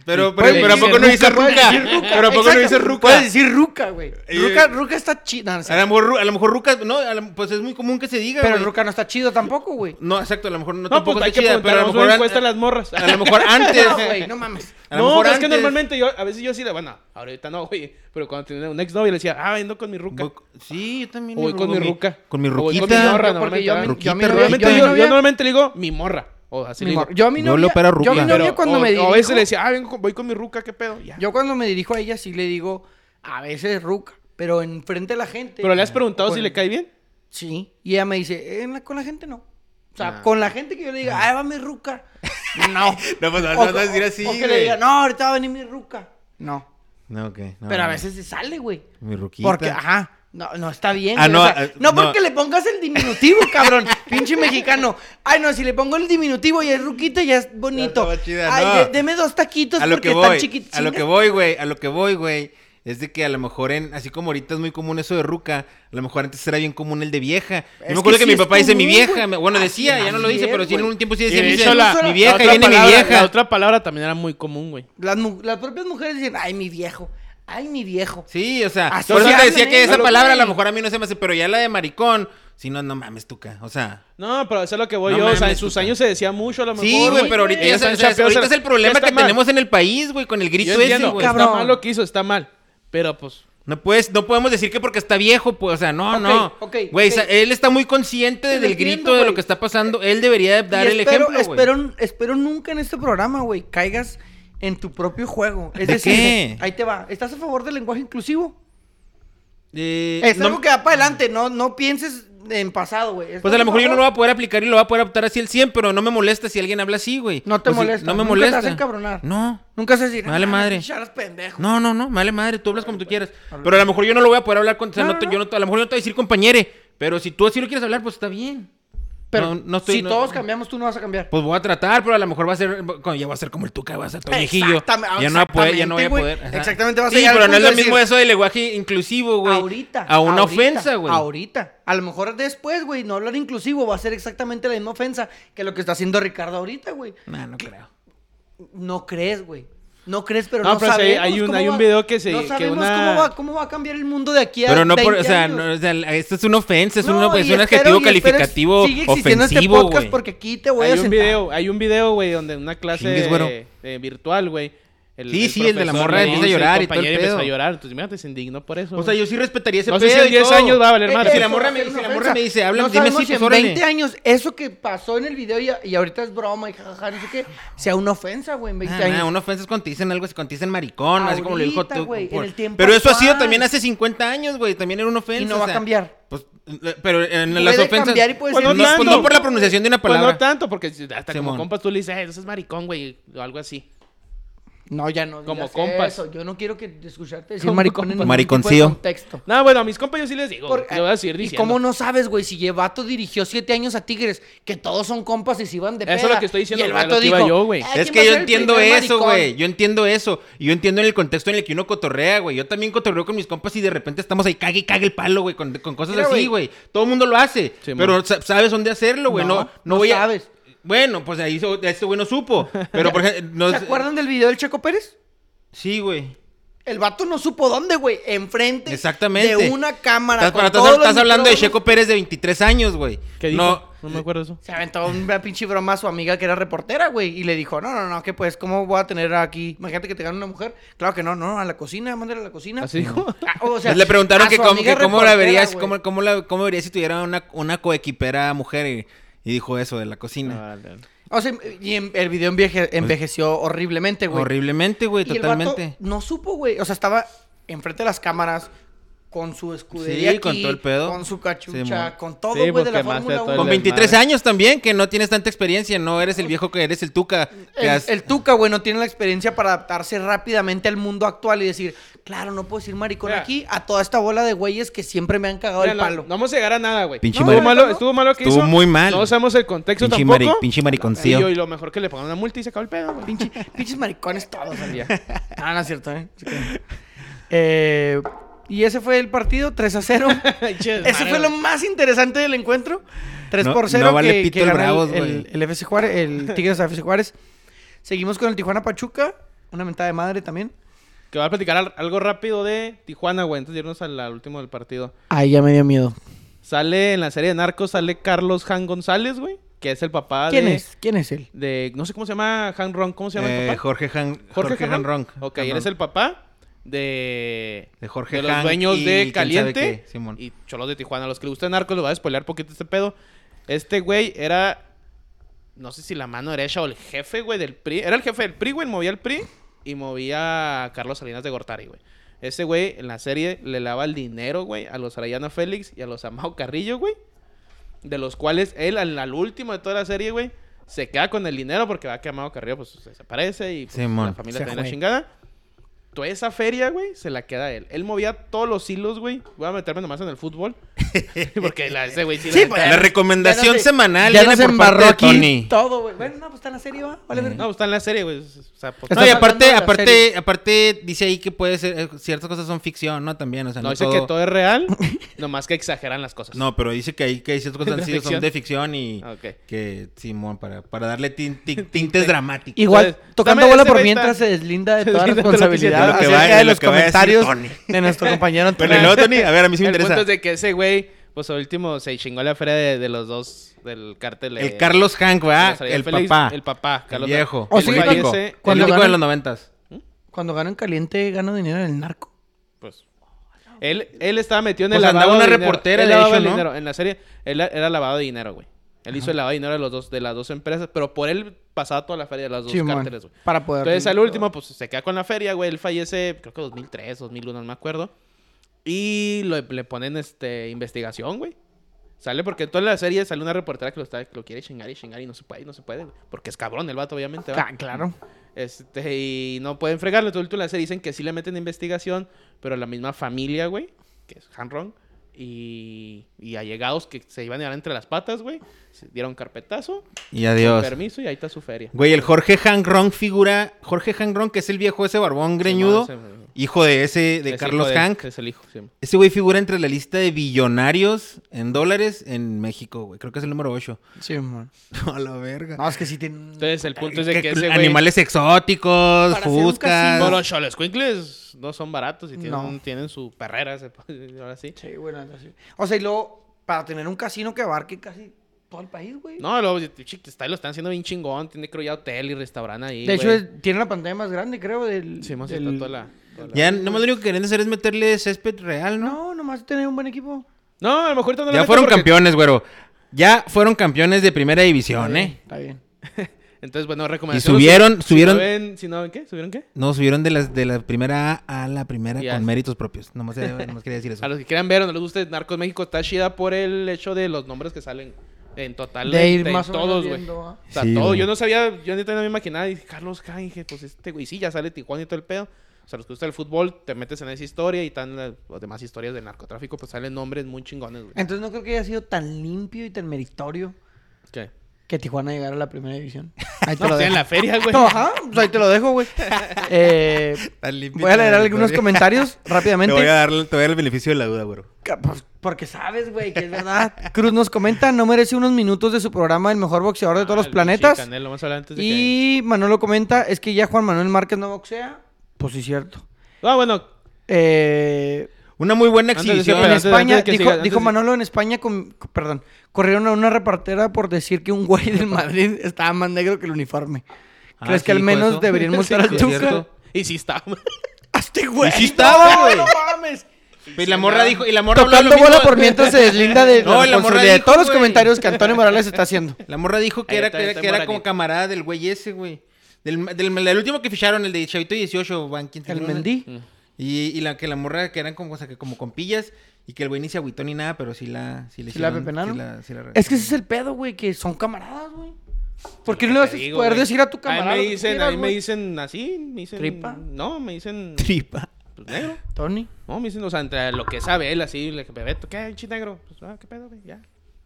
Speaker 3: Pero, pero,
Speaker 2: puedes
Speaker 3: pero ¿a
Speaker 2: decir
Speaker 3: poco no
Speaker 2: ruca,
Speaker 3: dice ruca?
Speaker 1: Decir ruca,
Speaker 3: Pero ¿a poco no
Speaker 1: exacto.
Speaker 3: dice ruca?
Speaker 1: Puedes decir ruca, güey.
Speaker 3: Eh,
Speaker 1: Ruca, ruca está chida.
Speaker 3: A lo mejor, ru- a lo mejor ruca, no, a lo- pues es muy común que se diga,
Speaker 1: pero
Speaker 3: güey.
Speaker 1: ruca no está chido tampoco, güey.
Speaker 3: No, exacto, a lo mejor no,
Speaker 2: No,
Speaker 3: tampoco
Speaker 2: pues hay
Speaker 3: está
Speaker 2: que
Speaker 3: chida,
Speaker 2: preguntar,
Speaker 3: pero a lo
Speaker 2: vamos a
Speaker 3: mejor
Speaker 2: una
Speaker 3: an-
Speaker 2: encuesta a las morras.
Speaker 3: a lo mejor antes.
Speaker 1: No, güey, no mames.
Speaker 3: A lo
Speaker 2: No,
Speaker 3: mejor
Speaker 2: pero es que
Speaker 3: antes.
Speaker 2: normalmente yo, a veces yo sí, le- bueno, ahorita no, güey, pero cuando tenía un exnovio le decía, ah, ando con mi ruca.
Speaker 3: Voy- Sí, yo también.
Speaker 2: O voy con mi ruca.
Speaker 3: Con mi
Speaker 2: O voy con
Speaker 3: ruquita.
Speaker 2: mi morra,
Speaker 1: Porque yo, a mí-
Speaker 2: normalmente.
Speaker 1: yo a mi novia-
Speaker 3: Ruquita,
Speaker 2: Normalmente
Speaker 1: yo a mi
Speaker 2: yo, yo
Speaker 1: novia-
Speaker 2: normalmente le digo, mi morra. O así
Speaker 1: Mi
Speaker 2: le digo.
Speaker 1: mor- Yo a mi
Speaker 3: Yo le
Speaker 1: novia,
Speaker 3: opero
Speaker 1: yo a mi
Speaker 3: rubia.
Speaker 1: novia
Speaker 2: Pero-
Speaker 1: cuando
Speaker 2: o-
Speaker 1: me
Speaker 2: o
Speaker 1: dirijo,
Speaker 2: a veces le decía, ah, vengo con- voy con mi ruca, qué pedo. Ya.
Speaker 1: yo cuando me dirijo a ella sí le digo, a veces ruca, pero enfrente de la gente.
Speaker 2: Pero le
Speaker 3: Ah,
Speaker 2: has preguntado
Speaker 1: Con-
Speaker 2: si le cae bien.
Speaker 1: Sí. Y ella me dice, "En la- con la gente no. O sea,
Speaker 3: Ah.
Speaker 1: con la gente que yo le diga, ah, va mi ruca. No.
Speaker 3: No, pues no,
Speaker 1: O-
Speaker 3: no vas a decir
Speaker 1: o-
Speaker 3: así,
Speaker 1: O que le
Speaker 3: güey.
Speaker 1: diga, no, ahorita va a venir mi ruca. No.
Speaker 3: No, ok. no,
Speaker 1: Pero a
Speaker 3: no.
Speaker 1: veces se sale, güey.
Speaker 3: Mi ruquita.
Speaker 1: Porque, ajá. No, no está bien.
Speaker 3: Ah,
Speaker 1: güey, o
Speaker 3: no,
Speaker 1: sea,
Speaker 3: eh,
Speaker 1: no
Speaker 3: no.
Speaker 1: porque le pongas el diminutivo, cabrón. Pinche mexicano. Ay, no, si le pongo el diminutivo y es ruquita, ya es bonito.
Speaker 3: Ya está chida,
Speaker 1: Ay,
Speaker 3: no.
Speaker 1: de- deme dos taquitos
Speaker 3: a lo
Speaker 1: porque
Speaker 3: que voy,
Speaker 1: están chiquitos.
Speaker 3: a lo que voy, güey, a lo que voy, güey, es de que a lo mejor en, así como ahorita es muy común eso de ruca, a lo mejor antes era bien común el de vieja. Yo
Speaker 1: Es
Speaker 3: me acuerdo
Speaker 1: que
Speaker 3: que,
Speaker 1: sí
Speaker 3: mi
Speaker 1: es
Speaker 3: papá dice mi
Speaker 1: común,
Speaker 3: vieja,
Speaker 1: güey.
Speaker 3: me- bueno
Speaker 1: Así
Speaker 3: decía, ya no lo
Speaker 1: es,
Speaker 3: dice, pero sí en
Speaker 1: güey.
Speaker 3: un tiempo sí
Speaker 2: Y
Speaker 3: decía,
Speaker 2: de
Speaker 3: dice,
Speaker 2: hecho, la-
Speaker 3: mi
Speaker 2: la
Speaker 3: vieja,
Speaker 2: otra
Speaker 3: viene mi
Speaker 2: palabra-
Speaker 3: vieja.
Speaker 2: La otra palabra también era muy común, güey.
Speaker 1: Las, mu- las propias mujeres dicen, ay, mi viejo. Ay, mi viejo.
Speaker 3: Sí, o sea,
Speaker 1: Así
Speaker 3: por eso
Speaker 1: se
Speaker 3: te
Speaker 1: hablan,
Speaker 3: decía
Speaker 1: ¿eh?
Speaker 3: que esa
Speaker 1: Claro,
Speaker 3: palabra a lo
Speaker 1: güey.
Speaker 3: mejor a mí no se me hace, pero ya la de maricón, si no, no mames, tuca, o sea.
Speaker 2: No, pero eso es lo que voy
Speaker 3: No
Speaker 2: yo. o sea, en
Speaker 3: mames,
Speaker 2: sus
Speaker 3: tú,
Speaker 2: años se decía mucho a lo mejor.
Speaker 3: Sí, güey, pero ahorita
Speaker 2: Y
Speaker 3: ya
Speaker 2: ellos
Speaker 3: se-
Speaker 2: han
Speaker 3: o sea,
Speaker 2: chapeado,
Speaker 3: ahorita
Speaker 2: o sea,
Speaker 3: es el problema
Speaker 2: está
Speaker 3: que
Speaker 2: mal.
Speaker 3: tenemos en el país, güey, con el grito
Speaker 2: Yo
Speaker 3: ese,
Speaker 2: entiendo,
Speaker 3: güey.
Speaker 1: cabrón.
Speaker 2: está mal lo que hizo, está mal. Pero pues,
Speaker 3: No puedes, no podemos decir que porque está viejo, pues, o sea, no,
Speaker 1: Ok,
Speaker 3: no.
Speaker 1: ok,
Speaker 3: Güey,
Speaker 1: ok.
Speaker 3: sa- él está muy consciente
Speaker 1: Te
Speaker 3: del
Speaker 1: defiendo,
Speaker 3: grito de
Speaker 1: güey.
Speaker 3: lo que está pasando. Él debería
Speaker 1: Y
Speaker 3: dar el
Speaker 1: espero,
Speaker 3: ejemplo, güey.
Speaker 1: espero, espero nunca en este programa, güey, caigas en tu propio juego. Es
Speaker 3: ¿De
Speaker 1: decir,
Speaker 3: qué?
Speaker 1: ahí te va. ¿Estás a favor del lenguaje inclusivo?
Speaker 3: Eh,
Speaker 1: Es
Speaker 3: no-
Speaker 1: algo que va para adelante, no, no pienses en pasado, güey. ¿Estás
Speaker 3: pues a lo mejor yo no
Speaker 1: favor?
Speaker 3: lo voy a poder aplicar y lo voy a poder adaptar así el 100, pero no me molesta si alguien habla así, güey.
Speaker 1: No te
Speaker 3: O si-
Speaker 1: molesta,
Speaker 3: Pues No me
Speaker 1: nunca te
Speaker 3: molesta.
Speaker 1: hace encabronar.
Speaker 3: No.
Speaker 1: Nunca se decir,
Speaker 3: Me vale
Speaker 1: "Ah,
Speaker 3: madre".
Speaker 1: pinche Aras, pendejo.
Speaker 3: No, no, no, me vale madre, tú hablas como tú quieras. Pero a lo mejor yo no lo voy a poder hablar con, o sea,
Speaker 1: pues. No,
Speaker 3: no,
Speaker 1: no,
Speaker 3: te-
Speaker 1: no.
Speaker 3: yo no te- a lo mejor yo no te voy a decir compañere, pero si tú así lo quieres hablar, pues está bien.
Speaker 1: Pero
Speaker 3: no- no estoy-
Speaker 1: si
Speaker 3: no-
Speaker 1: todos cambiamos, tú no vas a cambiar.
Speaker 3: Pues voy a tratar, pero a lo mejor va a ser. bueno, Ya va a ser como el tuca, va a ser todo viejillo.
Speaker 1: Exactame-
Speaker 3: Ya no, va a poder, ya no
Speaker 1: exactamente,
Speaker 3: voy a
Speaker 1: güey.
Speaker 3: poder. ajá.
Speaker 1: Exactamente, vas a
Speaker 3: sí,
Speaker 1: llegar al
Speaker 3: pero no es
Speaker 1: punto
Speaker 3: lo
Speaker 1: de
Speaker 3: mismo
Speaker 1: decir-
Speaker 3: eso del lenguaje inclusivo, güey.
Speaker 1: Ahorita.
Speaker 3: A una
Speaker 1: ahorita,
Speaker 3: ofensa, güey.
Speaker 1: Ahorita. A lo mejor después, güey, no hablar inclusivo va a ser exactamente la misma ofensa que lo que está haciendo Ricardo ahorita, güey.
Speaker 3: No, no creo.
Speaker 1: No crees, güey. No crees, pero no,
Speaker 2: No, pero sí, hay-
Speaker 1: sabemos
Speaker 2: hay un-
Speaker 1: cómo
Speaker 2: hay un
Speaker 1: va-
Speaker 2: video que se-
Speaker 1: No
Speaker 2: que
Speaker 1: sabemos
Speaker 2: una-
Speaker 1: cómo, va, cómo va a cambiar el mundo de aquí a
Speaker 3: Pero no por. O
Speaker 1: 20
Speaker 3: sea,
Speaker 1: años.
Speaker 3: no, o sea, esto es una ofensa, es,
Speaker 1: No,
Speaker 3: una- es
Speaker 1: y
Speaker 3: un
Speaker 1: espero-
Speaker 3: adjetivo
Speaker 1: y espero
Speaker 3: calificativo
Speaker 1: sigue existiendo este
Speaker 3: ofensivo,
Speaker 1: podcast
Speaker 3: güey.
Speaker 1: porque aquí te voy a
Speaker 2: hay un
Speaker 1: sentar.
Speaker 2: video, hay un video, güey, donde una clase
Speaker 3: Chingues, güero.
Speaker 2: eh, eh, virtual, güey.
Speaker 3: Sí, sí, el de la
Speaker 2: profesor
Speaker 3: morra
Speaker 2: le
Speaker 3: empieza a
Speaker 2: dice,
Speaker 3: llorar y todo el
Speaker 2: compañero empezó a
Speaker 3: pedo.
Speaker 2: llorar, entonces mira, te se indignó por eso.
Speaker 3: O sea,
Speaker 2: güey.
Speaker 3: yo sí respetaría ese
Speaker 2: No sé
Speaker 3: pedo.
Speaker 2: si en
Speaker 3: y
Speaker 2: 10
Speaker 3: todo.
Speaker 2: años va a valer
Speaker 1: Eh,
Speaker 2: madre.
Speaker 1: eh,
Speaker 3: Si la
Speaker 1: eso
Speaker 3: morra
Speaker 1: va a
Speaker 3: me-
Speaker 1: ser
Speaker 3: si
Speaker 1: una
Speaker 3: la morra
Speaker 1: ofensa.
Speaker 3: me dice, habla-
Speaker 1: no
Speaker 3: dime
Speaker 1: sabemos
Speaker 3: sí,
Speaker 1: si en
Speaker 3: pues, órale.
Speaker 1: 20 años eso que pasó en el video y, y ahorita es broma y jajaja, no sé qué, sea una ofensa, güey, en 20
Speaker 3: Ah,
Speaker 1: años.
Speaker 3: nah, una ofensa es cuando te dicen algo, así cuando te dicen maricón, así como lo dijo
Speaker 1: Ahorita,
Speaker 3: tú.
Speaker 1: güey, en el tiempo
Speaker 3: pero eso ha sido
Speaker 1: actual.
Speaker 3: también hace 50 años, güey. También era una ofensa.
Speaker 1: no
Speaker 3: o
Speaker 1: va a
Speaker 3: sea,
Speaker 1: cambiar.
Speaker 3: Pues, eh, pero en
Speaker 1: Puede
Speaker 3: las ofensas.
Speaker 1: cambiar y puede
Speaker 2: Pues
Speaker 1: ser
Speaker 2: no
Speaker 3: no,
Speaker 1: distinto.
Speaker 3: pues no por la pronunciación de una
Speaker 2: Pues
Speaker 3: palabra.
Speaker 2: no tanto, porque hasta como
Speaker 3: Simón.
Speaker 2: compas tú le dices, eh, eso es maricón, güey, o algo así.
Speaker 1: No, ya no.
Speaker 2: Como
Speaker 1: digas
Speaker 2: compas.
Speaker 1: eso. Yo no quiero que te escucharte decir
Speaker 2: Como
Speaker 1: maricón en
Speaker 2: compas.
Speaker 1: ningún
Speaker 3: Mariconcillo.
Speaker 1: tipo de contexto.
Speaker 2: No, bueno, a mis compas yo sí les digo,
Speaker 1: Por-
Speaker 2: güey, te voy a seguir
Speaker 1: ¿Y
Speaker 2: diciendo.
Speaker 1: cómo no sabes, güey? Si Llevato dirigió siete años a Tigres, que todos son compas y se iban de
Speaker 2: Eso
Speaker 1: peda.
Speaker 2: es lo que estoy diciendo,
Speaker 1: Y el
Speaker 2: güey,
Speaker 1: vato
Speaker 2: lo que iba
Speaker 1: dijo,
Speaker 2: yo, güey.
Speaker 1: "Ah,
Speaker 3: Es
Speaker 1: ¿quién
Speaker 3: que
Speaker 1: va a
Speaker 3: yo
Speaker 1: ser el
Speaker 3: entiendo
Speaker 1: primer
Speaker 3: eso,
Speaker 1: maricón?"
Speaker 3: güey. Yo entiendo eso. Y yo entiendo en el contexto en el que uno cotorrea, güey. Yo también cotorreo con mis compas y de repente estamos ahí, cague y cague el palo, güey, con, con cosas
Speaker 1: Mira,
Speaker 3: así,
Speaker 1: güey.
Speaker 3: güey. Todo el mundo lo hace.
Speaker 2: Sí,
Speaker 3: pero sa- sabes dónde hacerlo, güey.
Speaker 1: No,
Speaker 3: No,
Speaker 1: no
Speaker 3: no voy a-
Speaker 1: sabes.
Speaker 3: Bueno, pues ahí so- este güey no supo. Pero por ejemplo. no-
Speaker 1: ¿Se acuerdan del video del Checo Pérez?
Speaker 3: Sí, güey.
Speaker 1: El vato no supo dónde, güey. Enfrente
Speaker 3: Exactamente.
Speaker 1: de una cámara.
Speaker 3: Estás,
Speaker 1: con
Speaker 3: para-
Speaker 1: todos
Speaker 3: estás,
Speaker 1: los
Speaker 3: estás hablando de
Speaker 1: micrófonos.
Speaker 3: Checo Pérez de 23 años, güey.
Speaker 2: ¿Qué dijo?
Speaker 3: No,
Speaker 2: No, me acuerdo eso.
Speaker 1: Se aventó una pinche broma a su amiga que era reportera, güey. Y le dijo, no, no, no, que pues, ¿cómo voy a tener aquí? Imagínate que te gane una mujer. Claro que no, no, a la cocina, mándale a la cocina.
Speaker 2: Así dijo.
Speaker 1: Ah, o sea,
Speaker 3: Pues le preguntaron
Speaker 1: a
Speaker 3: que
Speaker 1: su
Speaker 3: cómo,
Speaker 1: amiga
Speaker 3: que cómo la
Speaker 1: reportera,
Speaker 3: verías,
Speaker 1: güey.
Speaker 3: cómo, cómo la, cómo verías si tuviera una, una coequipera mujer. Y, y dijo eso de la
Speaker 1: Ah,
Speaker 3: cocina.
Speaker 1: O sea, y en- el video enveje- envejeció horriblemente, güey.
Speaker 3: Horriblemente, güey,
Speaker 1: Y el vato
Speaker 3: totalmente.
Speaker 1: no supo, güey. O sea, estaba enfrente de las cámaras con su escudería.
Speaker 3: Sí, con
Speaker 1: aquí,
Speaker 3: todo el pedo.
Speaker 1: con su
Speaker 3: Sí,
Speaker 1: cachucha,
Speaker 3: mon.
Speaker 1: con todo,
Speaker 2: Sí,
Speaker 1: güey, de
Speaker 2: porque
Speaker 1: la
Speaker 2: además
Speaker 1: Fórmula
Speaker 2: de todo
Speaker 1: 1.
Speaker 2: el
Speaker 3: Con
Speaker 2: desmadre.
Speaker 3: 23 años también, que no tienes tanta experiencia, no eres el viejo que eres el tuca. que
Speaker 1: El,
Speaker 3: has-
Speaker 1: el Tuca, güey, no tiene la experiencia para adaptarse rápidamente al mundo actual y decir, claro, no puedo decir maricón
Speaker 2: Mira.
Speaker 1: aquí a toda esta bola de güeyes que siempre me han cagado
Speaker 2: Mira,
Speaker 1: el
Speaker 2: no,
Speaker 1: palo.
Speaker 2: no vamos a llegar a nada, güey.
Speaker 3: Pinche
Speaker 2: estuvo,
Speaker 3: mari-
Speaker 2: malo, estuvo malo que
Speaker 3: Estuvo
Speaker 2: hizo.
Speaker 3: muy mal.
Speaker 2: No sabemos el contexto
Speaker 3: pinche,
Speaker 2: tampoco.
Speaker 3: mari-
Speaker 2: y,
Speaker 3: pinche
Speaker 2: yo-
Speaker 1: Ah,
Speaker 3: mariconcillo.
Speaker 2: y lo mejor que le pongan una multa y se acabó el pedo, güey.
Speaker 1: Pinche- pinches maricones todos al día. Ah, no es cierto, ¿eh? Sí que- Eh, Y ese fue el partido, 3 a 0.
Speaker 2: Pinche
Speaker 1: Ese
Speaker 2: desmadre,
Speaker 1: fue lo
Speaker 2: güey.
Speaker 1: más interesante del encuentro. 3
Speaker 3: No-
Speaker 1: por 0
Speaker 3: no vale
Speaker 1: que,
Speaker 3: pito
Speaker 1: que
Speaker 3: el
Speaker 1: ganó
Speaker 3: Bravos,
Speaker 1: el,
Speaker 3: güey.
Speaker 1: el FC Juárez, el Tigres FC Juárez. Seguimos con el Tijuana Pachuca, una mentada de madre también.
Speaker 2: Que va a platicar al- algo rápido de Tijuana, güey. Antes de irnos al, al último del partido.
Speaker 1: Ahí ya me dio miedo.
Speaker 2: Sale en la serie de Narcos, sale Carlos Han González, güey. Que es el papá
Speaker 1: ¿Quién
Speaker 2: de...
Speaker 1: es? ¿Quién es él?
Speaker 2: de- no sé cómo se llama Han Ron. ¿Cómo se llama el
Speaker 3: Eh,
Speaker 2: papá?
Speaker 3: Jorge Han, Jorge, Han, Ronk.
Speaker 2: Ok,
Speaker 3: Han
Speaker 2: él es
Speaker 3: Ronk.
Speaker 2: el papá de,
Speaker 3: De Jorge
Speaker 2: los
Speaker 3: Han
Speaker 2: dueños
Speaker 3: y
Speaker 2: de
Speaker 3: quién sabe
Speaker 2: Caliente
Speaker 3: qué, Simón.
Speaker 2: y Cholos de Tijuana. A los que le gustan narcos, les voy a spoilear poquito este pedo. Este güey era no sé si la mano derecha o el jefe, güey, del PRI. Era el jefe del PRI, güey, movía el PRI y movía a Carlos Salinas de Gortari, güey. Ese güey en la serie le lava el dinero, güey, a los Arayana Félix y a los Amado Carrillo, güey. De los cuales él, al, al último de toda la serie, güey, se queda con el dinero porque va que Amado Carrillo, pues, se desaparece y pues,
Speaker 3: Simón.
Speaker 2: la familia
Speaker 1: Se
Speaker 2: también la
Speaker 1: fue.
Speaker 2: chingada. Toda esa feria, güey, se la queda a él. Él movía todos los hilos, güey. Voy a meterme nomás en el fútbol. Porque la, ese güey sí,
Speaker 1: Sí, pues,
Speaker 3: La recomendación
Speaker 1: Ya no se-
Speaker 3: semanal
Speaker 1: ya
Speaker 3: viene
Speaker 1: nos
Speaker 3: por parte
Speaker 1: embarró
Speaker 3: de
Speaker 1: aquí
Speaker 3: Tony. Mm.
Speaker 1: todo, güey. Bueno, no, pues está en la serie, va. Vale, verga.
Speaker 2: No, pues, está en la serie, güey. O sea, por-
Speaker 1: Está-
Speaker 3: No,
Speaker 1: Estás
Speaker 3: y
Speaker 1: hablando de
Speaker 3: aparte,
Speaker 1: la
Speaker 3: aparte,
Speaker 1: serie.
Speaker 3: aparte dice ahí que puede ser, eh, ciertas cosas son ficción, ¿no? También, o sea,
Speaker 2: No
Speaker 3: no,
Speaker 2: dice que todo es real, nomás que exageran las cosas.
Speaker 3: No, pero dice que ahí que hay ciertas cosas
Speaker 2: ¿De
Speaker 3: han sido- son
Speaker 2: ficción?
Speaker 3: de ficción y
Speaker 2: Ah, ok.
Speaker 3: que Simón para, para darle tin- tin- tintes dramáticos.
Speaker 1: Igual,
Speaker 2: Entonces,
Speaker 1: tocando
Speaker 2: dame
Speaker 1: bola
Speaker 2: ese
Speaker 1: por
Speaker 2: güey
Speaker 1: mientras
Speaker 2: está-
Speaker 1: se deslinda de
Speaker 2: se
Speaker 1: toda
Speaker 2: deslinda de lo que
Speaker 1: responsabilidad
Speaker 3: sea. De lo que
Speaker 1: acerca
Speaker 3: va-
Speaker 1: de
Speaker 3: de lo
Speaker 1: los
Speaker 3: que va a decir
Speaker 1: comentarios
Speaker 3: Tony.
Speaker 1: de nuestro compañero
Speaker 3: Bueno, y
Speaker 1: Tony.
Speaker 3: luego, Tony, a ver, a mí sí me
Speaker 2: El punto
Speaker 3: interesa.
Speaker 2: es de que ese güey, pues al último se chingó la feria de, de los dos, del cártel. de-
Speaker 3: El Carlos Hank,
Speaker 2: de
Speaker 3: ¿verdad?
Speaker 2: los Ariel
Speaker 3: El
Speaker 2: Félix,
Speaker 3: papá.
Speaker 2: El papá, Carlos.
Speaker 3: viejo.
Speaker 1: O
Speaker 2: El
Speaker 1: Oh, sí,
Speaker 3: el
Speaker 2: fallece,
Speaker 3: mítico. El
Speaker 1: Cuando
Speaker 3: mítico de
Speaker 1: gana-
Speaker 3: los noventas.
Speaker 1: Cuando gano en caliente, gano dinero en el narco.
Speaker 2: pues, él, él estaba metido en
Speaker 3: Pues
Speaker 2: el
Speaker 3: andaba
Speaker 2: lavado
Speaker 3: una
Speaker 2: de dinero.
Speaker 3: reportera,
Speaker 2: Él
Speaker 3: de
Speaker 2: lavaba
Speaker 3: hecho,
Speaker 2: el
Speaker 3: ¿no?
Speaker 2: dinero. En la serie, él era lavado de dinero, güey. Él hizo el lavado de dinero de, los dos, de las dos empresas, pero por él pasaba toda la feria de las dos
Speaker 1: Simón,
Speaker 2: cárteles, güey.
Speaker 1: para poder.
Speaker 2: Entonces, al último, pues se queda con la feria, güey. Él fallece, creo que 2003, 2001, no me acuerdo. Y lo- le ponen este, investigación, güey. Sale porque en toda la serie sale una reportera que lo, está, que lo quiere chingar y chingar y no se puede, y no se puede, güey. Porque es cabrón el vato, obviamente. ¿va?
Speaker 1: Ah, claro.
Speaker 2: Este, y no pueden fregarlo. Entonces, en la serie dicen que sí le meten investigación, pero la misma familia, güey, que es Hanron, y, y allegados que se iban a llevar entre las patas, güey, se dieron carpetazo,
Speaker 3: Y
Speaker 2: con
Speaker 3: adiós.
Speaker 2: permiso, y ahí está su feria.
Speaker 3: Güey, el Jorge Hank Ron figura. Jorge Hank Ron, que es el viejo ese barbón greñudo,
Speaker 2: Sí, no, ese-
Speaker 3: hijo de ese,
Speaker 2: es
Speaker 3: de
Speaker 2: hijo
Speaker 3: Carlos Hank.
Speaker 2: Es el hijo, sí.
Speaker 3: Ese güey figura entre la lista de billonarios en dólares en México, güey. Creo que es el número 8.
Speaker 1: Sí, man.
Speaker 3: A la verga.
Speaker 1: No, es que sí tiene. un-
Speaker 2: Entonces el punto es de que ese güey...
Speaker 3: Animales exóticos,
Speaker 1: Para hacer un
Speaker 3: fuscas.
Speaker 2: Pero los Xoloscuincles no son baratos y tienen,
Speaker 1: No.
Speaker 2: un- tienen su perrera, se puede decir ahora sí.
Speaker 1: Sí, bueno, así. O sea, y luego, para tener un casino que abarque casi todo el país, güey.
Speaker 2: No, luego chiqui, está- lo están haciendo bien chingón, tiene creo ya hotel y restaurante ahí,
Speaker 1: de hecho,
Speaker 2: güey.
Speaker 1: es- tiene la pantalla más grande, creo, del.
Speaker 2: Sí, más
Speaker 1: del-
Speaker 2: está toda la... toda la-
Speaker 3: Ya, nomás lo único que querían hacer es meterle césped real, ¿no?
Speaker 1: No, nomás tener un buen equipo.
Speaker 2: No, a lo mejor ahorita no lo
Speaker 3: ya
Speaker 2: meten
Speaker 3: fueron
Speaker 2: porque-
Speaker 3: campeones, güero. Ya fueron campeones de primera
Speaker 1: Está
Speaker 3: división,
Speaker 1: bien,
Speaker 3: ¿eh?
Speaker 1: Está bien.
Speaker 2: Entonces, bueno,
Speaker 3: Y
Speaker 2: recomendación.
Speaker 3: subieron,
Speaker 2: Si no
Speaker 3: subieron.
Speaker 2: ven- si no ven, ¿qué? ¿Subieron qué?
Speaker 3: No, subieron de la, de la primera A a la primera
Speaker 2: Ya.
Speaker 3: con méritos propios. Nomás, era- nomás quería decir eso.
Speaker 2: A los que quieran ver o no les guste Narcos México, está chida por el hecho de los nombres que salen en total.
Speaker 1: De
Speaker 2: en-
Speaker 1: ir
Speaker 2: en
Speaker 1: más o menos
Speaker 2: todos, güey.
Speaker 1: viendo, ¿ah?
Speaker 2: O sea,
Speaker 3: Sí,
Speaker 2: todo.
Speaker 3: güey.
Speaker 2: Yo no sabía, yo neta no me imaginaba. Y dije, Carlos Cain, dije, pues este güey, sí, ya sale Tijuana y todo el pedo. O sea, los que gusta el fútbol, te metes en esa historia y tan las las demás historias del narcotráfico, pues salen nombres muy chingones, güey.
Speaker 1: Entonces no creo que haya sido tan limpio y tan meritorio
Speaker 2: ¿Qué?
Speaker 1: que Tijuana llegara a la primera división. Ahí te
Speaker 2: No,
Speaker 1: lo
Speaker 2: pues, en
Speaker 1: dejo.
Speaker 2: la feria, güey.
Speaker 1: No, ajá, pues ahí te lo dejo, güey. Eh, voy a leer algunos comentarios
Speaker 3: Te
Speaker 1: rápidamente.
Speaker 3: voy, a dar, te voy a dar el beneficio de la duda, güero.
Speaker 1: Ca- pues, Porque sabes, güey, que es verdad. Cruz nos comenta, no merece unos minutos de su programa El mejor boxeador de todos
Speaker 2: Ah,
Speaker 1: los
Speaker 2: el
Speaker 1: planetas.
Speaker 2: pinche Canelo, vamos a hablar antes de que-
Speaker 1: Y Manolo comenta, es que ya Juan Manuel Márquez no boxea. Pues sí, cierto.
Speaker 2: Ah, bueno,
Speaker 1: Eh,
Speaker 3: Una muy buena
Speaker 2: Antes de decir,
Speaker 3: exhibición.
Speaker 2: pero
Speaker 1: en
Speaker 2: antes de-
Speaker 1: España,
Speaker 2: antes de que
Speaker 1: dijo,
Speaker 2: siga, antes
Speaker 1: dijo
Speaker 2: de-
Speaker 1: Manolo, en España, com- co- perdón, corrieron a una repartera por decir que un güey del Madrid estaba más negro que el uniforme.
Speaker 3: Ah,
Speaker 1: ¿Crees
Speaker 3: sí,
Speaker 1: que al
Speaker 3: dijo
Speaker 1: menos
Speaker 3: eso.
Speaker 1: deberían
Speaker 2: Sí,
Speaker 1: mostrar al
Speaker 2: sí,
Speaker 3: es
Speaker 1: Tuca?
Speaker 3: cierto.
Speaker 2: y sí está.
Speaker 1: ¡A este güey!
Speaker 3: Y sí estaba, güey.
Speaker 1: ¡No mames!
Speaker 3: Y la morra dijo, y la morra habló
Speaker 1: Tocando
Speaker 3: lo mismo-
Speaker 1: bola por mientras se deslinda de la
Speaker 3: No, la morra
Speaker 1: responsabilidad de
Speaker 3: dijo,
Speaker 1: todos los
Speaker 3: güey.
Speaker 1: comentarios que Antonio Morales está haciendo.
Speaker 3: La morra dijo que
Speaker 2: Ahí
Speaker 3: era,
Speaker 2: está,
Speaker 3: que
Speaker 2: ahí
Speaker 3: era,
Speaker 2: está
Speaker 3: que era
Speaker 2: Moranito.
Speaker 3: como camarada del güey ese, güey. Del, del, del último que ficharon, el de Chavito 18, van quien
Speaker 1: El
Speaker 3: firmó, ¿no?
Speaker 1: Mendí.
Speaker 3: Y, y la que la morra que eran como, o sea, que como compillas y que el güey ni se agüitó ni nada, pero sí la... Sí, le
Speaker 1: Sí la
Speaker 3: hicieron-
Speaker 1: pepenaron.
Speaker 3: sí la- sí la-
Speaker 1: Es que ese es el pedo, güey, que son camaradas, güey. ¿Por qué no le vas
Speaker 2: Te
Speaker 1: a
Speaker 2: digo,
Speaker 1: poder
Speaker 2: güey.
Speaker 1: decir a tu camarada?
Speaker 2: A
Speaker 1: lo
Speaker 2: mí
Speaker 1: que
Speaker 2: me dicen,
Speaker 1: quieras,
Speaker 2: a mí me
Speaker 1: güey?
Speaker 2: dicen así, me dicen...
Speaker 1: ¿Tripa?
Speaker 2: No, me dicen
Speaker 3: Tripa.
Speaker 2: pues, negro.
Speaker 1: Tony.
Speaker 2: No, me dicen, o sea, entre lo que sabe él, así, le Bebeto, ¿qué, chi negro? Pues, ah, ¿qué pedo, güey? Ya.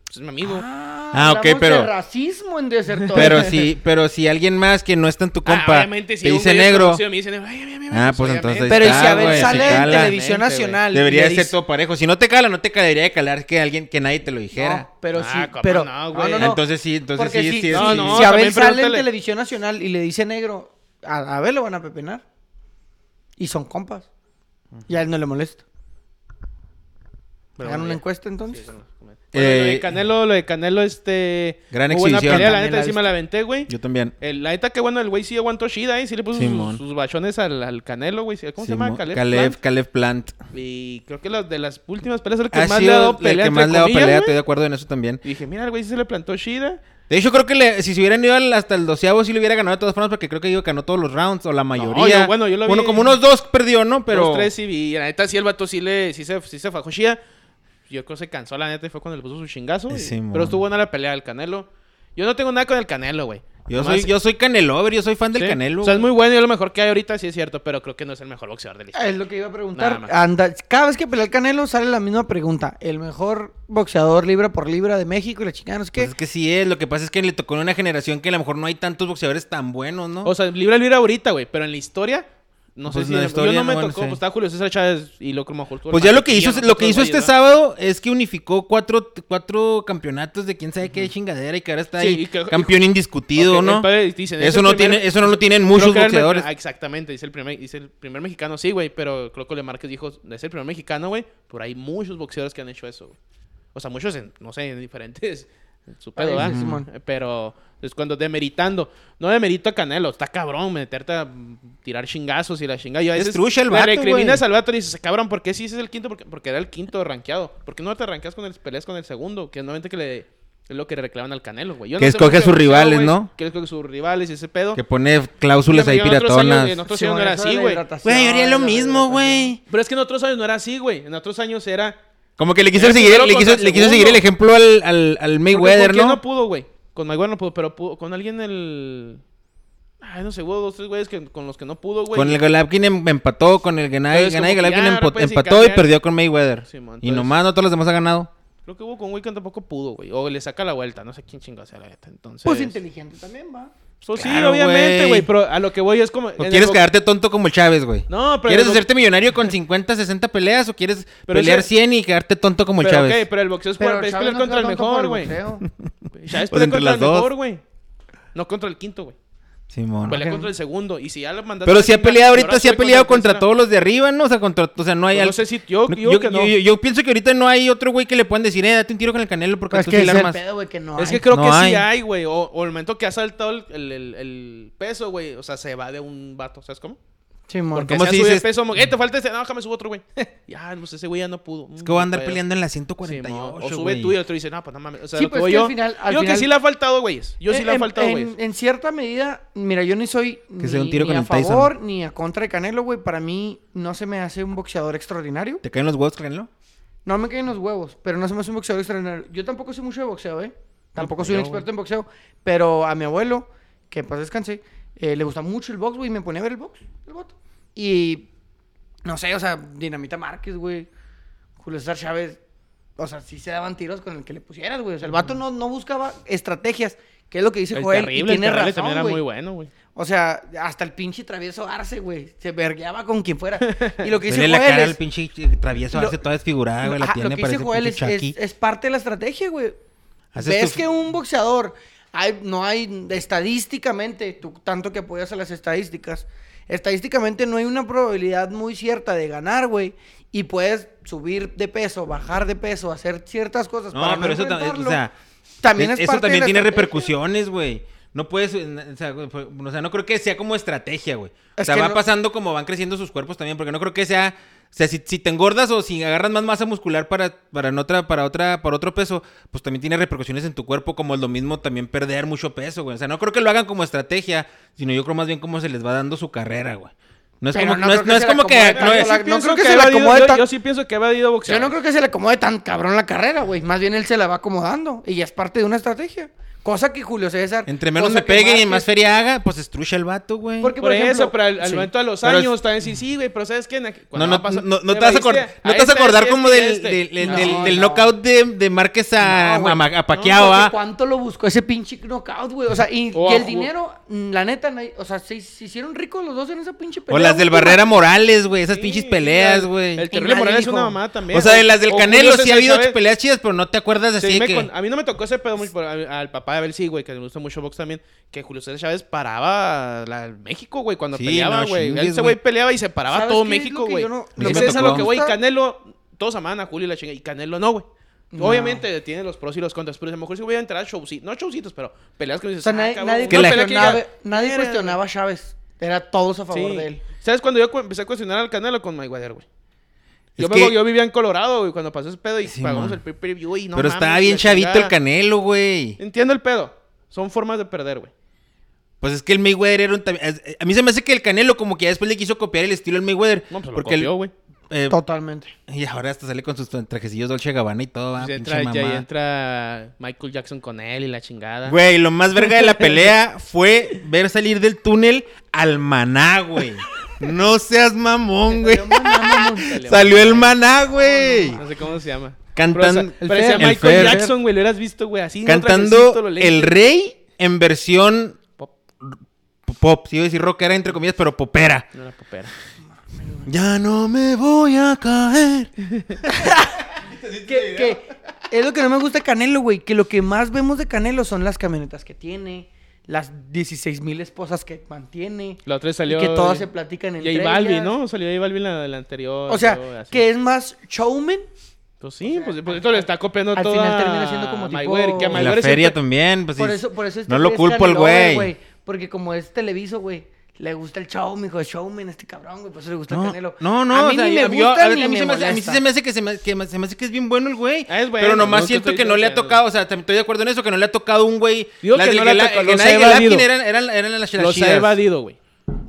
Speaker 2: Pues es mi amigo.
Speaker 3: Ah, ok,
Speaker 1: hablamos
Speaker 3: pero-
Speaker 1: De racismo en desertor.
Speaker 3: Pero si, pero si alguien más que no está en tu
Speaker 2: Ah,
Speaker 3: compa
Speaker 2: obviamente, si
Speaker 3: te
Speaker 2: un
Speaker 3: dice
Speaker 2: güey
Speaker 3: negro,
Speaker 2: desconocido Me dicen, ay, ay, ay, ay,
Speaker 3: Ah, pues,
Speaker 2: obviamente.
Speaker 3: entonces ahí
Speaker 1: Pero y
Speaker 3: está,
Speaker 1: si Abel
Speaker 3: güey,
Speaker 1: sale
Speaker 3: se
Speaker 1: en
Speaker 3: cala.
Speaker 1: televisión
Speaker 2: Obviamente,
Speaker 1: nacional.
Speaker 3: debería
Speaker 1: le
Speaker 3: ser
Speaker 1: dices-
Speaker 3: todo parejo. Si no te cala, no te cala, debería de calar que alguien, que nadie te lo dijera.
Speaker 1: No, pero
Speaker 2: Ah,
Speaker 1: sí,
Speaker 2: ¿cómo
Speaker 1: pero
Speaker 2: no, güey?
Speaker 3: Ah, Entonces sí, entonces
Speaker 1: Porque
Speaker 3: sí,
Speaker 1: si,
Speaker 3: sí es-
Speaker 2: No,
Speaker 3: sí.
Speaker 2: no.
Speaker 1: si Abel
Speaker 2: también
Speaker 1: sale en
Speaker 2: pregúntale.
Speaker 1: televisión nacional y le dice negro, a a Abel lo van a pepenar. Y son compas. Y a él no le molesta.
Speaker 2: Pero
Speaker 1: Hagan
Speaker 2: bueno,
Speaker 1: una
Speaker 2: ya.
Speaker 1: encuesta
Speaker 2: Sí,
Speaker 1: entonces.
Speaker 2: bueno, bueno,
Speaker 3: Eh,
Speaker 2: lo de Canelo, lo de Canelo, este...
Speaker 3: Gran
Speaker 2: muy buena
Speaker 3: exhibición.
Speaker 2: pelea, la
Speaker 1: También
Speaker 2: neta,
Speaker 1: la
Speaker 2: sí
Speaker 1: viste.
Speaker 2: me la aventé, güey.
Speaker 3: Yo también.
Speaker 2: El, la neta, que bueno, el güey sí aguantó Shida, ¿eh? Sí le puso
Speaker 3: Simón.
Speaker 2: sus, sus bachones al, al Canelo, güey. ¿Cómo se llama?
Speaker 3: Simón,
Speaker 2: Caleb.
Speaker 3: Caleb,
Speaker 2: Plant.
Speaker 3: Caleb Plant.
Speaker 2: Y creo que las de las últimas peleas es el que
Speaker 3: Ha
Speaker 2: más le ha
Speaker 3: sido
Speaker 2: dado
Speaker 3: el
Speaker 2: pelea,
Speaker 3: que
Speaker 2: entre
Speaker 3: más le ha dado
Speaker 2: comillas,
Speaker 3: pelea,
Speaker 2: güey.
Speaker 3: estoy de acuerdo en eso también.
Speaker 2: Y dije, mira, el güey sí se le plantó Shida.
Speaker 3: De hecho, creo que le- si se hubieran ido al- hasta el doceavo, sí le hubiera ganado de todas formas, porque creo que digo ganó todos los rounds, o la mayoría.
Speaker 2: yo- bueno, yo lo vi-
Speaker 3: como unos dos perdió, ¿no? Pero.
Speaker 2: Pero... tres y, y la neta sí el vato sí, le, sí, se, sí se fajó chida. Yo creo que se cansó la neta y fue cuando le puso su chingazo. y-
Speaker 3: Simón.
Speaker 2: pero estuvo buena la pelea del Canelo. Yo no tengo nada con el Canelo, güey.
Speaker 3: Yo
Speaker 2: Nomás-
Speaker 3: soy, yo soy Canelover, yo soy fan del
Speaker 2: Sí.
Speaker 3: Canelo.
Speaker 2: O sea, es
Speaker 3: güey.
Speaker 2: muy bueno y es lo mejor que hay ahorita, sí es cierto, pero creo que no es el mejor boxeador de la historia.
Speaker 1: Es lo que iba a
Speaker 2: Nada
Speaker 1: preguntar.
Speaker 2: más.
Speaker 1: Anda, cada vez que pelea el Canelo sale la misma pregunta. El mejor boxeador libra por libra de México y la chingada, no sé qué.
Speaker 3: Pues es que sí es, lo que pasa es que le tocó en una generación que a lo mejor no hay tantos boxeadores tan buenos, ¿no?
Speaker 2: O sea, libre libre ahorita, güey, pero en la historia, no
Speaker 3: Pues
Speaker 2: sé si.
Speaker 3: en la historia,
Speaker 2: yo no me
Speaker 3: bueno,
Speaker 2: tocó,
Speaker 3: sí.
Speaker 2: pues estaba Julio César Chávez y lo como Julio
Speaker 3: pues ya lo que hizo, lo que hizo este
Speaker 2: sábado.
Speaker 3: sábado es que unificó cuatro, cuatro campeonatos de quién sabe qué chingadera y que ahora está
Speaker 2: Sí,
Speaker 3: ahí
Speaker 2: y que-
Speaker 3: campeón indiscutido,
Speaker 2: Ok,
Speaker 3: ¿no?
Speaker 2: el padre, dicen, es
Speaker 3: eso
Speaker 2: el
Speaker 3: no
Speaker 2: primer-
Speaker 3: tiene, eso no lo tienen muchos
Speaker 2: Creo que era el me-
Speaker 3: boxeadores.
Speaker 2: ah, exactamente, dice el primer, dice el primer mexicano, sí, güey, pero creo que Le Márquez dijo, es el primer mexicano, güey, pero hay muchos boxeadores que han hecho eso, güey. O sea, muchos, en, no sé, en diferentes, en su
Speaker 1: Países,
Speaker 2: pedo, ¿verdad?
Speaker 1: Simón.
Speaker 2: Eh, Pero es cuando demeritando, no demerito a Canelo, está cabrón meterte a mm, tirar chingazos y la chingada. Yo a
Speaker 3: Es
Speaker 2: veces
Speaker 3: trucha el
Speaker 2: le
Speaker 3: vato,
Speaker 2: recriminas
Speaker 3: güey.
Speaker 2: al vato y dices, cabrón, ¿por qué si ese es el quinto? Porque, porque era el quinto rankeado. ¿Por qué no te rankeas con el, peleas con el segundo? Que normalmente que le... Es lo que le reclaman al Canelo, güey. Yo
Speaker 3: Que
Speaker 2: no sé
Speaker 3: escoge
Speaker 2: mucho de
Speaker 3: sus rivales,
Speaker 2: boxeo, güey,
Speaker 3: ¿no?
Speaker 2: Que escoge sus rivales y ese pedo.
Speaker 3: Que pone cláusulas ahí
Speaker 2: Porque en otros años-
Speaker 3: piratonas.
Speaker 2: En otros
Speaker 1: Sí,
Speaker 2: años no
Speaker 1: bueno,
Speaker 2: era
Speaker 1: eso de
Speaker 2: así,
Speaker 1: la
Speaker 2: güey.
Speaker 1: hidratación,
Speaker 3: Güey, yo haría
Speaker 1: de
Speaker 3: lo
Speaker 1: la
Speaker 3: mismo,
Speaker 1: hidratación.
Speaker 3: güey.
Speaker 2: Pero es que en otros años no era así, güey. En otros años era.
Speaker 3: Como que le quiso
Speaker 2: Era
Speaker 3: seguir,
Speaker 2: primero
Speaker 3: le quiso,
Speaker 2: contra
Speaker 3: le quiso
Speaker 2: segundo.
Speaker 3: seguir el ejemplo al, al, al Mayweather,
Speaker 2: Porque con quién
Speaker 3: ¿no?
Speaker 2: no pudo, güey. Con Mayweather no pudo, pero pudo- con alguien el. Ay, no sé, hubo dos, tres güeyes que, con los que no pudo, güey.
Speaker 3: Con el Galapkin em- empató, con el Gennady,
Speaker 2: Entonces,
Speaker 3: Gennady
Speaker 2: como que
Speaker 3: Golovkin
Speaker 2: ya,
Speaker 3: empo-
Speaker 2: no puedes
Speaker 3: em, empató y
Speaker 2: cambiar.
Speaker 3: perdió con Mayweather.
Speaker 2: Sí, mo,
Speaker 3: y
Speaker 2: entonces-
Speaker 3: nomás no todos los demás ha ganado.
Speaker 2: Creo que hubo con Wiccan tampoco pudo, güey. O le saca la vuelta, no sé quién chingo sea la neta. Entonces.
Speaker 1: Pues inteligente también, va.
Speaker 2: Pues sí,
Speaker 3: Claro,
Speaker 2: obviamente,
Speaker 3: güey.
Speaker 2: güey. Pero a lo que voy es como.
Speaker 3: ¿O
Speaker 2: en el
Speaker 3: quieres
Speaker 2: bo-
Speaker 3: quedarte tonto como el Chávez, güey?
Speaker 2: No, pero.
Speaker 3: ¿Quieres
Speaker 2: el bo-
Speaker 3: hacerte millonario con 50, 60 peleas o quieres
Speaker 2: Pero
Speaker 3: pelear
Speaker 2: ese-
Speaker 3: 100 y quedarte tonto como el
Speaker 2: pero,
Speaker 3: Chávez?
Speaker 2: ok, pero el boxeo es jugar- es pelear contra el mejor, güey. Ya es
Speaker 3: Pues
Speaker 2: pelear
Speaker 3: entre
Speaker 2: contra
Speaker 3: las
Speaker 2: el
Speaker 3: dos.
Speaker 2: mejor, güey. No contra el quinto, güey.
Speaker 3: Simón.
Speaker 2: Pelea
Speaker 1: Ok.
Speaker 2: contra el segundo. Y si ya lo mandaste.
Speaker 3: Pero
Speaker 2: a
Speaker 3: si ha
Speaker 2: chingar, y
Speaker 3: peleado ahorita,
Speaker 2: Pues ahora
Speaker 3: si ha
Speaker 2: soy
Speaker 3: peleado contra
Speaker 2: el tercero.
Speaker 3: todos los de arriba, ¿no? O sea, contra, o sea, no hay
Speaker 2: Pues
Speaker 3: al-
Speaker 2: no sé si yo,
Speaker 3: no-
Speaker 2: yo, que no.
Speaker 3: yo- yo pienso que ahorita no hay otro güey que le puedan decir, eh, date un tiro con el canelo porque
Speaker 1: Es
Speaker 3: tú
Speaker 1: que
Speaker 3: sí
Speaker 1: es
Speaker 3: la
Speaker 1: el
Speaker 3: armas.
Speaker 1: pedo, güey, que no
Speaker 2: es
Speaker 1: hay.
Speaker 2: que creo
Speaker 3: no
Speaker 2: que
Speaker 3: hay.
Speaker 2: sí hay, güey. O, o el momento que ha saltado el, el- el- el peso, güey. O sea, se va de un vato, ¿sabes cómo?
Speaker 1: Simón.
Speaker 2: Porque
Speaker 3: ¿Cómo
Speaker 2: se
Speaker 3: se
Speaker 2: sube
Speaker 3: dice?
Speaker 2: el peso, como, eh, te falta ese. No, déjame subo otro, güey. ya, pues ese güey ya no pudo.
Speaker 3: Es que va a andar
Speaker 2: Vaya.
Speaker 3: peleando en la
Speaker 2: Sí,
Speaker 3: 148,
Speaker 2: mo. o sube
Speaker 3: güey.
Speaker 2: tú y el otro dice, no, pues no mames. O sea,
Speaker 1: Sí,
Speaker 2: lo que
Speaker 1: pues,
Speaker 2: voy
Speaker 1: que al
Speaker 2: yo.
Speaker 1: final- al
Speaker 2: yo creo
Speaker 1: final-
Speaker 2: que sí le ha faltado, güeyes. Yo sí
Speaker 1: En-
Speaker 2: le ha
Speaker 1: en-
Speaker 2: faltado, güeyes.
Speaker 1: en, en cierta medida, mira, yo ni soy
Speaker 3: Que
Speaker 1: ni,
Speaker 3: se dé un tiro
Speaker 1: ni
Speaker 3: con
Speaker 1: a
Speaker 3: el Tyson.
Speaker 1: favor ni a contra de Canelo, güey. Para mí no se me hace un boxeador extraordinario.
Speaker 3: ¿Te caen los huevos, canelo?
Speaker 1: No me caen los huevos, pero no se me hace un boxeador extraordinario. Yo tampoco sé mucho de boxeo, ¿eh? Tampoco soy un
Speaker 2: yo, güey.
Speaker 1: experto en boxeo. Pero a mi abuelo, que pues descanse, eh, le gusta mucho el box, güey. y Me ponía a ver el box, el voto. Y no sé, o sea, Dinamita Márquez, güey. Julio César Chávez. O sea, sí se daban tiros con el que le pusieras, güey. O sea, el vato no, no buscaba estrategias, que es lo que dice
Speaker 2: El
Speaker 1: Joel.
Speaker 2: terrible,
Speaker 1: y
Speaker 2: el
Speaker 1: tiene
Speaker 2: terrible
Speaker 1: razón,
Speaker 2: también era
Speaker 1: güey.
Speaker 2: muy bueno, güey.
Speaker 1: O sea, hasta el pinche travieso Arce, güey. Se vergueaba con quien fuera. Y lo que dice
Speaker 3: Dele la
Speaker 1: Joel
Speaker 3: cara
Speaker 1: es-
Speaker 3: al pinche travieso,
Speaker 1: lo-
Speaker 3: hace toda desfigurada, Ah, güey, la
Speaker 1: Ajá,
Speaker 3: tiene,
Speaker 1: lo que dice
Speaker 3: parece
Speaker 1: Joel
Speaker 3: pinche
Speaker 1: es, es-
Speaker 3: Chucky.
Speaker 1: es parte de la estrategia, güey.
Speaker 3: Haces
Speaker 1: Ves
Speaker 3: tu-
Speaker 1: que un boxeador, hay- no hay estadísticamente, tú tanto que apoyas a las estadísticas, estadísticamente no hay una probabilidad muy cierta de ganar, güey. Y puedes subir de peso, bajar de peso, hacer ciertas cosas.
Speaker 3: No,
Speaker 1: para
Speaker 3: pero eso también,
Speaker 1: enfrentarlo.
Speaker 3: o sea, e-
Speaker 1: también es
Speaker 3: Eh, eso
Speaker 1: parte de
Speaker 3: también
Speaker 1: la
Speaker 3: tiene
Speaker 1: estrategia.
Speaker 3: repercusiones, güey. No puedes, eh, o sea, güey, fue- o sea, no creo que sea como estrategia, güey. O
Speaker 1: Es
Speaker 3: sea,
Speaker 1: que
Speaker 3: va
Speaker 1: no-
Speaker 3: pasando como van creciendo sus cuerpos también, porque no creo que sea, o sea, si, si te engordas o si agarras más masa muscular para para en otra para otra para otro peso, pues también tiene repercusiones en tu cuerpo, como lo mismo también perder mucho peso, güey. O sea, no creo que lo hagan como estrategia, sino yo creo más bien cómo se les va dando su carrera, güey. No es
Speaker 1: Pero
Speaker 3: como
Speaker 1: no
Speaker 3: no es-
Speaker 1: creo que
Speaker 3: no es
Speaker 1: se la
Speaker 3: como que
Speaker 1: acomode
Speaker 3: no
Speaker 1: tanto
Speaker 3: es-
Speaker 1: la-
Speaker 2: Sí
Speaker 1: no
Speaker 2: pienso
Speaker 1: creo que
Speaker 2: que
Speaker 1: se la
Speaker 2: ha habido-
Speaker 1: acomode
Speaker 2: yo-
Speaker 1: tan-
Speaker 2: Yo sí pienso que ha habido boxeo.
Speaker 1: Yo no creo que se le acomode tan cabrón la carrera, güey. Más bien él se la va acomodando. Y ya es parte de una estrategia. Cosa que Julio César.
Speaker 3: entre menos
Speaker 1: cosa
Speaker 3: me
Speaker 1: que
Speaker 3: pegue y
Speaker 1: Márquez-
Speaker 3: más feria haga, pues estrucha el vato, güey.
Speaker 1: Porque,
Speaker 2: Por,
Speaker 1: por ejemplo,
Speaker 2: eso, pero al, al
Speaker 1: sí.
Speaker 2: momento de los
Speaker 3: Pero es-
Speaker 2: años, también sí, sí, güey, pero ¿sabes qué? Na-
Speaker 3: No,
Speaker 2: cuando
Speaker 3: no,
Speaker 2: va a pasar-
Speaker 3: no, no
Speaker 2: le
Speaker 3: te vas a
Speaker 2: valiste
Speaker 3: acordar, no te vas a
Speaker 2: este,
Speaker 3: acordar
Speaker 2: este,
Speaker 3: como
Speaker 2: este,
Speaker 3: del,
Speaker 2: este.
Speaker 3: del, del,
Speaker 1: No,
Speaker 3: del- del
Speaker 1: no.
Speaker 3: knockout de, de Márquez a,
Speaker 1: No, güey.
Speaker 3: a Ma- a
Speaker 1: No,
Speaker 3: Pacquiao,
Speaker 1: porque
Speaker 3: ¿va?
Speaker 1: ¿Cuánto lo buscó ese pinche knockout, güey? O sea, y,
Speaker 2: O
Speaker 1: y
Speaker 2: a
Speaker 1: el
Speaker 2: ju-
Speaker 1: dinero, mm, la neta, nadie- o sea, se, se hicieron ricos los dos en esa pinche pelea.
Speaker 3: O las del
Speaker 1: güey.
Speaker 3: Barrera Morales, güey, esas
Speaker 2: Sí,
Speaker 3: pinches
Speaker 2: sí,
Speaker 3: peleas,
Speaker 2: el-
Speaker 3: güey.
Speaker 2: El terrible
Speaker 1: nadie
Speaker 2: Morales es
Speaker 1: dijo.
Speaker 2: una mamá también.
Speaker 3: O sea, de
Speaker 2: güey.
Speaker 3: las del
Speaker 2: O
Speaker 3: Canelo
Speaker 2: Julio
Speaker 3: sí ha
Speaker 2: César
Speaker 3: habido
Speaker 2: Chávez.
Speaker 3: peleas chidas, pero no te acuerdas
Speaker 2: Sí,
Speaker 3: así de
Speaker 2: me
Speaker 3: que...
Speaker 2: con- A mí no me tocó ese pedo mucho, pero a- al papá de Abel sí, güey, que le gusta mucho box también, que Julio César Chávez paraba la- México, güey, cuando
Speaker 3: Sí,
Speaker 2: peleaba,
Speaker 3: no,
Speaker 2: güey.
Speaker 3: chingues,
Speaker 2: ese
Speaker 3: güey.
Speaker 2: güey peleaba y se paraba
Speaker 1: ¿Sabes
Speaker 2: todo
Speaker 1: qué es
Speaker 2: México,
Speaker 1: lo que
Speaker 2: güey.
Speaker 1: yo no-
Speaker 3: lo que
Speaker 2: Ese
Speaker 3: me
Speaker 2: es a
Speaker 3: tocó.
Speaker 2: lo que voy.
Speaker 1: Me gusta-
Speaker 2: Canelo, todos amaban a Julio y la chinga, y Canelo no, güey. Obviamente tiene los pros y los contras, pero a lo mejor sí voy a entrar a showcitos, no showcitos, pero peleas que me
Speaker 1: O
Speaker 2: dices,
Speaker 1: sea,
Speaker 2: "Ah,
Speaker 1: nadie,
Speaker 2: cabrón,
Speaker 1: nadie
Speaker 2: una pelea que
Speaker 1: cuestionaba,
Speaker 2: diga,
Speaker 1: nadie
Speaker 2: "Verga".
Speaker 1: cuestionaba a Chávez. Era todos a favor
Speaker 2: Sí.
Speaker 1: de él.
Speaker 2: ¿Sabes cuando yo cu- empecé a cuestionar al Canelo con Mayweather, güey? Yo,
Speaker 3: Es
Speaker 2: me-
Speaker 3: que-
Speaker 2: yo vivía en Colorado, güey, cuando pasó ese pedo y
Speaker 3: Sí,
Speaker 2: pagamos
Speaker 3: man.
Speaker 2: el pay-per-view y no
Speaker 3: pero estaba
Speaker 2: mames,
Speaker 3: bien
Speaker 2: la
Speaker 3: chavito
Speaker 2: chingada.
Speaker 3: el Canelo, güey.
Speaker 2: Entiendo el pedo. Son formas de perder, güey.
Speaker 3: Pues es que el Mayweather era un... tam- es- eh, A mí se me hace que el Canelo como que ya después le quiso copiar el estilo al Mayweather.
Speaker 2: No, pues lo
Speaker 3: porque el-
Speaker 2: copió, güey.
Speaker 3: eh,
Speaker 1: Totalmente.
Speaker 3: y ahora hasta sale con sus trajecillos Dolce Gabbana y todo, va,
Speaker 2: Pues
Speaker 3: pinche
Speaker 2: entra, ya-
Speaker 3: mamá.
Speaker 2: ya entra Michael Jackson con él y la chingada.
Speaker 3: Güey, lo más verga de la pelea fue ver salir del túnel al maná, güey. No seas mamón, güey. Salió el maná, güey.
Speaker 2: No sé cómo se llama.
Speaker 3: Cantan-
Speaker 2: Pero, o sea,
Speaker 1: El
Speaker 2: parecía
Speaker 1: Fer.
Speaker 2: Michael
Speaker 3: El Fer.
Speaker 2: Jackson, güey. Lo hubieras visto, güey. Así. en un trajecito,
Speaker 3: Cantando
Speaker 2: lo leí.
Speaker 3: El Rey en versión
Speaker 2: Pop,
Speaker 3: pop. Sí, iba a decir rockera, entre comillas, pero popera.
Speaker 2: no la popera.
Speaker 3: Ya no me voy a caer.
Speaker 1: Que, que es lo que no me gusta de Canelo, güey. Que lo que más vemos de Canelo son las camionetas que tiene, las 16 mil esposas que mantiene.
Speaker 2: La otra salió.
Speaker 1: Y que todas se platican
Speaker 2: en
Speaker 1: entre
Speaker 2: J Balvin,
Speaker 1: ellas.
Speaker 2: ¿no? Salió J Balvin la, la anterior.
Speaker 1: O
Speaker 2: luego
Speaker 1: sea,
Speaker 2: así.
Speaker 1: que es más showman.
Speaker 2: Pues sí, pues, pues esto le está copiando
Speaker 1: al
Speaker 2: todo.
Speaker 1: final
Speaker 2: a
Speaker 1: termina siendo como tipo-
Speaker 2: Mayweather, que
Speaker 1: En
Speaker 2: a
Speaker 3: En la
Speaker 2: Mayweather
Speaker 3: feria
Speaker 2: siempre-
Speaker 3: también, pues sí.
Speaker 1: Por eso, por eso este
Speaker 3: no lo
Speaker 1: güey es
Speaker 3: culpo al
Speaker 1: canelover,
Speaker 3: güey.
Speaker 1: Porque como es televiso, güey. Le gusta el show, mijo, es showman este cabrón, güey. Por eso le gusta el
Speaker 3: No,
Speaker 1: Canelo.
Speaker 3: no, no,
Speaker 1: A
Speaker 3: o
Speaker 1: mí
Speaker 3: sea,
Speaker 1: ni
Speaker 3: yo-
Speaker 1: me
Speaker 3: yo-
Speaker 1: gusta
Speaker 3: a
Speaker 1: ni
Speaker 3: mí
Speaker 1: me
Speaker 3: sí se me hace- a mí sí
Speaker 1: molesta.
Speaker 3: se me hace que se me, que me- se me hace que es bien bueno el güey.
Speaker 2: Ah, es bueno,
Speaker 3: pero nomás
Speaker 2: no te
Speaker 3: siento
Speaker 2: estoy
Speaker 3: que no le ha
Speaker 2: diciendo.
Speaker 3: tocado, o sea, también estoy de acuerdo en eso, que no le ha tocado un güey.
Speaker 2: Digo
Speaker 3: Las
Speaker 2: que
Speaker 3: de
Speaker 2: no le ha
Speaker 3: Gala-
Speaker 2: tocado,
Speaker 3: que
Speaker 2: los
Speaker 3: nadie
Speaker 2: ha
Speaker 3: de Galapin
Speaker 2: evadido.
Speaker 3: eran, eran, eran las
Speaker 2: Los
Speaker 3: chidas.
Speaker 2: ha evadido, güey.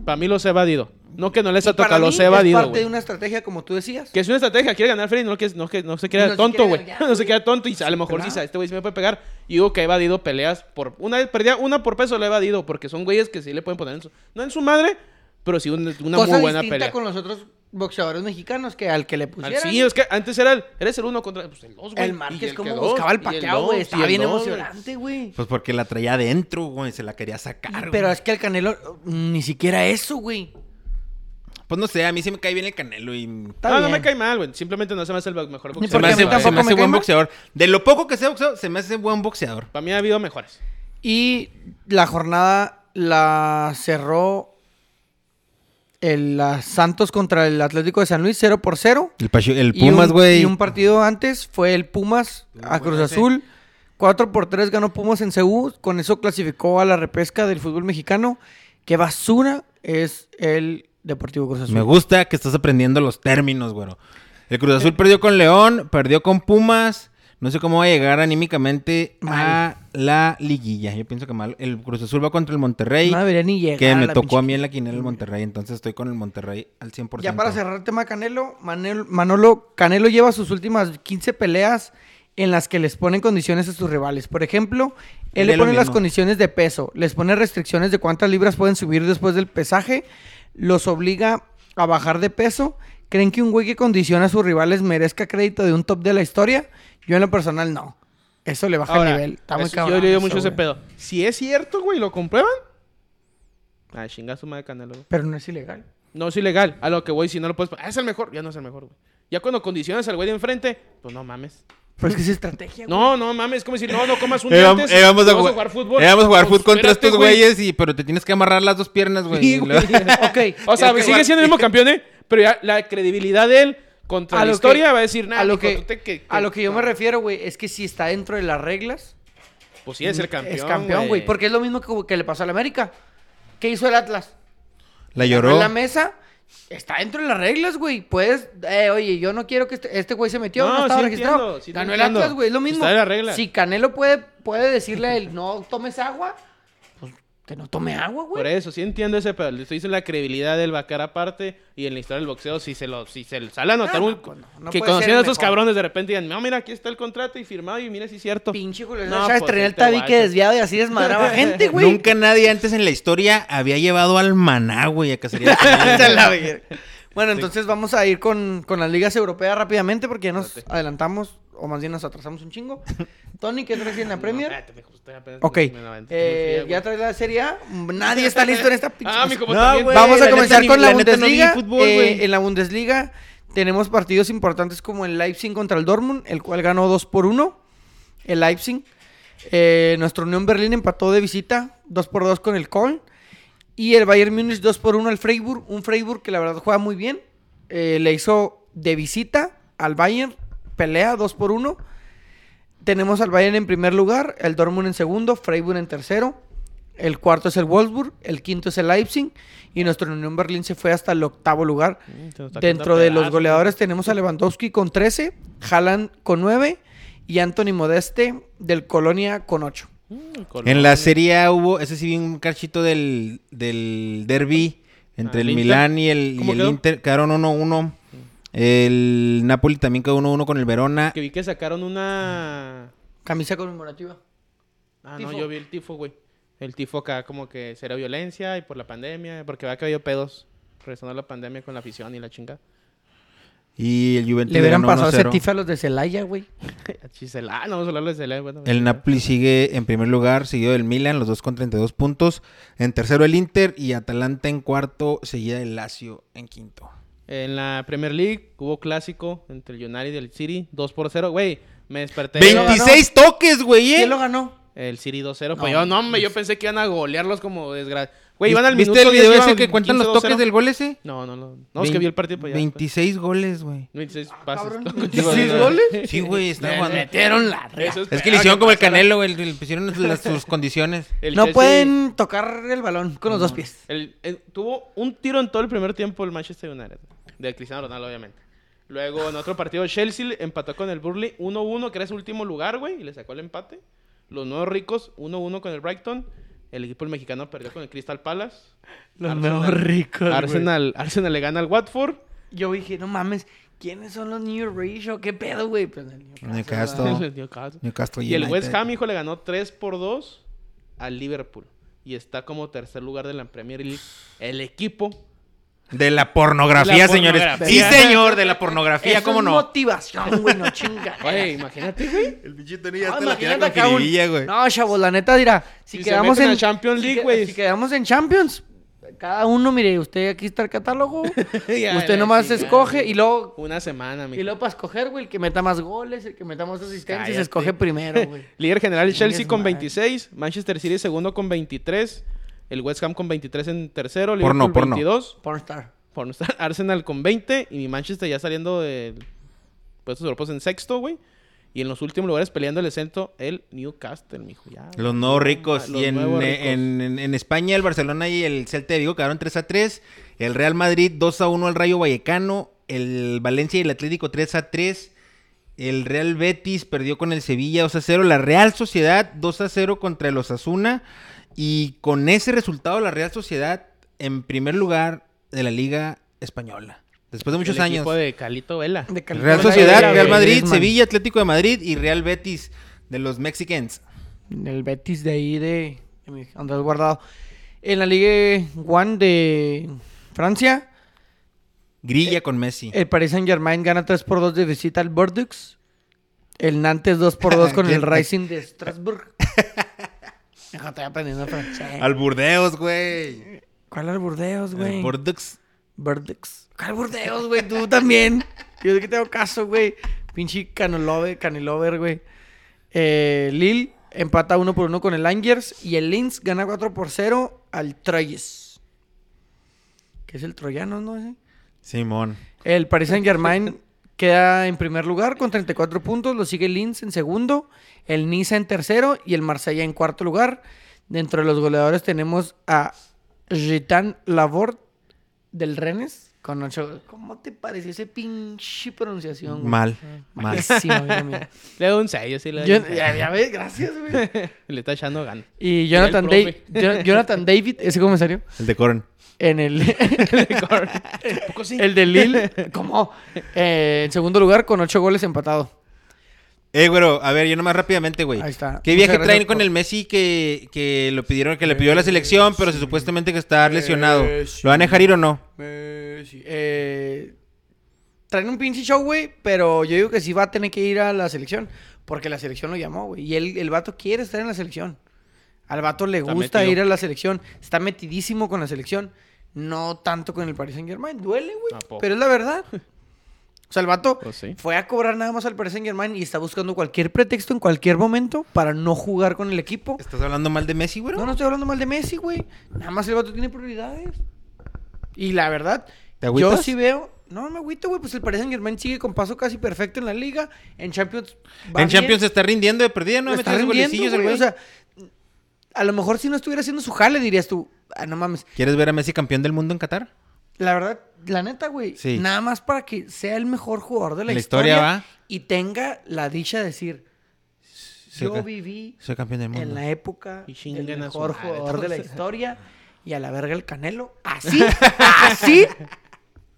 Speaker 2: Para mí los ha evadido. No que no les ha
Speaker 1: Para
Speaker 2: tocado,
Speaker 1: mí
Speaker 2: los ha
Speaker 1: es
Speaker 2: evadido,
Speaker 1: parte de
Speaker 2: güey.
Speaker 1: una estrategia, como tú decías.
Speaker 2: Que es una estrategia, quiere ganar Freddy, no, que, no, que, no se queda
Speaker 1: No se
Speaker 2: tonto,
Speaker 1: quiere
Speaker 2: güey.
Speaker 1: ganar,
Speaker 2: No se queda tonto y a lo mejor
Speaker 1: ¿verdad?
Speaker 2: dice, este güey se me puede pegar. Y digo que ha evadido peleas por... Una vez perdía una por peso, lo ha evadido, porque son güeyes que sí le pueden poner en su... No en su madre, pero sí un- una
Speaker 1: Cosa
Speaker 2: muy buena
Speaker 1: distinta
Speaker 2: pelea. Ah,
Speaker 1: con los otros boxeadores mexicanos que al que le pusieron.
Speaker 2: Sí, es que antes era el... Eres el uno contra... Pues el dos, güey.
Speaker 1: el
Speaker 2: y
Speaker 1: Márquez,
Speaker 2: que
Speaker 1: como
Speaker 2: dos,
Speaker 1: buscaba el
Speaker 2: y el
Speaker 1: paqueado,
Speaker 2: dos,
Speaker 1: güey.
Speaker 2: y
Speaker 1: Estaba
Speaker 2: el
Speaker 1: bien
Speaker 2: dos, güey.
Speaker 1: emocionante, güey.
Speaker 3: Pues porque la traía adentro, güey, se la quería sacar.
Speaker 1: Pero
Speaker 3: güey.
Speaker 1: es que el Canelo mm, ni siquiera eso, güey.
Speaker 3: Pues no sé, a mí sí me cae bien el Canelo y
Speaker 1: Está
Speaker 2: no, no
Speaker 1: bien.
Speaker 2: me cae mal, güey. Simplemente no se me hace el mejor
Speaker 1: Ni
Speaker 3: se
Speaker 1: porque
Speaker 3: me
Speaker 1: a mí
Speaker 3: hace, se me
Speaker 1: tampoco
Speaker 3: hace
Speaker 1: me cae
Speaker 3: buen
Speaker 1: mal.
Speaker 3: boxeador. De lo poco que sea boxeador, se me hace buen boxeador.
Speaker 2: Para mí ha habido mejores.
Speaker 1: Y la jornada la cerró el la Santos contra el Atlético de San Luis 0 por 0.
Speaker 3: El, Pachu- el
Speaker 1: Y un-
Speaker 3: Pumas,
Speaker 1: Y
Speaker 3: güey.
Speaker 1: un partido antes fue el Pumas a
Speaker 3: bueno
Speaker 1: Cruz
Speaker 3: ese.
Speaker 1: Azul. 4 por 3 ganó Pumas en CU. Con eso clasificó a la repesca del fútbol mexicano. Qué basura es el Deportivo Cruz Azul.
Speaker 3: Me gusta que estás aprendiendo los términos, güero. El Cruz
Speaker 1: Eh.
Speaker 3: Azul perdió con León, perdió con Pumas. No sé cómo va a llegar anímicamente a la liguilla. Yo pienso que mal. El Cruz Azul va contra el Monterrey.
Speaker 1: No debería ni llegar.
Speaker 3: que
Speaker 1: a
Speaker 3: me
Speaker 1: la
Speaker 3: tocó a
Speaker 1: pinche-
Speaker 3: mí en la quinela el Monterrey. Entonces estoy con el Monterrey al 100%.
Speaker 1: Ya para cerrar el tema Canelo, Manel- Manolo, Canelo lleva sus últimas 15 peleas en las que les ponen condiciones a sus rivales. Por ejemplo, él
Speaker 3: Haría
Speaker 1: le
Speaker 3: lo
Speaker 1: pone las
Speaker 3: mismo.
Speaker 1: condiciones de peso, les pone restricciones de cuántas libras pueden subir después del pesaje, los obliga a bajar de peso. ¿Creen que un güey que condiciona a sus rivales merezca crédito de un top de la historia? Yo en lo personal no. Eso le baja
Speaker 2: Ahora,
Speaker 1: el nivel. Está muy
Speaker 2: eso-
Speaker 1: cabrón.
Speaker 2: Yo le digo
Speaker 1: eso,
Speaker 2: mucho ese
Speaker 1: güey.
Speaker 2: pedo. Si es cierto, güey, ¿lo comprueban? Ah, chinga su madre Canelo, güey.
Speaker 1: Pero no es ilegal.
Speaker 2: No es ilegal. A lo que voy, si no lo puedes... Ah, es el mejor. Ya no es el mejor, güey. Ya cuando condicionas al güey de enfrente, pues no mames.
Speaker 1: Pero es que es estrategia. güey.
Speaker 2: No, no mames. Es como decir, no, no comas un
Speaker 3: Eh,
Speaker 2: día
Speaker 3: vam-
Speaker 2: antes.
Speaker 3: eh, vamos, a
Speaker 2: no
Speaker 3: jugar, eh, vamos a jugar
Speaker 2: Pues,
Speaker 3: fútbol contra
Speaker 2: espérate,
Speaker 3: estos güeyes, y, pero te tienes que amarrar las dos piernas, güey.
Speaker 2: Sí,
Speaker 3: Y
Speaker 2: güey.
Speaker 3: luego-
Speaker 1: Ok.
Speaker 2: O sea,
Speaker 3: Es que
Speaker 2: sigue
Speaker 3: igual-
Speaker 2: siendo el mismo campeón, ¿eh? Pero ya la credibilidad de él contra la
Speaker 1: lo que-
Speaker 2: historia va a decir, nada,
Speaker 1: a lo
Speaker 2: mijo,
Speaker 1: que,
Speaker 2: tú te que-
Speaker 1: a lo que yo me refiero, güey, es que si está dentro de las reglas,
Speaker 2: Pues sí, es el campeón,
Speaker 1: es campeón, güey. Porque es lo mismo que, que le pasó al América. ¿Qué hizo el Atlas?
Speaker 3: La
Speaker 1: Fue
Speaker 3: lloró.
Speaker 1: a la mesa. Está dentro de las reglas, güey. Puedes, eh, oye, yo no quiero que este este güey se metió, no,
Speaker 2: No,
Speaker 1: estaba
Speaker 2: sí
Speaker 1: registrado.
Speaker 2: entiendo, sí te
Speaker 1: Ganó el
Speaker 2: entiendo.
Speaker 1: Atlas, güey, es lo mismo.
Speaker 2: Está en las reglas.
Speaker 1: Si Canelo puede, puede decirle a él, no tomes agua, pues que no tome agua,
Speaker 2: Por
Speaker 1: güey.
Speaker 2: eso, sí entiendo ese, pero le estoy diciendo la credibilidad del Bacar aparte y en la historia del boxeo, si se lo, si se le sale a notar
Speaker 1: no,
Speaker 2: un-
Speaker 1: pues no, no puede
Speaker 2: que
Speaker 1: ser
Speaker 2: conociendo a
Speaker 1: el
Speaker 2: estos
Speaker 1: mejor.
Speaker 2: cabrones de repente digan, no, mira, aquí está el contrato y firmado y mira si es cierto.
Speaker 1: Pinche Julio
Speaker 2: No,
Speaker 1: César Chávez
Speaker 2: pues,
Speaker 1: traía el
Speaker 2: este guacho.
Speaker 1: tabique desviado y así desmadraba gente, güey.
Speaker 3: Nunca nadie antes en la historia había llevado al maná, güey, a cacería.
Speaker 1: Vete a la verga. Bueno, entonces vamos a ir con, con las ligas europeas rápidamente porque ya nos adelantamos, o más bien nos atrasamos un chingo. Tony, ¿qué traes en la
Speaker 2: No,
Speaker 1: Premier?
Speaker 2: espérate, mijo, estoy apenas-
Speaker 1: Ok.
Speaker 2: me la aventé, estoy muy
Speaker 1: Eh,
Speaker 2: fría,
Speaker 1: ¿Ya
Speaker 2: güey.
Speaker 1: traes la Serie A? Nadie está listo en esta pinche.
Speaker 2: Ah, mijo, pues
Speaker 3: No,
Speaker 2: también.
Speaker 3: güey.
Speaker 1: Vamos
Speaker 3: la
Speaker 1: a
Speaker 3: neta
Speaker 1: comenzar
Speaker 3: ni-
Speaker 1: con la,
Speaker 3: la neta no vi
Speaker 1: Bundesliga.
Speaker 3: fútbol,
Speaker 1: Eh,
Speaker 3: güey.
Speaker 1: en la Bundesliga tenemos partidos importantes como el Leipzig contra el Dortmund, el cual ganó 2 por 1. El Leipzig. Eh, nuestra Unión Berlín empató de visita 2 por 2 con el Köln. Y el Bayern Múnich 2 por 1 al Freiburg. Un Freiburg que la verdad juega muy bien. Eh, le hizo de visita al Bayern. Pelea 2 por 1. Tenemos al Bayern en primer lugar, el Dortmund en segundo, Freiburg en tercero, el cuarto es el Wolfsburg, el quinto es el Leipzig y nuestro Unión Berlín se fue hasta el octavo lugar.
Speaker 2: Mm, se nos está
Speaker 1: Dentro
Speaker 2: quedando
Speaker 1: de los
Speaker 2: pedazo,
Speaker 1: goleadores tenemos a Lewandowski con 13, Haaland con 9 y Anthony Modeste del Colonia con 8.
Speaker 2: güey.
Speaker 3: En la Serie A hubo, ese sí vi un cachito del, del derby entre
Speaker 2: Ah, ¿el
Speaker 3: el
Speaker 2: Inter?
Speaker 3: Milán y el, y
Speaker 2: ¿Cómo
Speaker 3: el
Speaker 2: quedó?
Speaker 3: Inter. Quedaron 1-1. El Napoli también quedó 1-1 con el Verona.
Speaker 2: Que vi que sacaron una...
Speaker 1: Camisa conmemorativa.
Speaker 2: Ah,
Speaker 1: Mm. Tifo.
Speaker 2: no, yo vi el tifo, güey. El tifo acá como que será violencia y por la pandemia, porque va que había pedos regresando a la pandemia con la afición y la chinga.
Speaker 3: Y el Juventus
Speaker 1: Le hubieran
Speaker 3: ganó
Speaker 1: pasado ese
Speaker 3: 1-0.
Speaker 1: tifa a los de Celaya, güey.
Speaker 2: Chisela, no vamos a hablar de Chisela, bueno.
Speaker 3: El Napoli sigue en primer lugar, seguido del Milan, los dos con 32 puntos. En tercero el Inter y Atalanta en cuarto, seguida el Lazio en quinto.
Speaker 2: En la Premier League hubo clásico entre el United y el City, 2 por 0, güey. Me desperté.
Speaker 1: Veinte-
Speaker 2: yo-
Speaker 3: 26 toques, güey. ¿eh?
Speaker 1: ¿Quién lo ganó?
Speaker 2: El City 2-0, pues
Speaker 1: No,
Speaker 2: yo no, hombre, yo pensé que iban a golearlos como desgracia. Güey, iban al
Speaker 3: ¿Viste
Speaker 2: minuto
Speaker 3: el
Speaker 2: 10,
Speaker 3: video ese
Speaker 2: iban
Speaker 3: que cuentan los
Speaker 2: 15-2-0.
Speaker 3: toques del gol ese?
Speaker 2: No, no, no. No, es que vi el partido pues, ya, pues.
Speaker 3: 26 goles, güey.
Speaker 2: 26 pases.
Speaker 1: cabrón.
Speaker 3: Digo,
Speaker 1: ¿Sí,
Speaker 3: digo,
Speaker 1: goles?
Speaker 3: Sí, güey, está jugando.
Speaker 1: metieron la
Speaker 2: Eso ah,
Speaker 3: Es que le
Speaker 2: esperaba
Speaker 3: hicieron como el
Speaker 2: pasara.
Speaker 3: Canelo, güey, le pusieron las- sus condiciones.
Speaker 2: El
Speaker 1: No
Speaker 2: Chelsea-
Speaker 1: pueden tocar el balón con los dos pies.
Speaker 2: el- el- tuvo un tiro en todo el primer tiempo el Manchester United. De Cristiano Ronaldo, obviamente. Luego, en otro partido, Chelsea le empató con el Burley 1-1, que era su último lugar, güey, y le sacó el empate. Los nuevos ricos, 1-1 con el Brighton. El equipo el mexicano perdió con el Crystal Palace.
Speaker 1: Los
Speaker 2: Arsenal-
Speaker 1: nuevos ricos, güey.
Speaker 2: Arsenal, Arsenal le gana al Watford.
Speaker 1: Yo dije, no mames, ¿quiénes son los New Ratio? ¿Qué pedo, güey? Pues el
Speaker 3: Newcastle.
Speaker 1: ¿verdad?
Speaker 2: Les dio caso.
Speaker 3: Newcastle
Speaker 2: Y el
Speaker 3: United.
Speaker 2: West Ham, hijo, le ganó 3 por 2 al Liverpool. Y está como tercer lugar de la Premier League. El equipo.
Speaker 3: De la pornografía,
Speaker 2: La
Speaker 3: señores.
Speaker 2: pornografía.
Speaker 3: Sí, señor, de la
Speaker 1: Eso
Speaker 3: pornografía,
Speaker 1: es
Speaker 3: ¿cómo no?
Speaker 1: motivación, güey, no chinga.
Speaker 2: Oye, imagínate, güey.
Speaker 3: El pinche Tony
Speaker 1: No, Ah, imagínate acá un- No, chavos, la neta, mira, si,
Speaker 2: Si se
Speaker 1: quedamos
Speaker 2: meten
Speaker 1: en
Speaker 2: a Champions
Speaker 1: si
Speaker 2: League,
Speaker 1: que-
Speaker 2: güey.
Speaker 1: Si quedamos en Champions, cada uno, mire, usted aquí está el catálogo.
Speaker 2: Ya,
Speaker 1: usted
Speaker 2: la
Speaker 1: nomás
Speaker 2: chingada.
Speaker 1: escoge y luego
Speaker 2: Una semana, mi.
Speaker 1: y luego para escoger, güey, el que meta más goles, el que meta más asistencias,
Speaker 2: Cállate.
Speaker 1: escoge primero, güey.
Speaker 2: Líder general el
Speaker 1: Chingues
Speaker 2: Chelsea con
Speaker 1: madre.
Speaker 2: 26. Manchester City segundo con 23. El West Ham con 23 en tercero.
Speaker 3: Porno,
Speaker 2: Liverpool
Speaker 3: porno.
Speaker 2: 22.
Speaker 1: Pornstar.
Speaker 2: Por no estar Arsenal con 20 y mi Manchester ya saliendo de puestos europeos en sexto, güey. Y en los últimos lugares peleando el centro, el Newcastle, mijo. Ya, güey.
Speaker 3: Los nuevos ricos.
Speaker 2: Ah, Los
Speaker 3: y en, eh,
Speaker 2: nuevos ricos.
Speaker 3: en- en- en España, el Barcelona y el Celta de Vigo quedaron 3 a 3. El Real Madrid 2 a 1 al Rayo Vallecano. El Valencia y el Atlético 3 a 3. El Real Betis perdió con el Sevilla 2 a 0. La Real Sociedad 2 a 0 contra el Osasuna. Y con ese resultado, la Real Sociedad en primer lugar de la Liga Española. Después de muchos
Speaker 2: el
Speaker 3: años.
Speaker 2: equipo de Calito Vela.
Speaker 1: De Cali-
Speaker 3: Real
Speaker 1: Cali-
Speaker 3: Sociedad,
Speaker 1: Cali-
Speaker 3: Real Madrid,
Speaker 1: Griezmann.
Speaker 3: Sevilla, Atlético de Madrid y Real Betis de los Mexicans.
Speaker 1: El Betis de ahí de, de mi Andrés Guardado. En la Ligue 1 de Francia,
Speaker 3: Grilla con Messi.
Speaker 1: el Paris Saint Germain gana 3 por 2 de visita al Bordeaux. El Nantes 2 por 2 con el
Speaker 3: ¿Quién?
Speaker 1: Racing de Strasbourg. Hijo, estoy aprendiendo francés.
Speaker 3: Al Burdeos, güey.
Speaker 1: ¿Cuál Eh. al Burdeos,
Speaker 3: Al
Speaker 1: güey?
Speaker 3: Bordeaux.
Speaker 1: Bordeaux. ¿Cuál Burdeos, güey? Tú también. Yo de que tengo caso, güey. Pinche Canolover, Canilover, güey. Eh, Lille empata 1 por 1 con el Angers. Y el Linz gana 4 por 0 al Troyes. Que es el troyano, ¿no? Ese?
Speaker 3: Simón.
Speaker 1: El Paris Saint Germain queda en primer lugar con 34 puntos. Lo sigue el Linz en segundo. El Niza en tercero. Y el Marsella en cuarto lugar. Dentro de los goleadores tenemos a Gitan Labort del Rennes. Con ocho. ¿Cómo te pareció ese pinche pronunciación? güey?
Speaker 3: Mal. Mal.
Speaker 1: Malísimo, mira, mira.
Speaker 2: Le doy un 6, yo sí le doy
Speaker 1: Yo-
Speaker 2: un sello.
Speaker 1: ya, ya ves, gracias, güey.
Speaker 2: Le está echando ganas.
Speaker 1: Y Jonathan,
Speaker 2: Era el
Speaker 1: Day- Jon- Jonathan David, ese comisario,
Speaker 3: El de Coron.
Speaker 1: en el,
Speaker 2: poco sí?
Speaker 1: el de Lille, ¿cómo? Eh, en segundo lugar con ocho goles empatado.
Speaker 3: Eh, güero, a ver, yo nomás rápidamente, güey.
Speaker 1: Ahí está.
Speaker 3: ¿Qué
Speaker 1: Muchas
Speaker 3: viaje traen
Speaker 1: gracias
Speaker 3: con
Speaker 1: por-
Speaker 3: el Messi que, que lo pidieron, que le pidió la selección, pero se supuestamente que está lesionado? ¿Lo van a dejar ir o no?
Speaker 1: Eh, traen un pinche show, güey, pero yo digo que sí va a tener que ir a la selección. Porque la selección lo llamó, güey. Y él, el vato quiere estar en la selección. Al vato le
Speaker 2: Está
Speaker 1: gusta
Speaker 2: metido.
Speaker 1: ir a la selección. Está metidísimo con la selección. No tanto con el Paris Saint Germain. Duele,
Speaker 2: ¿A
Speaker 1: güey.
Speaker 2: poco?
Speaker 1: Pero es la verdad. O sea, el vato
Speaker 2: Pues sí.
Speaker 1: fue a cobrar nada más al Paris Saint Germain y está buscando cualquier pretexto en cualquier momento para no jugar con el equipo.
Speaker 3: ¿Estás hablando mal de Messi, güero?
Speaker 1: No, no estoy hablando mal de Messi, güey. Nada más el vato tiene prioridades. Y la verdad,
Speaker 3: ¿Te
Speaker 1: yo
Speaker 3: agüitas?
Speaker 1: sí veo. No, me agüito, güey. Pues el Paris Saint Germain sigue con paso casi perfecto en la liga. En Champions. va
Speaker 3: En Champions se
Speaker 1: bien.
Speaker 3: está rindiendo de perdida, ¿no?
Speaker 1: Lo
Speaker 3: Metió
Speaker 1: está
Speaker 3: esos
Speaker 1: rindiendo,
Speaker 3: golecillos, el
Speaker 1: güey.
Speaker 3: güey.
Speaker 1: O sea, a lo mejor si no estuviera haciendo su jale, dirías tú. Ah, no mames.
Speaker 3: ¿Quieres ver a Messi campeón del mundo en Qatar?
Speaker 1: La verdad, la neta, güey.
Speaker 3: Sí.
Speaker 1: Nada más para que sea el mejor jugador de la,
Speaker 3: La historia
Speaker 1: historia.
Speaker 3: va.
Speaker 1: Y tenga la dicha de decir.
Speaker 3: Sí,
Speaker 1: yo
Speaker 3: acá.
Speaker 1: viví
Speaker 3: Soy campeón del mundo.
Speaker 1: en la época
Speaker 2: Y
Speaker 1: del
Speaker 2: chinguen a su
Speaker 1: mejor
Speaker 2: madre,
Speaker 1: jugador de la
Speaker 2: entonces.
Speaker 1: historia y a la verga el Canelo. Así, así.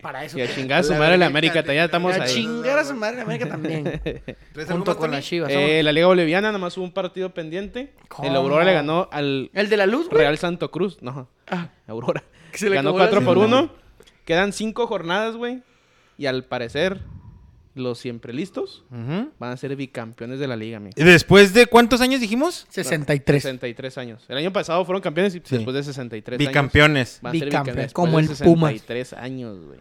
Speaker 1: Para eso.
Speaker 2: Y a
Speaker 1: te-
Speaker 2: chingar a su madre en la América, ya estamos
Speaker 1: Y a
Speaker 2: ahí.
Speaker 1: chingar a su madre en América también.
Speaker 3: ¿Traes algo
Speaker 1: junto
Speaker 3: más,
Speaker 1: con
Speaker 3: Tony?
Speaker 1: las Chivas.
Speaker 2: Eh,
Speaker 1: vámonos.
Speaker 2: la Liga Boliviana, nada más hubo un partido pendiente. El
Speaker 1: ¿Cómo?
Speaker 2: Aurora le ganó al
Speaker 1: el de la luz, güey.
Speaker 2: Real Santo Cruz. No,
Speaker 1: Ah,
Speaker 2: Aurora.
Speaker 1: que se le
Speaker 2: Ganó
Speaker 1: acabó la
Speaker 2: 4 por
Speaker 1: luz.
Speaker 2: 1. Quedan 5 jornadas, güey. Y al parecer, los siempre listos
Speaker 3: Ujú.
Speaker 2: van a ser bicampeones de la liga, amigo.
Speaker 3: ¿Después de cuántos años dijimos?
Speaker 1: 63.
Speaker 2: 63 años. El año pasado fueron campeones y
Speaker 3: Sí.
Speaker 2: después de 63 años.
Speaker 3: Bicampeones.
Speaker 2: Van a ser
Speaker 1: Bicampeón,
Speaker 2: bicampeones.
Speaker 1: como
Speaker 2: después de
Speaker 1: el Pumas.
Speaker 2: 63 años, güey.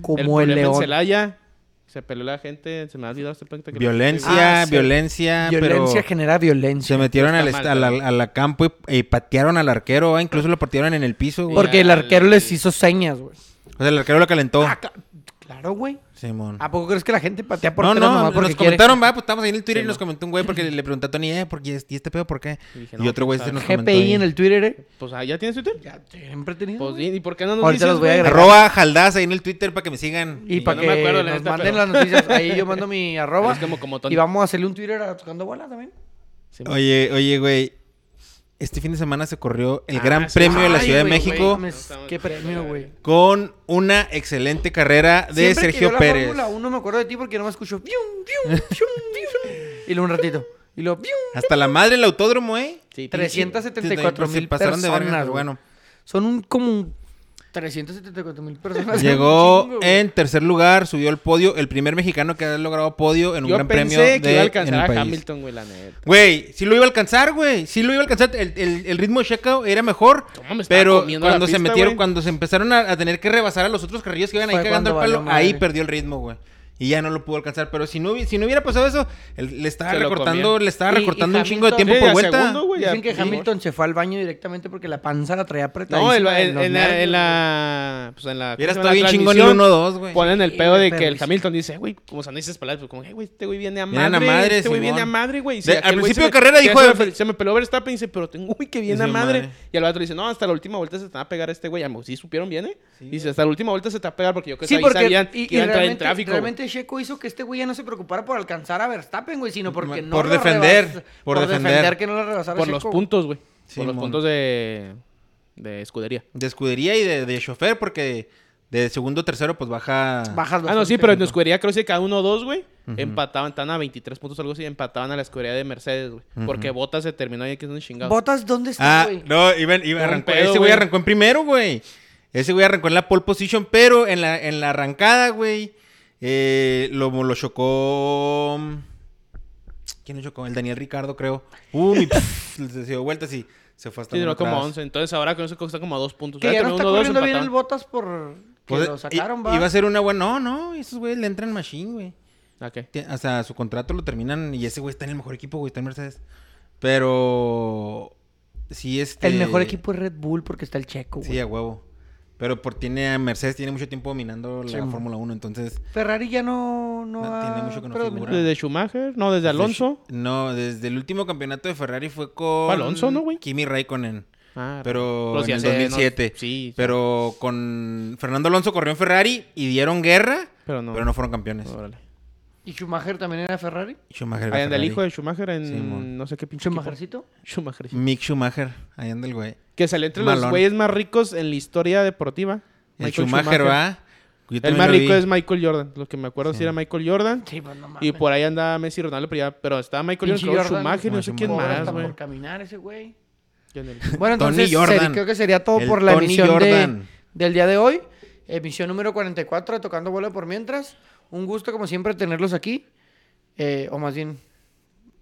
Speaker 1: Como el,
Speaker 2: problema en
Speaker 1: león.
Speaker 2: Celaya. Se peleó la gente. Se me ha olvidado este punto. que-
Speaker 3: Violencia,
Speaker 1: Ah, sí.
Speaker 3: violencia,
Speaker 1: Violencia
Speaker 3: pero
Speaker 1: genera
Speaker 3: se
Speaker 1: violencia.
Speaker 3: metieron al,
Speaker 2: Está
Speaker 3: est-
Speaker 2: mal,
Speaker 3: a la-
Speaker 2: pero-
Speaker 3: a la campo y, y patearon al arquero, ¿va? incluso lo patearon en el piso, güey.
Speaker 1: Porque el
Speaker 2: al-
Speaker 1: arquero les hizo señas, güey.
Speaker 3: O sea, el arquero lo calentó.
Speaker 1: Ah, cla- claro, güey.
Speaker 3: Simón.
Speaker 1: ¿A poco crees que la gente patea por
Speaker 3: No,
Speaker 1: tela
Speaker 3: no,
Speaker 1: nomás
Speaker 3: nos
Speaker 1: porque quiere?
Speaker 3: comentaron, va, pues estamos ahí en el Twitter y
Speaker 2: Simón.
Speaker 3: nos comentó un güey porque le preguntó a Tony, eh, ¿por qué es- ¿y este pedo por qué?
Speaker 2: Y
Speaker 3: Y,
Speaker 2: dije, no,
Speaker 3: otro güey
Speaker 2: pues,
Speaker 3: se nos comentó.
Speaker 1: GPI
Speaker 3: ahí.
Speaker 1: en el Twitter, ¿eh?
Speaker 2: Pues ah, ya tienes Twitter.
Speaker 1: Ya siempre he tenido.
Speaker 2: Pues
Speaker 1: güey.
Speaker 2: sí, ¿y por qué no nos
Speaker 1: Ahorita
Speaker 2: dices,
Speaker 1: los voy a
Speaker 2: güey?
Speaker 1: agregar.
Speaker 3: Arroba jaldadas ahí en el Twitter para que me sigan.
Speaker 1: y
Speaker 2: yo
Speaker 1: para
Speaker 2: no
Speaker 1: que
Speaker 2: me acuerdo, la
Speaker 1: nos
Speaker 2: neta,
Speaker 1: manden
Speaker 2: pero-
Speaker 1: las noticias. Ahí yo mando mi arroba.
Speaker 2: Es como- como Tony.
Speaker 1: y vamos a hacerle un Twitter a tocando bola también.
Speaker 2: Sí,
Speaker 3: Oye, oye, güey. Este fin de semana se corrió el
Speaker 2: Ah,
Speaker 3: Gran
Speaker 2: sí.
Speaker 3: Premio de la
Speaker 1: Ay,
Speaker 3: Ciudad de
Speaker 1: güey,
Speaker 3: México
Speaker 1: güey, mames, Qué premio, güey.
Speaker 3: con una excelente carrera de
Speaker 1: Siempre que
Speaker 3: Sergio
Speaker 1: veo la
Speaker 3: Pérez.
Speaker 1: Fórmula 1 me acuerdo de ti porque no me escucho. "Bium, bium, bium, bium", y luego un ratito. Y luego. "Bium".
Speaker 3: Hasta la madre el autódromo, ¿eh? pues,
Speaker 2: Sí, pinche-
Speaker 1: 374
Speaker 3: Se
Speaker 1: mil
Speaker 3: pasaron
Speaker 1: personas.
Speaker 3: de verga, pero
Speaker 1: güey.
Speaker 3: bueno.
Speaker 1: Son un, como un 374 mil personas. Un
Speaker 3: Llegó
Speaker 1: chingo, güey.
Speaker 3: en tercer lugar, subió al podio, el primer mexicano que ha logrado podio en un
Speaker 2: Yo
Speaker 3: gran
Speaker 2: pensé
Speaker 3: premio de
Speaker 2: que iba a
Speaker 3: en el
Speaker 2: alcanzar
Speaker 3: país.
Speaker 2: a Hamilton, güey, la neta.
Speaker 3: Güey, sí lo iba a alcanzar, güey. Sí lo iba a alcanzar. El, el- el ritmo de Checo era mejor.
Speaker 2: No mames, estaba
Speaker 3: pero
Speaker 2: comiendo
Speaker 3: cuando
Speaker 2: la
Speaker 3: se
Speaker 2: pista,
Speaker 3: metieron,
Speaker 2: güey.
Speaker 3: cuando se empezaron a, a tener que rebasar a los otros carrillos que iban ahí
Speaker 1: Fue
Speaker 3: cagando el
Speaker 1: cuando
Speaker 3: palo,
Speaker 1: valió madre.
Speaker 3: ahí perdió el ritmo, güey. Y ya no lo pudo alcanzar. Pero si no, hubi- si no hubiera pasado eso, él- le estaba
Speaker 2: Se lo
Speaker 3: recortando,
Speaker 2: comía.
Speaker 3: le estaba
Speaker 1: Y- y
Speaker 3: recortando un
Speaker 1: Hamilton-
Speaker 3: chingo de tiempo
Speaker 2: Sí,
Speaker 3: por
Speaker 2: a
Speaker 3: vuelta.
Speaker 2: segundo, güey, ya-
Speaker 1: Dicen que
Speaker 2: sí.
Speaker 1: Hamilton se fue al baño directamente porque la panza la traía apretada.
Speaker 2: No, el- en, en la, en la. Pues en la.
Speaker 3: Hubiera
Speaker 2: ¿cómo se
Speaker 3: estado bien
Speaker 2: llama? La
Speaker 3: chingón el
Speaker 2: transmisión,
Speaker 3: 1-2, güey.
Speaker 2: Ponen el
Speaker 1: Sí,
Speaker 2: pedo
Speaker 1: güey,
Speaker 2: de
Speaker 1: pero
Speaker 2: que el
Speaker 1: sí.
Speaker 2: Hamilton dice, güey, como son esas palabras, pues como, "Hey, güey, este güey viene a
Speaker 3: Viene
Speaker 2: madre.
Speaker 3: a madre,
Speaker 2: este güey viene a
Speaker 3: Simón.
Speaker 2: madre, güey. Y
Speaker 3: De-
Speaker 2: aquel
Speaker 3: al
Speaker 2: güey se
Speaker 3: principio de
Speaker 2: me-
Speaker 3: carrera
Speaker 2: se
Speaker 3: dijo
Speaker 2: me
Speaker 3: de-
Speaker 2: fe- Se me peló Verstappen y dice, pero tengo, güey, que viene
Speaker 3: Viene
Speaker 2: a
Speaker 3: a
Speaker 2: madre.
Speaker 3: madre.
Speaker 2: Y al vato le dice, no, hasta la última vuelta se te va a pegar este güey. A sí supieron bien, ¿eh? Y dice, hasta la última vuelta se te va a pegar porque
Speaker 3: Pues
Speaker 2: yo creo que
Speaker 1: Sí,
Speaker 2: ahí
Speaker 1: porque
Speaker 2: sabían que
Speaker 1: y,
Speaker 2: iba
Speaker 1: y
Speaker 2: a entrar en
Speaker 1: realmente,
Speaker 2: tráfico. güey.
Speaker 1: realmente Checo hizo que este güey ya no se preocupara por alcanzar a Verstappen, güey, sino porque no
Speaker 3: Por
Speaker 1: lo
Speaker 3: defender,
Speaker 1: rebas-
Speaker 3: por defender.
Speaker 1: que no lo rebasara
Speaker 2: Por los
Speaker 1: Checo,
Speaker 2: puntos, güey. Por
Speaker 3: Simón.
Speaker 2: los puntos de. de escudería.
Speaker 3: De escudería y de, de chofer, porque de segundo tercero, pues baja.
Speaker 1: güey. Bajas
Speaker 2: Ah, no, sí,
Speaker 1: bastante.
Speaker 2: pero en la escudería creo que cada uno o dos, güey. Empataban, estaban a 23 puntos o algo así, empataban a la escudería de Mercedes, güey. Porque Botas se terminó ahí que es un chingado.
Speaker 1: ¿Botas dónde está,
Speaker 3: Ah,
Speaker 1: güey?
Speaker 3: no, iban- iban-
Speaker 2: Un
Speaker 3: arrancó-
Speaker 2: pedo,
Speaker 3: ese
Speaker 2: güey.
Speaker 3: güey arrancó en primero, güey. Ese güey arrancó en la pole position, pero en la, en la arrancada, güey, eh, lo, lo chocó... ¿Quién lo chocó? El Daniel Ricardo, creo. Uh, y pf, se dio vueltas y se fue hasta
Speaker 2: Sí, duró
Speaker 3: atrás.
Speaker 2: como 11. Entonces ahora con eso está como a dos puntos.
Speaker 1: que ya no
Speaker 2: Terminó
Speaker 1: está
Speaker 2: 1-2,
Speaker 1: corriendo bien el
Speaker 2: empataban.
Speaker 1: Botas por... Que
Speaker 3: Pues,
Speaker 1: lo
Speaker 3: i-
Speaker 1: sacaron, va.
Speaker 3: Iba a ser una buena... No, no, esos güeyes le entran machine, güey.
Speaker 2: Ah, ¿qué?
Speaker 3: Ti- O sea, su contrato lo terminan y ese güey está en el mejor equipo, güey, está en Mercedes. Pero... Sí, este...
Speaker 1: El mejor equipo es Red Bull porque está el Checo, güey.
Speaker 3: Sí, a huevo. Pero por tiene a Mercedes tiene mucho tiempo dominando la
Speaker 1: Sí.
Speaker 3: Fórmula 1, entonces
Speaker 1: Ferrari ya no... No,
Speaker 3: No,
Speaker 1: ha
Speaker 3: tiene mucho que no
Speaker 1: predominado.
Speaker 3: figura.
Speaker 2: Desde Schumacher, no, desde Alonso.
Speaker 3: Desde- no, desde el último campeonato de Ferrari fue con
Speaker 2: Fue Alonso, ¿no, güey?
Speaker 3: Kimi Raikkonen,
Speaker 2: Ah,
Speaker 3: pero,
Speaker 2: pues,
Speaker 3: en
Speaker 2: ya
Speaker 3: el
Speaker 2: sé, no,
Speaker 3: 2007.
Speaker 2: sí, pero,
Speaker 3: Pero con Fernando Alonso corrió en Ferrari y dieron guerra,
Speaker 2: pero no.
Speaker 3: pero no fueron campeones.
Speaker 2: Órale.
Speaker 1: ¿Y Schumacher también era Ferrari?
Speaker 3: Schumacher era
Speaker 2: Ahí anda el
Speaker 3: Ferrari.
Speaker 2: hijo de Schumacher en
Speaker 3: Simón.
Speaker 2: no sé qué pinche. equipo.
Speaker 1: ¿Schumachercito?
Speaker 2: Schumacher. sí.
Speaker 3: Mick Schumacher, ahí anda el güey.
Speaker 2: Que salió entre los
Speaker 3: Malón.
Speaker 2: güeyes más ricos en la historia deportiva.
Speaker 3: El
Speaker 2: Michael
Speaker 3: Schumacher, va. Yo
Speaker 2: El
Speaker 3: también
Speaker 2: más
Speaker 3: lo
Speaker 2: rico
Speaker 3: vi.
Speaker 2: es Michael Jordan. Lo que me acuerdo si era Michael Jordan.
Speaker 1: Sí, pues no mames.
Speaker 2: Y por ahí andaba Messi y Ronaldo, pero, ya, pero estaba Michael
Speaker 1: Pinche
Speaker 2: Jordan, creo,
Speaker 1: Jordan,
Speaker 2: Schumacher, no sé
Speaker 3: Schumacher.
Speaker 2: quién
Speaker 1: Pobre
Speaker 2: más,
Speaker 1: hasta
Speaker 2: güey.
Speaker 1: por caminar ese güey.
Speaker 2: ¿Quién era?
Speaker 1: Bueno,
Speaker 3: Tony
Speaker 1: entonces seri-
Speaker 3: Jordan.
Speaker 1: creo que sería todo
Speaker 3: El
Speaker 1: por la
Speaker 3: Tony
Speaker 1: emisión de-
Speaker 3: Jordan.
Speaker 1: del día de hoy. Emisión número 44 de Tocando Bola por Mientras. Un gusto, como siempre, tenerlos aquí. Eh, o más bien,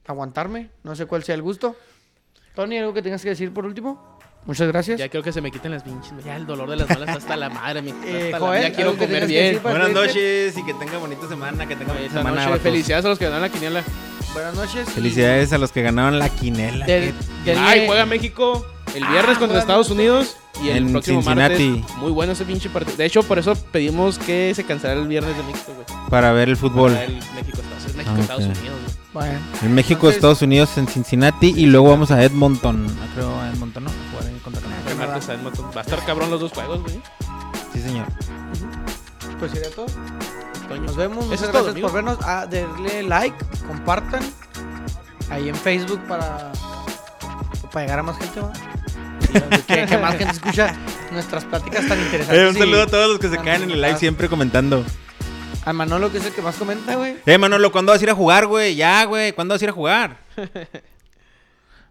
Speaker 1: aguantarme. No sé cuál sea el gusto. Tony, ¿algo que tengas que decir por último? Muchas gracias.
Speaker 2: Ya creo que se me quiten las pinches. Ya el dolor de las malas hasta la madre, mi hasta
Speaker 1: Eh,
Speaker 2: la-
Speaker 1: Joel,
Speaker 2: Ya quiero
Speaker 1: ¿algo que
Speaker 2: comer
Speaker 1: tengas que
Speaker 2: bien.
Speaker 1: decir para
Speaker 3: Buenas
Speaker 1: despedirte?
Speaker 3: noches y que tenga bonita semana, que tenga bonita
Speaker 2: Esta
Speaker 3: semana.
Speaker 2: noche,
Speaker 3: vatos.
Speaker 2: felicidades a los que ganan la quiniela.
Speaker 1: Buenas noches.
Speaker 3: Felicidades a los que ganaron la quinela.
Speaker 1: Del-
Speaker 3: Qué
Speaker 1: del-
Speaker 2: Ay, juega México el viernes
Speaker 1: Ah,
Speaker 2: contra
Speaker 1: juega
Speaker 2: Estados
Speaker 1: México.
Speaker 2: Unidos y el
Speaker 3: En
Speaker 2: próximo martes.
Speaker 3: Cincinnati.
Speaker 2: Muy bueno ese pinche partido. De hecho, por eso pedimos que se cancelara el viernes de México, güey. para
Speaker 3: Para ver el fútbol.
Speaker 2: el México, Estados, es México,
Speaker 3: Ah, ok.
Speaker 2: Estados Unidos, güey.
Speaker 1: Bueno.
Speaker 3: En México,
Speaker 1: Entonces-
Speaker 3: Estados Unidos, en Cincinnati y luego vamos a Edmonton. Ah, Creo a Edmonton, ¿no? Jugar ahí contra Canadá.
Speaker 2: El martes a Edmonton. Va a estar cabrón los dos juegos, güey.
Speaker 3: Sí, señor.
Speaker 1: Pues sería todo.
Speaker 2: Toño.
Speaker 1: Nos vemos.
Speaker 2: Eso
Speaker 1: Muchas
Speaker 2: es todo,
Speaker 1: gracias por vernos. Ah, denle like, compartan. ahí en Facebook para, para llegar a más gente, ¿va? Y Que, que más gente escucha nuestras pláticas tan interesantes.
Speaker 3: Eh, un
Speaker 1: y-
Speaker 3: saludo a todos los que se
Speaker 1: tan
Speaker 3: quedan en el live
Speaker 1: disfrutadas.
Speaker 3: siempre comentando.
Speaker 1: A Manolo, que es el que más comenta, güey.
Speaker 3: Eh, Manolo, ¿cuándo vas a ir a jugar, güey? Ya, güey. ¿Cuándo vas a ir a jugar?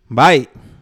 Speaker 3: Bye.